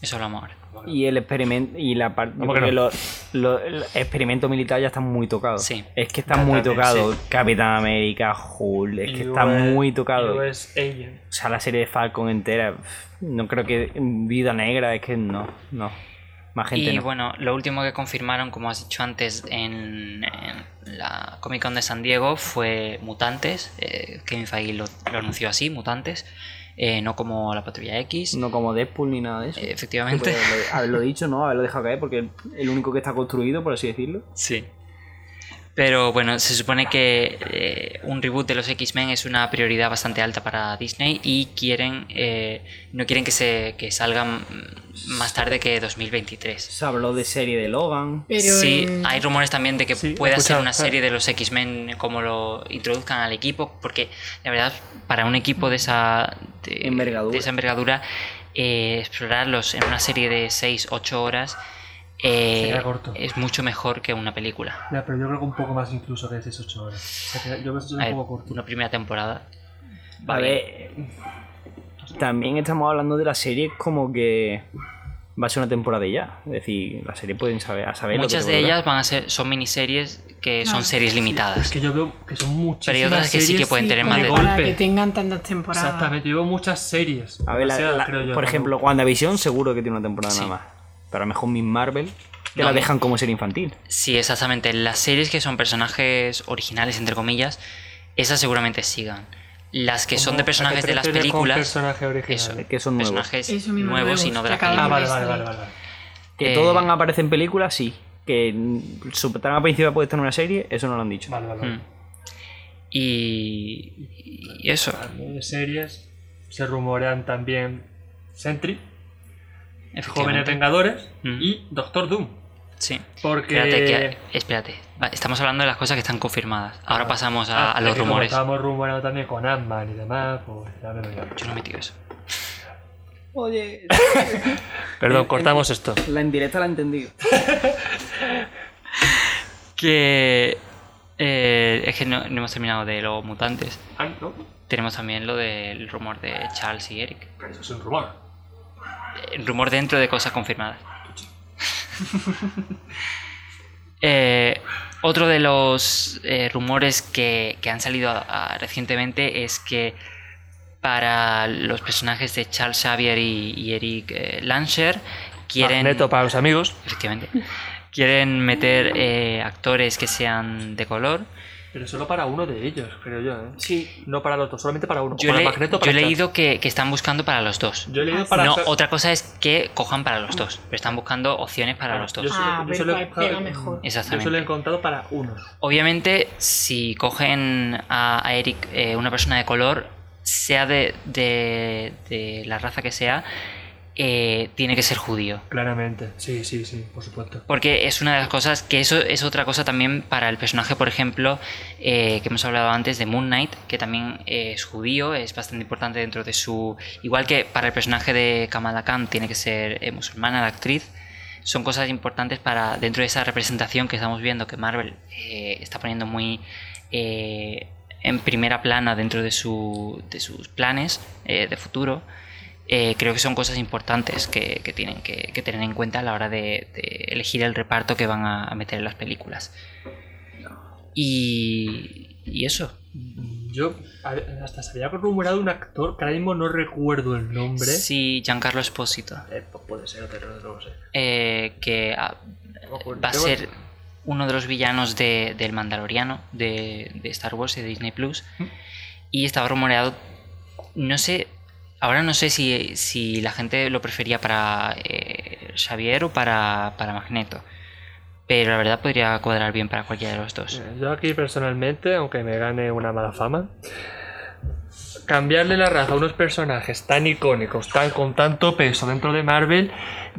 S1: Eso hablamos ahora.
S3: y el experimento y la parte
S2: ¿Cómo que no?
S3: los, los- el experimento militar ya está muy tocado.
S1: Sí.
S3: Es que está muy
S2: Totalmente,
S3: tocado. Capitán América, Hulk, es que está
S2: US
S3: muy tocado. O
S2: US Agent.
S3: sea, la serie de Falcon entera, pf, no creo que Vida Negra, es que no, no. Más gente
S1: Y
S3: no.
S1: bueno, lo último que confirmaron, como has dicho antes, en, en la Comic Con de San Diego fue Mutantes. Eh, Kevin Feige lo, lo anunció así, Mutantes. eh, no como la Patrulla X.
S3: No como Deadpool ni nada de eso.
S1: eh, efectivamente.
S3: Pues, haberlo- haberlo dicho, ¿no? Haberlo dejado caer porque el- el único que está construido, por así decirlo.
S1: Sí. Pero bueno, se supone que eh, un reboot de los X-Men es una prioridad bastante alta para Disney y quieren eh, no quieren que se que salgan más tarde que 2023.
S3: Se habló de serie de Logan.
S5: Pero eh,
S1: sí,
S5: en-
S1: hay rumores también de que
S2: Sí, he
S1: pueda ser
S2: escuchado,
S1: una
S2: claro.
S1: serie de los X-Men como lo introduzcan al equipo, porque la verdad, para un equipo de esa de,
S3: Envergadura.
S1: de esa envergadura, eh, explorarlos en una serie de 6-8 horas eh,
S2: Sería corto.
S1: es mucho mejor que una película.
S2: Ya, pero yo creo que un poco más incluso que 18 horas. O sea, que yo creo que eso
S1: A
S2: es
S1: ver,
S2: un poco corto.
S1: una primera temporada.
S3: A ver, también estamos hablando de la serie como que va a ser una temporada y ya. Es decir, la serie pueden saber, a saber lo que
S1: Muchas
S3: te
S1: de
S3: puede dar.
S1: ellas van a ser son miniseries que son
S5: Claro.
S1: series
S2: Es
S1: limitadas.
S2: que yo veo que son muchas.
S1: Pero hay otras que sí que pueden tener más
S5: para
S1: de
S2: golpe.
S5: que tengan tantas temporadas.
S2: Exactamente, yo veo muchas series.
S3: A ver, la-
S2: demasiadas,
S3: la-
S2: creo yo,
S3: por
S2: tampoco.
S3: ejemplo, WandaVision seguro que tiene una temporada
S1: Sí.
S3: nada más. Pero a lo mejor Miss Marvel te
S1: No,
S3: la
S1: mi-
S3: dejan como serie infantil.
S1: Sí, exactamente. Las series que son personajes originales, entre comillas, esas seguramente sigan. Las que son
S2: ¿Cómo?
S1: de
S2: ¿A qué
S1: personajes
S2: te
S1: de las
S2: refieres con
S1: películas,
S2: personaje original?
S1: eso,
S3: Que son nuevos.
S1: personajes
S5: Eso mismo,
S1: nuevos y
S5: nuevos,
S1: no de
S5: que
S1: la
S5: acaban
S2: Ah,
S1: película.
S2: vale, vale, vale, vale.
S3: Que
S1: Eh,
S3: todos van a aparecer en películas, sí. Que mm, su trama principal puede estar en una serie, eso no lo han dicho.
S2: Vale, vale, vale.
S1: Mm. Y, y eso,
S2: Hablando de series, se rumorean también Sentry, Jóvenes
S1: efectivamente.
S2: Vengadores
S1: Mm.
S2: y Doctor Doom.
S1: Sí.
S2: Porque.
S1: Espérate, que- espérate. Va, Estamos hablando de las cosas que están confirmadas. Ahora pasamos a,
S2: Ah,
S1: a
S2: es
S1: los
S2: que como
S1: rumores.
S2: Estábamos rumoreando también con Ant-Man y demás, pues ya me lo digo.
S1: Yo no he metido eso.
S3: Oye,
S2: Perdón, cortamos esto.
S3: la indirecta la he entendido.
S1: Que. eh, es que no, no hemos terminado de los mutantes.
S2: Ah, no,
S1: Tenemos también lo del rumor de Charles y Eric.
S2: pero eso es un rumor.
S1: Eh, rumor dentro de cosas confirmadas. Eh, otro de los eh, rumores que, que han salido a- a- recientemente es que para los personajes de Charles Xavier y, y Eric eh, Lancher quieren
S2: Ah, Neto para los amigos.
S1: efectivamente quieren meter eh, actores que sean de color.
S2: Pero solo para uno de ellos, creo yo, ¿eh?
S3: Sí.
S2: No para los dos, solamente para uno.
S1: Yo,
S2: Como
S1: le-
S2: el Magneto
S1: yo
S2: para
S1: he
S2: Charles.
S1: leído que, que están buscando para los dos.
S2: Yo he leído para
S1: no,
S2: Charles.
S1: otra cosa es que cojan para los dos, pero están buscando opciones para los
S2: Yo
S1: dos.
S2: solo-
S5: Ah,
S2: yo
S5: a ver
S2: solo he
S5: cuál
S2: buscado-
S5: pega mejor.
S2: Yo
S1: Exactamente.
S2: solo he encontrado para uno.
S1: Obviamente, si cogen a, a Eric eh, una persona de color, sea de, de- de la raza que sea, eh, tiene que ser judío.
S2: Claramente. Sí, sí, sí, por supuesto.
S1: Porque es una de las cosas que eso es otra cosa también para el personaje, por ejemplo, eh, que hemos hablado antes de Moon Knight, que también eh, es judío, es bastante importante dentro de su. Igual que para el personaje de Kamala Khan tiene que ser eh, musulmana la actriz, son cosas importantes para dentro de esa representación que estamos viendo que Marvel eh, está poniendo muy eh, en primera plana dentro de, su, de sus planes eh, de futuro eh, creo que son cosas importantes que, que tienen que, que tener en cuenta a la hora de, de elegir el reparto que van a, a meter en las películas. Y, y eso.
S2: Mm, Yo a ver, hasta se había rumorado un actor que ahora mismo no recuerdo el nombre.
S1: Sí, Giancarlo Esposito,
S2: Eh, pues puede ser, pero no lo sé.
S1: eh, que ah,
S2: No me acuerdo.
S1: va a
S2: Tengo-
S1: ser uno de los villanos de, del Mandaloriano, de, de Star Wars y de Disney Plus.
S2: ¿Mm?
S1: Y estaba rumoreado. No sé. Ahora no sé si, si la gente lo prefería para eh, Xavier o para, para Magneto. Pero la verdad podría cuadrar bien para cualquiera de los dos.
S2: Eh, Yo aquí personalmente, aunque me gane una mala fama, cambiarle la raza a unos personajes tan icónicos, tan con tanto peso dentro de Marvel,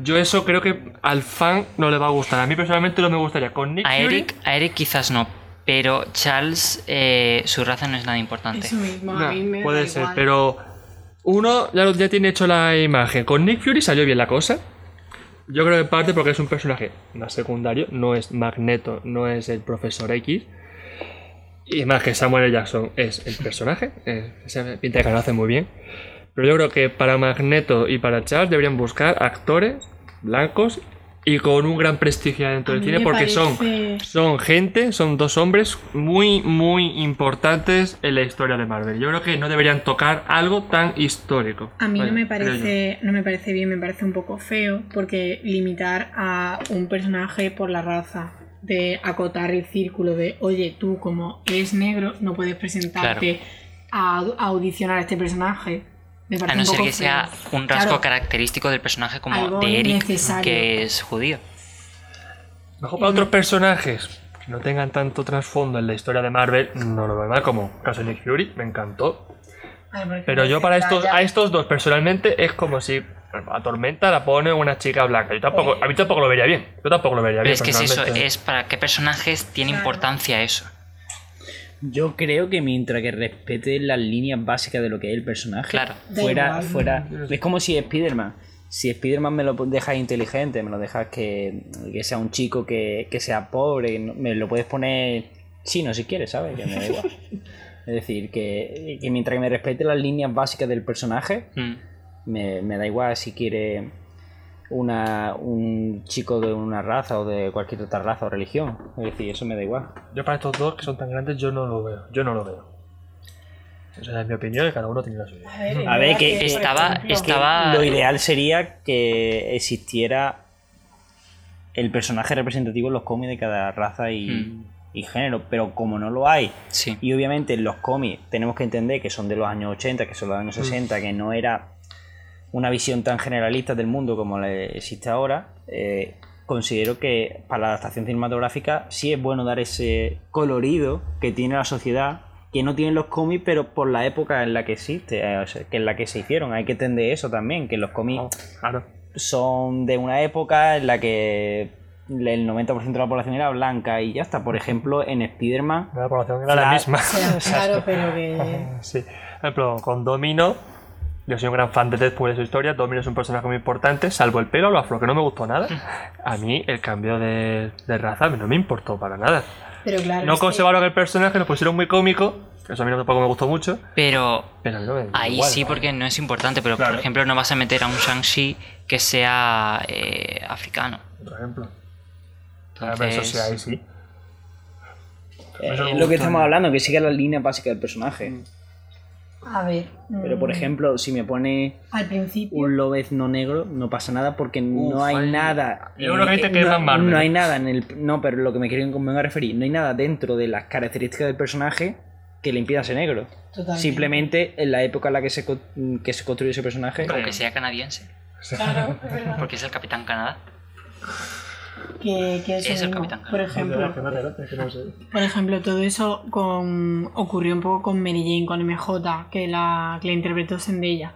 S2: yo eso creo que al fan no le va a gustar. A mí personalmente no me gustaría. Con Nick
S1: A
S2: Fury,
S1: Eric, a Eric quizás no. Pero Charles, eh, su raza no es nada importante.
S5: Eso mismo,
S2: no,
S5: a mí me da
S2: puede ser,
S5: igual.
S2: pero uno ya, lo- ya tiene hecho la imagen. Con Nick Fury salió bien la cosa. Yo creo en parte porque es un personaje más secundario, no es Magneto, no es el profesor X. Y más que Samuel L. Jackson es el personaje, eh, se pinta que lo hace muy bien. Pero yo creo que para Magneto y para Charles deberían buscar actores blancos y con un gran prestigio dentro
S5: A
S2: del
S5: mí
S2: cine
S5: me
S2: porque son
S5: parece-
S2: son gente, son dos hombres muy, muy importantes en la historia de Marvel. Yo creo que no deberían tocar algo tan histórico.
S5: A mí
S2: Vaya,
S5: no me
S2: creo yo.
S5: parece, no me parece bien, me parece un poco feo, porque limitar a un personaje por la raza, de acotar el círculo de, oye, tú como eres negro, no puedes presentarte a, a audicionar a este personaje. Me parece
S1: A no
S5: un
S1: ser
S5: poco
S1: que sea
S5: feo.
S1: un rasgo
S5: Claro,
S1: característico del personaje como
S5: Algo
S1: de Eric,
S5: innecesario.
S1: que es judío.
S2: Mejor para otros personajes que no tengan tanto trasfondo en la historia de Marvel, no lo veo mal, como el caso de Nick Fury, me encantó.
S5: Ay, porque
S2: Pero yo para estos,
S5: Zendaya-
S2: a estos dos personalmente es como si a Tormenta la pone una chica blanca. Yo tampoco, a mí tampoco lo vería bien. Yo tampoco lo vería
S1: Pero
S2: bien.
S1: es que es eso,
S2: personalmente.
S1: es para qué personajes tiene
S5: Claro.
S1: importancia eso.
S3: Yo creo que mientras que respete las líneas básicas de lo que es el personaje,
S1: Claro.
S5: Da
S3: fuera,
S5: igual.
S3: fuera. Es como si Spider-Man. Si Spider-Man me lo dejas inteligente, me lo dejas que, que sea un chico que, que sea pobre, no- me lo puedes poner chino si quieres, ¿sabes? Que me da igual. Es decir, que, que mientras que me respete las líneas básicas del personaje,
S1: Mm.
S3: me, me da igual si quiere una, un chico de una raza o de cualquier otra raza o religión. Es decir, eso me da igual.
S2: Yo para estos dos que son tan grandes, yo no lo veo. Yo no lo veo. Esa es mi opinión y cada uno tiene la suya.
S5: A ver,
S3: A ver, que-
S5: por
S1: estaba-
S5: ejemplo,
S1: estaba-
S3: Lo ideal sería que existiera el personaje representativo en los cómics de cada raza y,
S1: Mm.
S3: y género, pero como no lo hay,
S1: Sí.
S3: y obviamente los cómics tenemos que entender que son de los años 80, que son de los años 60, que no era una visión tan generalista del mundo como la existe ahora, eh, considero que para la adaptación cinematográfica sí es bueno dar ese colorido que tiene la sociedad, que no tienen los cómics, pero por la época en la que existe, eh, o sea, que en la que se hicieron. Hay que entender eso también, que los cómics
S2: Claro.
S3: son de una época en la que el 90% de la población era blanca y ya está. Por ejemplo, en Spider-Man...
S2: La población era la
S3: Claro.
S2: misma.
S5: o sea, Claro, pero que.
S2: Sí. Por ejemplo, con Domino, yo soy un gran fan de Deadpool y su historia. Domino es un personaje muy importante, salvo el pelo, lo afro, que no me gustó nada. A mí el cambio de, de raza no me importó para nada.
S5: Pero claro.
S2: No
S5: es que-
S2: conservaron el personaje, lo pusieron muy cómico. Eso a mí tampoco me gustó mucho.
S1: Pero
S2: Pero a mí no me-
S1: ahí
S2: igual,
S1: sí,
S2: ¿no?
S1: porque no es importante. Pero
S2: Claro.
S1: por ejemplo, no vas a meter a un Shang-Chi que sea eh, africano.
S2: Por ejemplo. Claro, pero eso sí,
S1: Entonces-
S2: ahí sí.
S3: Eh,
S2: Eso me
S3: es lo que
S2: gusta.
S3: estamos hablando, que siga la línea básica del personaje.
S5: Mm. A ver.
S3: Pero por
S5: mm,
S3: ejemplo, si me pone
S5: Al principio.
S3: un lobezno negro, no pasa nada porque no
S2: Uf,
S3: hay
S2: ahí-
S3: nada. eh,
S2: Yo creo que ahí te quedas
S3: no,
S2: más Marvel.
S3: no hay nada en el. No, pero lo que me quiero me voy a referir, no hay nada dentro de las características del personaje que le impida ser negro.
S5: Totalmente.
S3: Simplemente en la época en la que se, co- que se construyó ese personaje.
S1: Aunque sea canadiense.
S5: Claro, es verdad.
S1: Porque es el Capitán Canadá.
S5: que, que eso
S1: Es el
S5: mismo.
S1: Capitán Carlos.
S5: Por ejemplo, por ejemplo, todo eso con, ocurrió un poco con Mary Jane, con MJ, que la, que la interpretó Zendaya.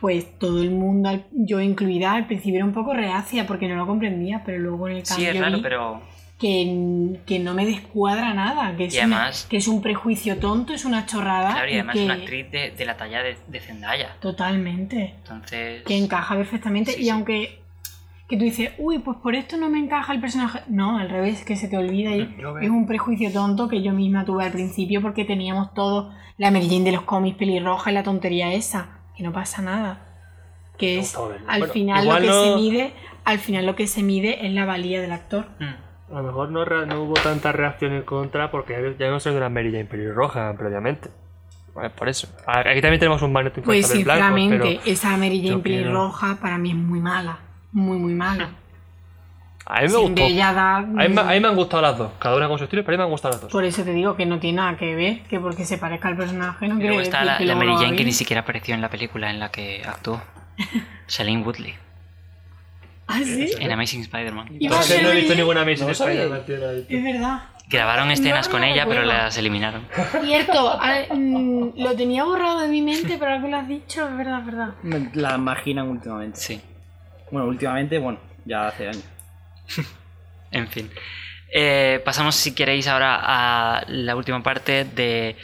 S5: Pues todo el mundo, al- yo incluida, al principio era un poco reacia porque no lo comprendía, pero luego en el
S1: Sí,
S5: cambio
S1: es raro,
S5: vi
S1: pero.
S5: que, que no me descuadra nada, que es,
S1: Y
S5: una-
S1: además-
S5: que es un prejuicio tonto, es una chorrada.
S1: Claro, y
S5: y
S1: además
S5: que,
S1: es una actriz de, de la talla de, de Zendaya.
S5: Totalmente.
S1: Entonces.
S5: que encaja perfectamente
S1: Sí,
S5: y
S1: sí.
S5: aunque que tú dices, uy, pues por esto no me encaja el personaje. No, al revés, que se te olvida y
S2: Yo
S5: es
S2: veo-
S5: un prejuicio tonto que yo misma tuve al principio porque teníamos todo la Mary Jane de los cómics pelirroja y la tontería esa, que no pasa nada. que es
S2: gustó verlo.
S5: al
S2: Bueno,
S5: final lo
S2: igual
S5: que
S2: no-
S5: se mide, al final lo que se mide es la valía del actor.
S1: mm.
S2: A lo mejor no, re- no hubo tanta reacción en contra porque ya- ya no soy de la Mary Jane pelirroja previamente. Bueno, por eso. A- Aquí también tenemos un magneto
S5: Pues
S2: incontable blanco,
S5: sinceramente,
S2: pero
S5: esa Mary Jane
S2: yo quiero-
S5: pelirroja para mí es muy mala, muy muy mala.
S2: a mí me
S5: Sin
S2: gustó.
S5: Bella da-
S2: A mí, me- a mí me han gustado las dos. Cada una con su estilo, pero a mí me han gustado las
S1: Pues
S2: dos.
S5: Por eso te digo que no tiene nada que ver, que porque se parezca al personaje no
S1: Y
S5: quiere
S1: luego está
S5: decir
S1: la,
S5: que
S1: la
S5: luego
S1: Mary
S5: lo
S1: Jane que
S5: haga
S1: ni
S5: bien.
S1: siquiera apareció en la película en la que actuó. Shailene Woodley
S5: ¿Ah, sí?
S1: en Amazing Spider-Man.
S5: Iba a
S2: Entonces
S5: ser
S2: no he visto
S5: Mary Jane.
S2: ninguna Amazing
S7: No lo sabía.
S2: Spider-Man, tío, no la he visto.
S5: Es verdad.
S1: Grabaron escenas
S5: no
S1: con
S5: me
S1: ella, pero
S5: acuerdo.
S1: las eliminaron.
S5: Cierto, ah, mm, lo tenía borrado de mi mente, pero algo lo has dicho, es verdad, es verdad.
S3: Me La imaginan últimamente.
S1: Sí.
S3: Bueno, últimamente, bueno, ya hace años.
S1: En fin. Eh, pasamos, si queréis, ahora a la última parte de.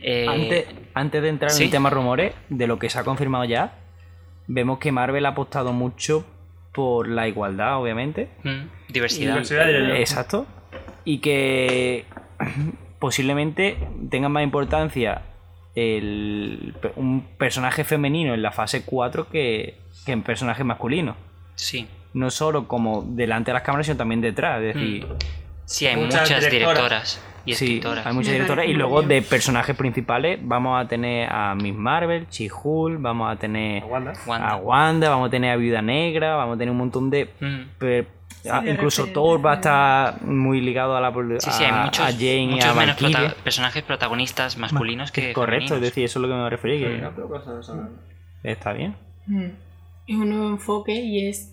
S1: eh,
S3: Antes, antes de entrar
S1: ¿sí?
S3: en el tema rumores, de lo que se ha confirmado ya, vemos que Marvel ha apostado mucho por la igualdad, obviamente.
S1: mm, diversidad.
S2: Diversidad de género.
S3: Exacto. Y que posiblemente tenga más importancia el, un personaje femenino en la fase 4 que, que en personaje masculino.
S1: Sí.
S3: No solo como delante de las cámaras, sino también detrás. Es decir,
S1: Sí, hay
S2: Muchas
S1: muchas,
S2: directoras.
S1: directoras, Mm. y
S3: sí,
S1: escritoras.
S3: hay muchos
S5: Me
S3: directores.
S5: parece
S3: Y
S5: muy
S3: luego
S5: bien.
S3: de personajes principales vamos a tener a Miss Marvel, Chihul, vamos a tener
S2: Wanda.
S1: Wanda.
S3: a Wanda, vamos a tener a Viuda Negra, vamos a tener un montón de...
S1: Mm.
S3: per- ah,
S5: de
S3: incluso
S5: repente,
S3: Thor va a
S5: sí.
S3: estar muy ligado a la poli-
S1: Sí, sí, hay
S3: a-
S1: muchos,
S3: Ah, a Jane y
S1: muchos
S3: a
S1: menos
S3: Valkyrie.
S1: prota- personajes protagonistas masculinos que.
S3: Correcto, es
S1: femeninos.
S3: decir, eso es lo que me referí. que
S7: No, pero cosa, cosa, no.
S3: Está bien.
S5: Mm. Es un nuevo enfoque y es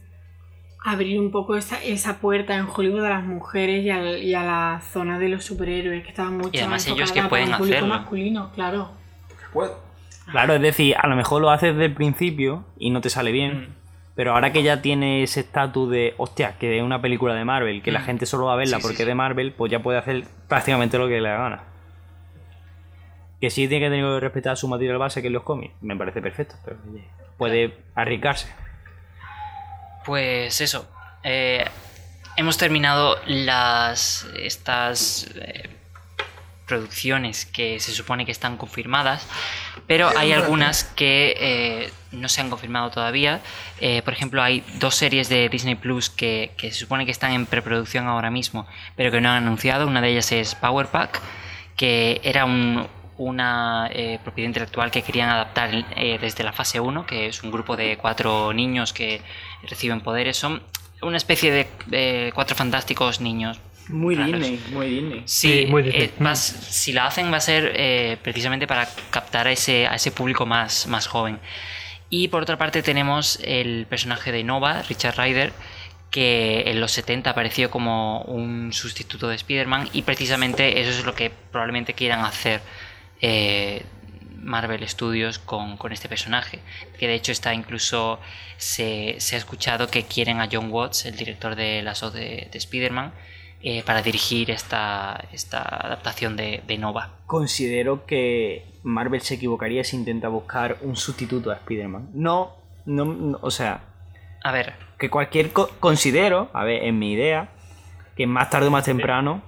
S5: abrir un poco esa, esa puerta en Hollywood a las mujeres y al- y a, la zona de los superhéroes, que estaba mucho
S1: Y además
S5: más
S1: ellos
S5: enfocada
S1: que
S5: para
S1: pueden
S5: un público
S1: hacerlo.
S5: masculino, claro.
S7: Puedo.
S3: Claro, es decir, a lo mejor lo haces desde el principio y no te sale bien.
S1: Mm.
S3: Pero ahora que ya tiene ese estatus de, hostia, que es una película de Marvel, que la
S1: Mm.
S3: gente solo va a verla
S1: Sí, sí,
S3: porque
S1: sí.
S3: es de Marvel, pues ya puede hacer prácticamente lo que le gana. Que sí tiene que tener que respetar su material base que es los cómics. Me parece perfecto, pero oye, puede arriesgarse.
S1: Pues eso. eh, hemos terminado las. estas. eh, producciones que se supone que están confirmadas, pero hay algunas que eh, no se han confirmado todavía. Eh, por ejemplo, hay dos series de Disney Plus que, que se supone que están en preproducción ahora mismo, pero que no han anunciado. Una de ellas es Power Pack, que era un- una eh, propiedad intelectual que querían adaptar eh, desde la fase 1, que es un grupo de cuatro niños que reciben poderes. Son una especie de eh, cuatro fantásticos niños
S3: Muy
S1: Raros.
S3: muy Disney.
S1: Sí,
S2: Sí, muy difícil.
S1: eh, va a s- si la hacen va a ser eh, precisamente para captar a ese, a ese público más, más joven. Y por otra parte tenemos el personaje de Nova, Richard Ryder, que en los 70 apareció como un sustituto de Spider-Man y precisamente eso es lo que probablemente quieran hacer eh, Marvel Studios con, con este personaje. Que de hecho está incluso, se, se ha escuchado que quieren a John Watts, el director de la SOS de, de Spider-Man, eh, para dirigir esta, esta adaptación de, de Nova.
S3: considero que Marvel se equivocaría si intenta buscar un sustituto a Spider-Man. No, no, no, o sea,
S1: A ver,
S3: que cualquier... co- considero, a ver, en mi idea, que más tarde o más temprano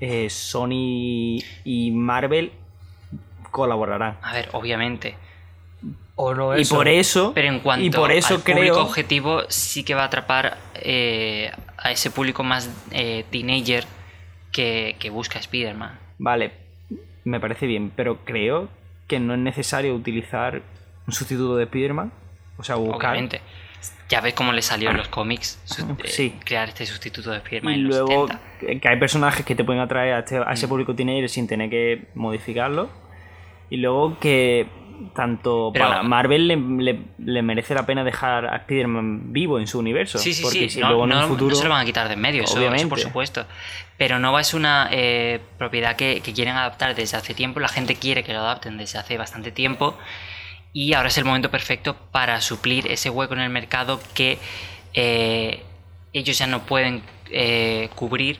S3: eh, Sony y Marvel colaborarán.
S1: a ver, obviamente.
S2: O no
S3: Y
S2: eso.
S3: por eso...
S1: Pero en cuanto
S3: y por eso
S1: al público
S3: creo...
S1: objetivo, sí que va a atrapar eh, a ese público más eh, teenager que, que busca Spider-Man.
S3: Vale, me parece bien, pero creo que no es necesario utilizar un sustituto de Spider-Man. O sea, buscar...
S1: Obviamente. Ya ves cómo le salió en los cómics su- eh,
S3: Sí.
S1: crear este sustituto de Spider-Man
S3: Y
S1: en los Mm.
S3: luego
S1: 70.
S3: que que hay personajes que te pueden atraer a, este- a ese público teenager sin tener que modificarlo. Y luego que tanto
S1: Pero-
S3: para Marvel le, le- le merece la pena dejar a Spider-Man vivo en su universo.
S1: Sí, sí,
S3: porque
S1: sí.
S3: si
S1: no,
S3: luego en
S1: no-
S3: un
S1: no
S3: futuro...
S1: se lo van a quitar de en medio, eso, eso por
S3: Obviamente.
S1: supuesto. Pero Nova es una eh, propiedad que, que quieren adaptar desde hace tiempo. La gente quiere que lo adapten desde hace bastante tiempo. Y ahora es el momento perfecto para suplir ese hueco en el mercado que eh, ellos ya no pueden eh, cubrir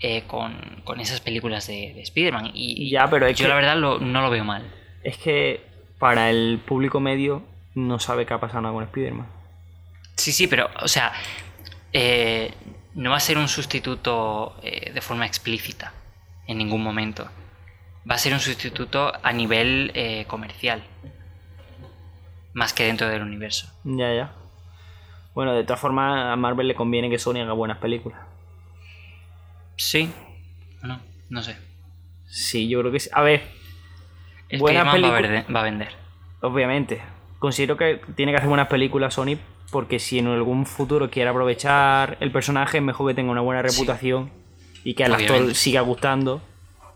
S1: eh, con, con esas películas de, de Spider-Man. Y
S3: Ya, pero es
S1: yo
S3: que-
S1: la verdad lo- no lo veo mal.
S3: Es que para el público medio no sabe qué ha pasado nada con Spider-Man.
S1: Sí, sí, pero, o sea, eh, no va a ser un sustituto eh, de forma explícita en ningún momento. Va a ser un sustituto a nivel eh, comercial. más que dentro del universo.
S3: Ya, ya. Bueno, de todas formas, a Marvel le conviene que Sony haga buenas películas.
S1: Sí, no, no sé.
S3: Sí, yo creo que sí. A ver, Buena
S1: Spider-Man va, a
S3: pelicu-
S1: verde- va a vender.
S3: obviamente. Considero que tiene que hacer buenas películas Sony porque si en algún futuro quiere aprovechar el personaje, es mejor que tenga una buena reputación y que al actor
S1: Obviamente.
S3: siga gustando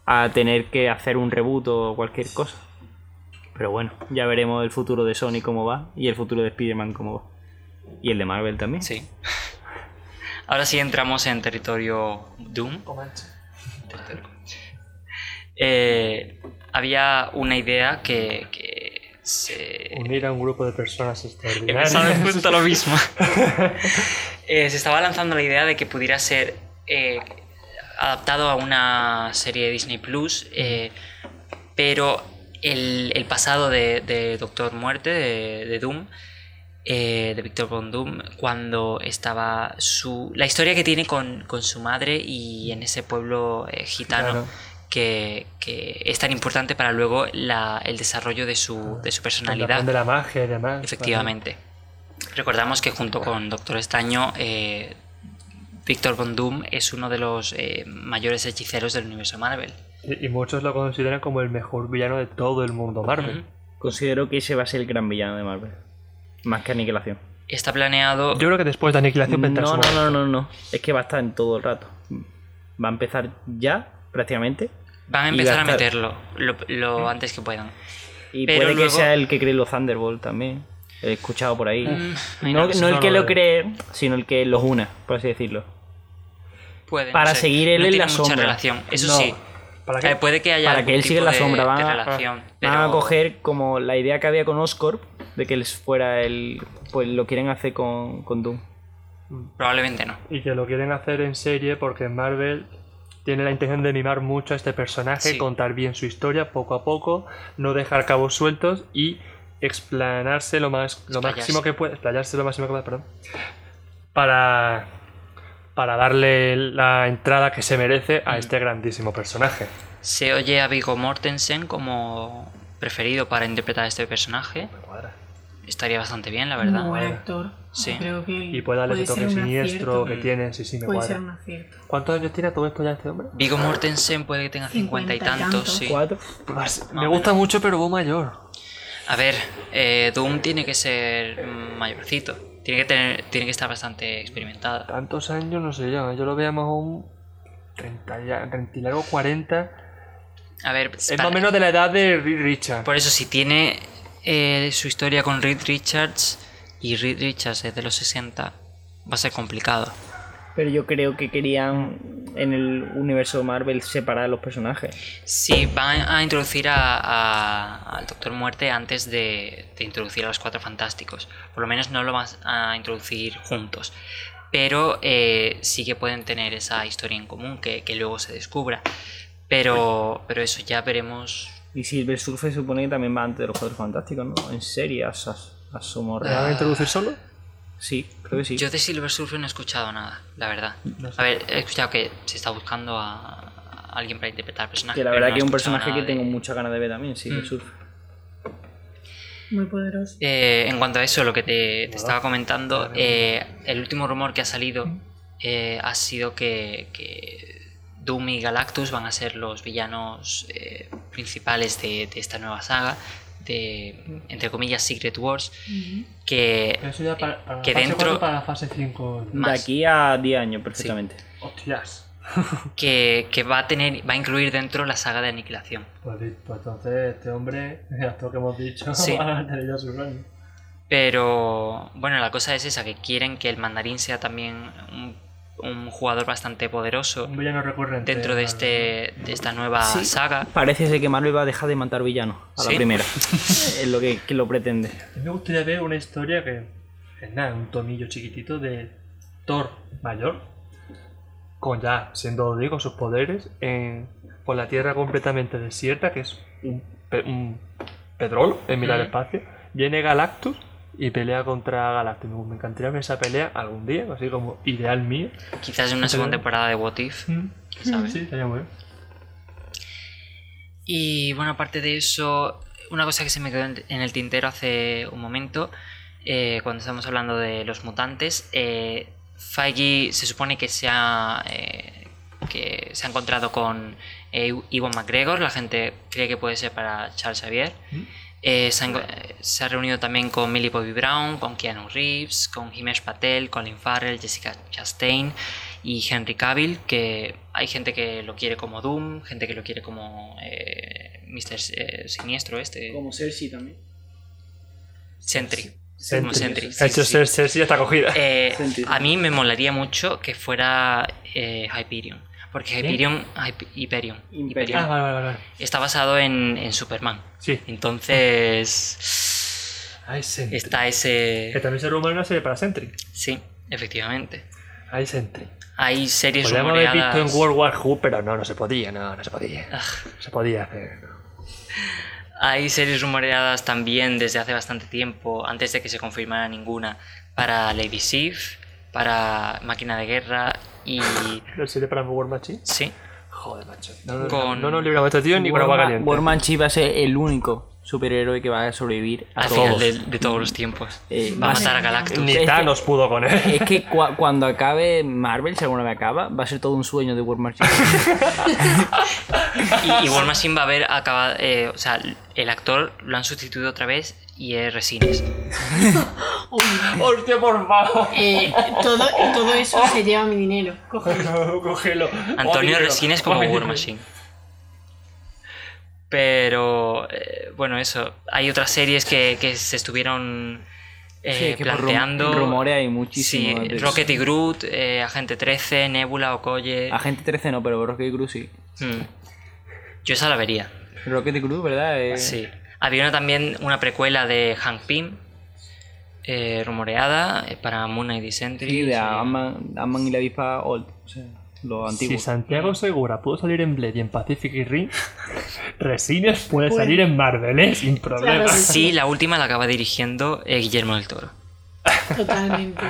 S3: a tener que hacer un reboot o cualquier cosa. Pero bueno, ya veremos el futuro de Sony cómo va y el futuro de Spider-Man cómo va. Y el de Marvel también.
S1: Sí. Ahora sí entramos en territorio Doom. Territorio. Eh, había una idea que, que se...
S2: Unir a un grupo de personas
S1: He pensado en
S2: extraordinarias.
S1: justo lo mismo. Eh, se estaba lanzando la idea de que pudiera ser eh, adaptado a una serie de Disney Plus, eh, pero el, el pasado de, de Doctor Muerte, de, de Doom, eh, de Victor Von Doom, cuando estaba su. la historia que tiene con, con su madre y en ese pueblo eh, gitano.
S2: Claro.
S1: Que, que es tan importante para luego la- el desarrollo de su, de su personalidad.
S2: De la magia y demás.
S1: Efectivamente. Recordamos que junto con Doctor Estaño, eh, Víctor Von Doom es uno de los eh, mayores hechiceros del universo Marvel.
S2: Y, y muchos lo consideran como el mejor villano de todo el mundo Marvel.
S1: Ujú.
S3: Considero que ese va a ser el gran villano de Marvel. Más que Aniquilación.
S1: Está planeado.
S2: Yo creo que después de Aniquilación
S3: No,
S2: vendrá su
S3: no,
S2: momento.
S3: no, no, no. Es que va a estar en todo el rato. Va a empezar ya, prácticamente.
S1: Van a
S3: y Mm. va
S1: empezar
S3: a
S1: a
S3: estar-
S1: meterlo lo, lo antes que puedan.
S3: Y
S1: Pero
S3: puede
S1: luego-
S3: que sea el que cree los Thunderbolt también. He escuchado por ahí.
S1: Ay,
S3: No,
S1: no,
S3: no el
S2: no
S3: que
S2: lo veo.
S3: lo cree, sino el que los una, por así decirlo.
S1: pueden, no
S3: para
S1: sé.
S3: seguir él
S1: No
S3: en
S1: tiene
S3: la
S1: mucha
S3: sombra.
S1: relación, eso
S2: No.
S1: sí.
S2: ¿Para qué?
S1: Eh, puede que haya.
S3: Para que
S1: algún
S3: él siga en
S1: tipo
S3: la sombra,
S1: de-
S3: van
S1: de
S3: a-
S1: relación,
S3: Van
S1: pero-
S3: a coger como la idea que había con Oscorp, de que él fuera el... Pues lo quieren hacer con, con Doom.
S1: Probablemente no.
S2: Y que lo quieren hacer en serie porque Marvel tiene la intención de mimar mucho a este personaje,
S1: Sí.
S2: contar bien su historia poco a poco, no dejar cabos sueltos y explanarse lo más lo
S1: Explayarse.
S2: máximo que puede, explayarse lo máximo que pueda, perdón. Para para darle la entrada que se merece a este grandísimo personaje.
S1: Se oye a Vigo Mortensen como preferido para interpretar a este personaje. Estaría bastante bien, la verdad.
S5: Un buen actor.
S1: Sí.
S5: Creo que
S2: Y puede darle ese toque
S5: ser un
S2: siniestro
S5: acierto.
S2: que
S1: Mm.
S2: tiene, sí, sí, me
S5: Puede
S2: cuadra.
S5: ser un acierto.
S2: ¿Cuántos años tiene todo esto ya este hombre?
S1: Vigo Mortensen puede que tenga 50 y
S5: Cincuenta y
S1: tantos,
S5: tantos.
S1: sí.
S3: Cuatro.
S2: Pues me gusta mucho, pero vos mayor.
S1: A ver, eh, Doom tiene que ser mm, mayorcito. Tiene que, tener, tiene que estar bastante experimentada.
S2: Tantos años, no sé yo. Yo lo veo más un 30, ya- 30 y largo, 40.
S1: A ver,
S2: Es
S1: para-
S2: más o menos de la edad de Reed Richards.
S1: por eso si tiene eh, su historia con Reed Richards y Reed Richards es de los 60, va a ser complicado.
S3: Pero yo creo que querían en el universo Marvel separar a los personajes.
S1: Sí, van a introducir a- a- al Doctor Muerte antes de, de introducir a los Cuatro Fantásticos. Por lo menos no lo van a introducir juntos. Pero eh, sí que pueden tener esa historia en común que, que luego se descubra. Pero, pero eso ya veremos.
S3: Y Silver Surfer supone que también va antes de los Cuatro Fantásticos, ¿no? En serie, a, a,
S2: ¿La van a introducir solo?
S3: Sí, creo que sí.
S1: Ah. Yo de Silver Surfer no he escuchado nada, la verdad. A ver, he escuchado que se está buscando a, a alguien para interpretar personajes.
S3: Que la
S1: Ah, pero
S3: verdad
S1: no
S3: que
S1: he
S3: es un
S1: escuchado
S3: personaje que
S1: nada de-
S3: tengo muchas ganas de ver también, sí,
S1: Mm.
S3: el surf.
S5: Muy poderoso.
S1: Eh, en cuanto a eso, lo que te, te estaba comentando, eh, el último rumor que ha salido eh, ha sido que, que Doom y Galactus van a ser los villanos eh, principales de, de esta nueva saga, de, entre comillas, Secret Wars, que
S2: Eso ya para, para
S1: Eh, Que
S2: la fase
S1: dentro-
S2: 4 para la fase 5.
S1: Más.
S3: De aquí a 10 años, perfectamente.
S2: Hostias.
S1: que, que va a tener va a incluir dentro la saga de Aniquilación.
S2: Pues, di- pues entonces este hombre, hasta lo que hemos dicho,
S1: Sí.
S2: va a tener ya su rol.
S1: Pero bueno, la cosa es esa, que quieren que el mandarín sea también un, un jugador bastante poderoso
S2: Un villano recurrente.
S1: dentro de, este, de esta nueva
S3: Sí.
S1: saga.
S3: Parece ser que Marvel va a dejar de matar villanos a
S1: ¿Sí?
S3: la primera. es lo que, que lo pretende.
S2: A mí me gustaría ver una historia que es nada, un tomillo chiquitito de Thor mayor, con ya, siendo Odín, con sus poderes, en- por la tierra completamente desierta, que es un, pe- un pedrolo en mitad del
S1: Mm.
S2: espacio, viene Galactus y pelea contra Galactus. Me, me encantaría ver esa pelea algún día, así como ideal mío.
S1: Quizás en una segunda
S2: Pero-
S1: temporada de What If. ¿sabes?
S2: Sí, estaría muy bien.
S1: Y bueno, aparte de eso, una cosa que se me quedó en en el tintero hace un momento, eh, cuando estamos hablando de los mutantes, eh, Feige se supone que se ha, eh, que se ha encontrado con eh, Iwan McGregor, la gente cree que puede ser para Charles Xavier.
S2: ¿Mm?
S1: Eh, se, ha, enco- eh, se ha reunido también con Millie Bobby Brown, con Keanu Reeves, con Himesh Patel, Colin Farrell, Jessica Chastain y Henry Cavill, que hay gente que lo quiere como Doom, gente que lo quiere como eh, Mr. eh, Siniestro este.
S13: Como Cersei también.
S1: Sentry.
S2: Sentry.
S1: Como Sentry, sí,
S2: Ha hecho
S1: sí.
S2: ser, ser, sí, ya está cogida.
S1: Eh,
S13: Sentry.
S1: a mí me molaría mucho que fuera eh, Hyperion. Porque Hyperion, Hyp- Hyperion,
S13: Hyperion.
S1: Hyperion,
S2: Ah, vale, vale, vale.
S1: está basado en, en Superman.
S2: Sí.
S1: Entonces
S2: Hay Sentry.
S1: está
S2: Que
S1: ese...
S2: también se rumora una serie para Sentry.
S1: Sí, efectivamente.
S2: Hay Sentry.
S1: Hay series
S2: Podríamos haber visto en
S1: rumoreadas.
S2: World War Who, pero no, no se podía, no, no se podía.
S1: Ah.
S2: No se podía hacer. no.
S1: Hay series rumoreadas también desde hace bastante tiempo, antes de que se confirmara ninguna, para Lady Sif, para Máquina de Guerra y...
S2: ¿La serie para War Machine?
S1: Sí,
S2: Joder, macho. No, no,
S1: Con-
S2: no nos libramos de este tío ni con agua
S3: Warma-
S2: caliente.
S3: Warman Chi va a ser el único superhéroe que va a sobrevivir a
S1: al
S3: todos.
S1: final de, de todos los tiempos.
S3: Eh,
S1: Va a
S3: más-
S1: matar a Galactus.
S3: Es
S2: Ni
S3: que-
S2: Thanos pudo con él.
S1: Eh,
S3: Es que cua- cuando acabe Marvel, si alguna vez acaba, va a ser todo un sueño de Warman Chi.
S1: Y, y War Machine va a haber acabado. eh, o sea, el actor lo han sustituido otra vez y es Resines.
S2: ¡Hostia, por favor!
S5: Eh, todo, todo eso se lleva mi dinero. Cógelo.
S2: Cógelo.
S1: Antonio
S2: Odio.
S1: Resines como
S2: Odio.
S1: War Machine. Pero, eh, bueno, eso. Hay otras series que, que se estuvieron eh,
S3: Sí, es que por rum-
S1: planteando.
S3: rumores hay
S1: Sí,
S3: muchísimo de eso.
S1: Rocket y Groot, eh, Agente 13, Nebula, Okoye.
S3: Agente 13 no, pero Rocket Cruz sí.
S1: Mm. Yo esa la vería.
S3: Rocket Cruz, ¿verdad? Eh,
S1: Sí. Había una, también una precuela de Hank Pym, eh, rumoreada, eh, para Moon Knight y Sentry.
S3: Sí, de
S1: sí.
S3: Ant-Man Ant-Man y la avispa Old. O sea, los
S2: Si
S3: antiguos.
S2: Santiago Segura pudo salir en Blade y en Pacific Rim, Resines puede
S1: Pues-
S2: salir en Marvel, ¿eh? Sin
S5: Claro.
S2: problemas.
S1: Sí, la última la acaba dirigiendo eh, Guillermo del Toro.
S5: Totalmente.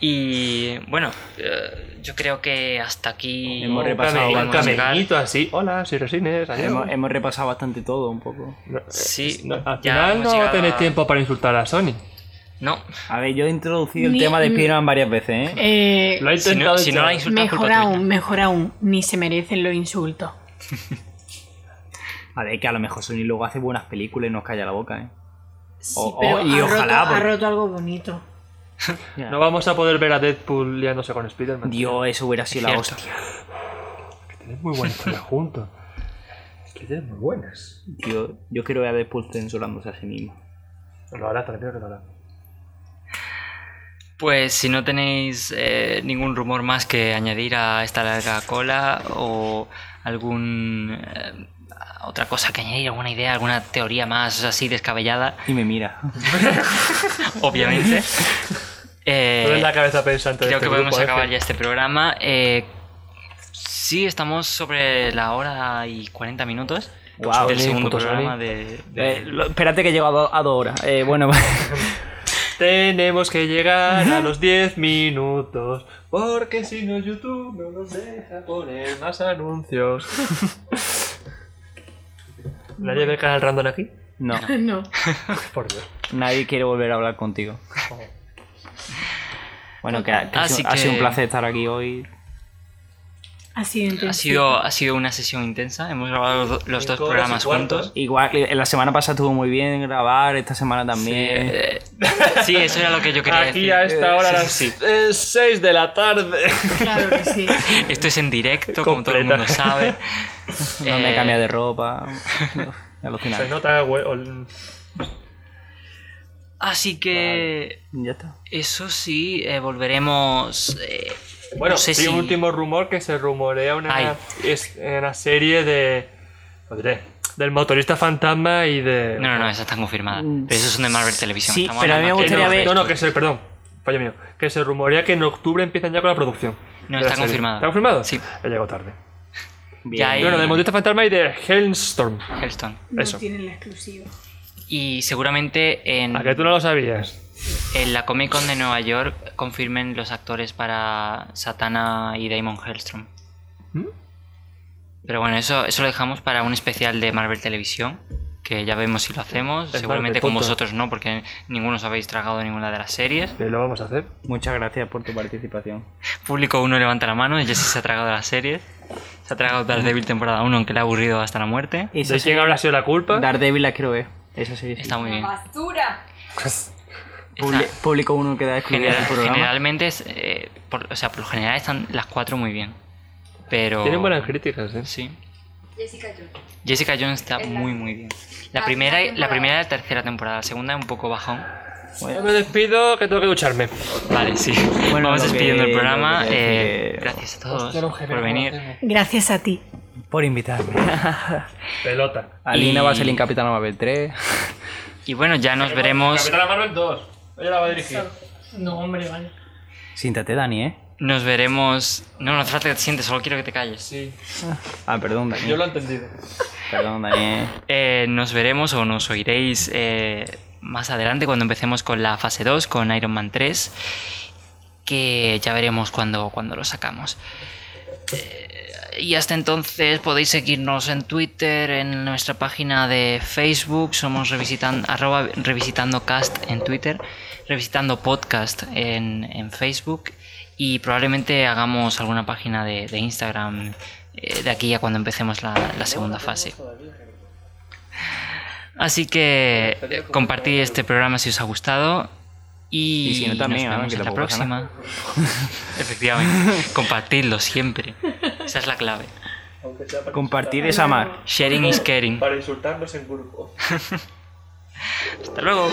S1: Y bueno, eh, yo creo que hasta aquí
S3: Hemos repasado
S2: Un
S1: podemos llegar.
S2: caminito así. Hola, soy Resines. adiós.
S3: hemos, hemos repasado bastante todo un poco.
S2: No,
S1: Sí,
S2: no, al
S1: ya
S2: final
S1: hemos
S2: no
S1: llegado
S2: tenés
S1: a-
S2: tiempo para insultar a Sony.
S1: No,
S3: A ver, yo he introducido el
S5: Ni-
S3: tema de Spider-Man varias veces, ¿eh?
S5: Eh,
S2: Lo ha
S1: si
S2: intentado.
S1: no, si no la
S2: echar.
S1: insultas,
S5: mejor
S1: culpa tuya.
S5: aún, mejor aún. Ni se merecen los insultos.
S3: A ver, que a lo mejor Sony luego hace buenas películas y nos calla la boca, ¿eh?
S5: Sí,
S3: O- o-
S5: pero
S3: y
S5: ha,
S3: ojalá,
S5: roto, ha
S3: porque-
S5: roto algo bonito.
S2: No vamos a poder ver a Deadpool liándose con Spider-Man.
S3: Dios, eso hubiera sido la
S1: Cierto.
S3: hostia.
S2: Que tenéis muy buenas historias juntos. Es que tenéis muy buenas.
S3: Tío, yo quiero ver a Deadpool censurándose a sí mismo.
S2: No lo hará, tranquilo que no lo hará.
S1: Pues si no tenéis eh, ningún rumor más que añadir a esta larga cola o algún eh, otra cosa que añadir, alguna idea, alguna teoría más así descabellada,
S3: Y me mira.
S1: obviamente. eh,
S2: Todo en la cabeza pensante. de
S1: creo
S2: este
S1: que podemos
S2: grupo, ¿eh?
S1: acabar ya este programa. Eh, sí, estamos sobre la hora y 40 minutos
S3: Guau,
S1: del
S3: ni
S1: segundo
S3: puto
S1: programa
S3: Sony.
S1: de, de-
S3: Eh, lo- espérate que llego a, do- a dos horas. Eh, bueno,
S2: Tenemos que llegar a los 10 minutos. Porque si no, YouTube no nos deja poner más anuncios. ¿Nadie ve el canal random aquí?
S3: no.
S5: No.
S2: Por Dios.
S3: Nadie quiere volver a hablar contigo. Bueno, que, ha, que ha
S1: Así
S3: sido, ha
S1: que-
S3: sido un placer estar aquí hoy.
S5: Ha sido
S1: Ha
S5: intenso.
S1: sido, ha sido una sesión intensa, hemos grabado los, do- los dos
S2: Cinco horas y
S1: programas
S2: cuarto.
S1: juntos.
S3: Igual, eh, la semana pasada estuvo muy bien grabar, esta semana también.
S1: Eh, sí, eso era lo que yo quería
S2: Aquí
S1: decir.
S2: a esta hora, a las
S1: Sí, sí,
S2: 6 de la tarde.
S5: Claro que sí.
S1: sí. Esto es en directo, como todo el
S2: Completa.
S1: mundo sabe.
S3: no me
S1: Eh,
S3: he cambiado de ropa. No, alucinante.
S2: Se nota, güey. ol-
S1: Así que,
S3: Ya está.
S1: eso sí, eh, volveremos. eh,
S2: Bueno,
S1: no sé
S2: sí,
S1: si-
S2: un último rumor que se rumorea
S1: Ay.
S2: una, es- una serie de. lo diré, Del motorista fantasma y de.
S1: No, no, no, esa está confirmada.
S3: Mm,
S1: Pero eso es de Marvel Televisión.
S3: sí,
S1: estamos
S3: pero a mí me
S1: hablando
S2: Eh,
S1: aquí
S3: gustaría
S2: no,
S1: de
S3: ver-
S2: No,
S1: esto.
S2: no, que se. Perdón, fallo mío. Que se rumorea que en octubre empiezan ya con la producción.
S1: No,
S2: de la
S1: está
S2: serie.
S1: confirmada.
S2: ¿Está confirmado?
S1: Sí.
S2: He llegado tarde.
S3: Bien.
S1: Ya hay-
S2: Bueno, del motorista fantasma y de Hellstorm.
S1: Hellstone.
S5: No
S2: Eso.
S5: tienen la exclusiva.
S1: Y seguramente en,
S2: ¿A que tú no lo sabías?
S1: en la Comic Con de Nueva York confirmen los actores para Satana y Damon Hellstrom.
S2: ¿Mm?
S1: Pero bueno, eso, eso lo dejamos para un especial de Marvel Televisión. que ya vemos si lo hacemos.
S2: Es
S1: Seguramente
S2: parte,
S1: con
S2: punto.
S1: vosotros no, porque ninguno os habéis tragado ninguna de las series.
S2: Pero lo vamos a hacer.
S3: Muchas gracias por tu participación.
S1: Público 1 levanta la mano, Jesse se ha tragado las series. Se ha tragado Daredevil temporada 1, aunque le ha aburrido hasta la muerte.
S3: Esa
S2: ¿De quién
S3: serie-
S2: habrá sido la culpa?
S3: Daredevil la quiero ver. Esa serie sí.
S1: Está muy bien.
S9: basura.
S2: Pues,
S3: Publi-
S1: Está-
S3: Público uno queda excluido
S1: general-
S3: del programa.
S1: generalmente, es, eh, por- o sea, por lo general están las cuatro muy bien. Pero.
S2: Tienen buenas críticas, ¿eh?
S1: Sí.
S9: Jessica Jones.
S1: Jessica Jones está
S9: Es la-
S1: muy, muy bien. La
S9: la
S1: primera, y- la
S9: temporada.
S1: primera y la tercera temporada, la segunda es un poco bajón.
S2: Yo me despido, que tengo que ducharme.
S1: Vale, sí. Vamos
S3: lo que-
S1: despidiendo el
S3: lo que
S1: programa.
S3: decía
S1: eh,
S3: que-
S1: gracias a todos
S7: Hostia, los
S1: por
S7: gemelos,
S1: venir.
S7: no
S5: Gracias a ti.
S3: Por invitarme.
S2: Pelota.
S3: Alina
S1: Y-
S3: va a salir en Capitana Marvel 3.
S1: Y bueno, ya nos veremos.
S7: Capitana Marvel 2. Ella la va a dirigir.
S13: No, hombre, vale.
S3: Siéntate, Dani, ¿eh?
S1: Nos veremos. No, no hace falta que te sientes, solo quiero que te calles.
S7: Sí,
S3: Ah, perdón, Dani.
S7: yo lo he entendido.
S3: Perdón, Dani.
S1: Eh, nos veremos o nos oiréis eh, más adelante cuando empecemos con la fase 2, con Iron Man 3, que ya veremos cuando, cuando lo sacamos. Eh, y hasta entonces podéis seguirnos en Twitter, en nuestra página de Facebook, somos revisitan, arroba revisitando cast en Twitter, revisitando podcast en, en Facebook y probablemente hagamos alguna página de, de Instagram eh, de aquí a cuando empecemos la, la segunda fase. Así que eh, compartid este programa si os ha gustado. Y,
S3: Y si no,
S1: nos
S3: también, ¿no?
S1: vemos
S3: Que
S1: en la
S3: tampoco pasa
S1: próxima. Efectivamente. Compartidlo siempre. Esa es la clave.
S7: Aunque sea para,
S3: Compartir es amar.
S1: Sharing is caring.
S7: para insultarnos en grupo.
S1: Hasta luego.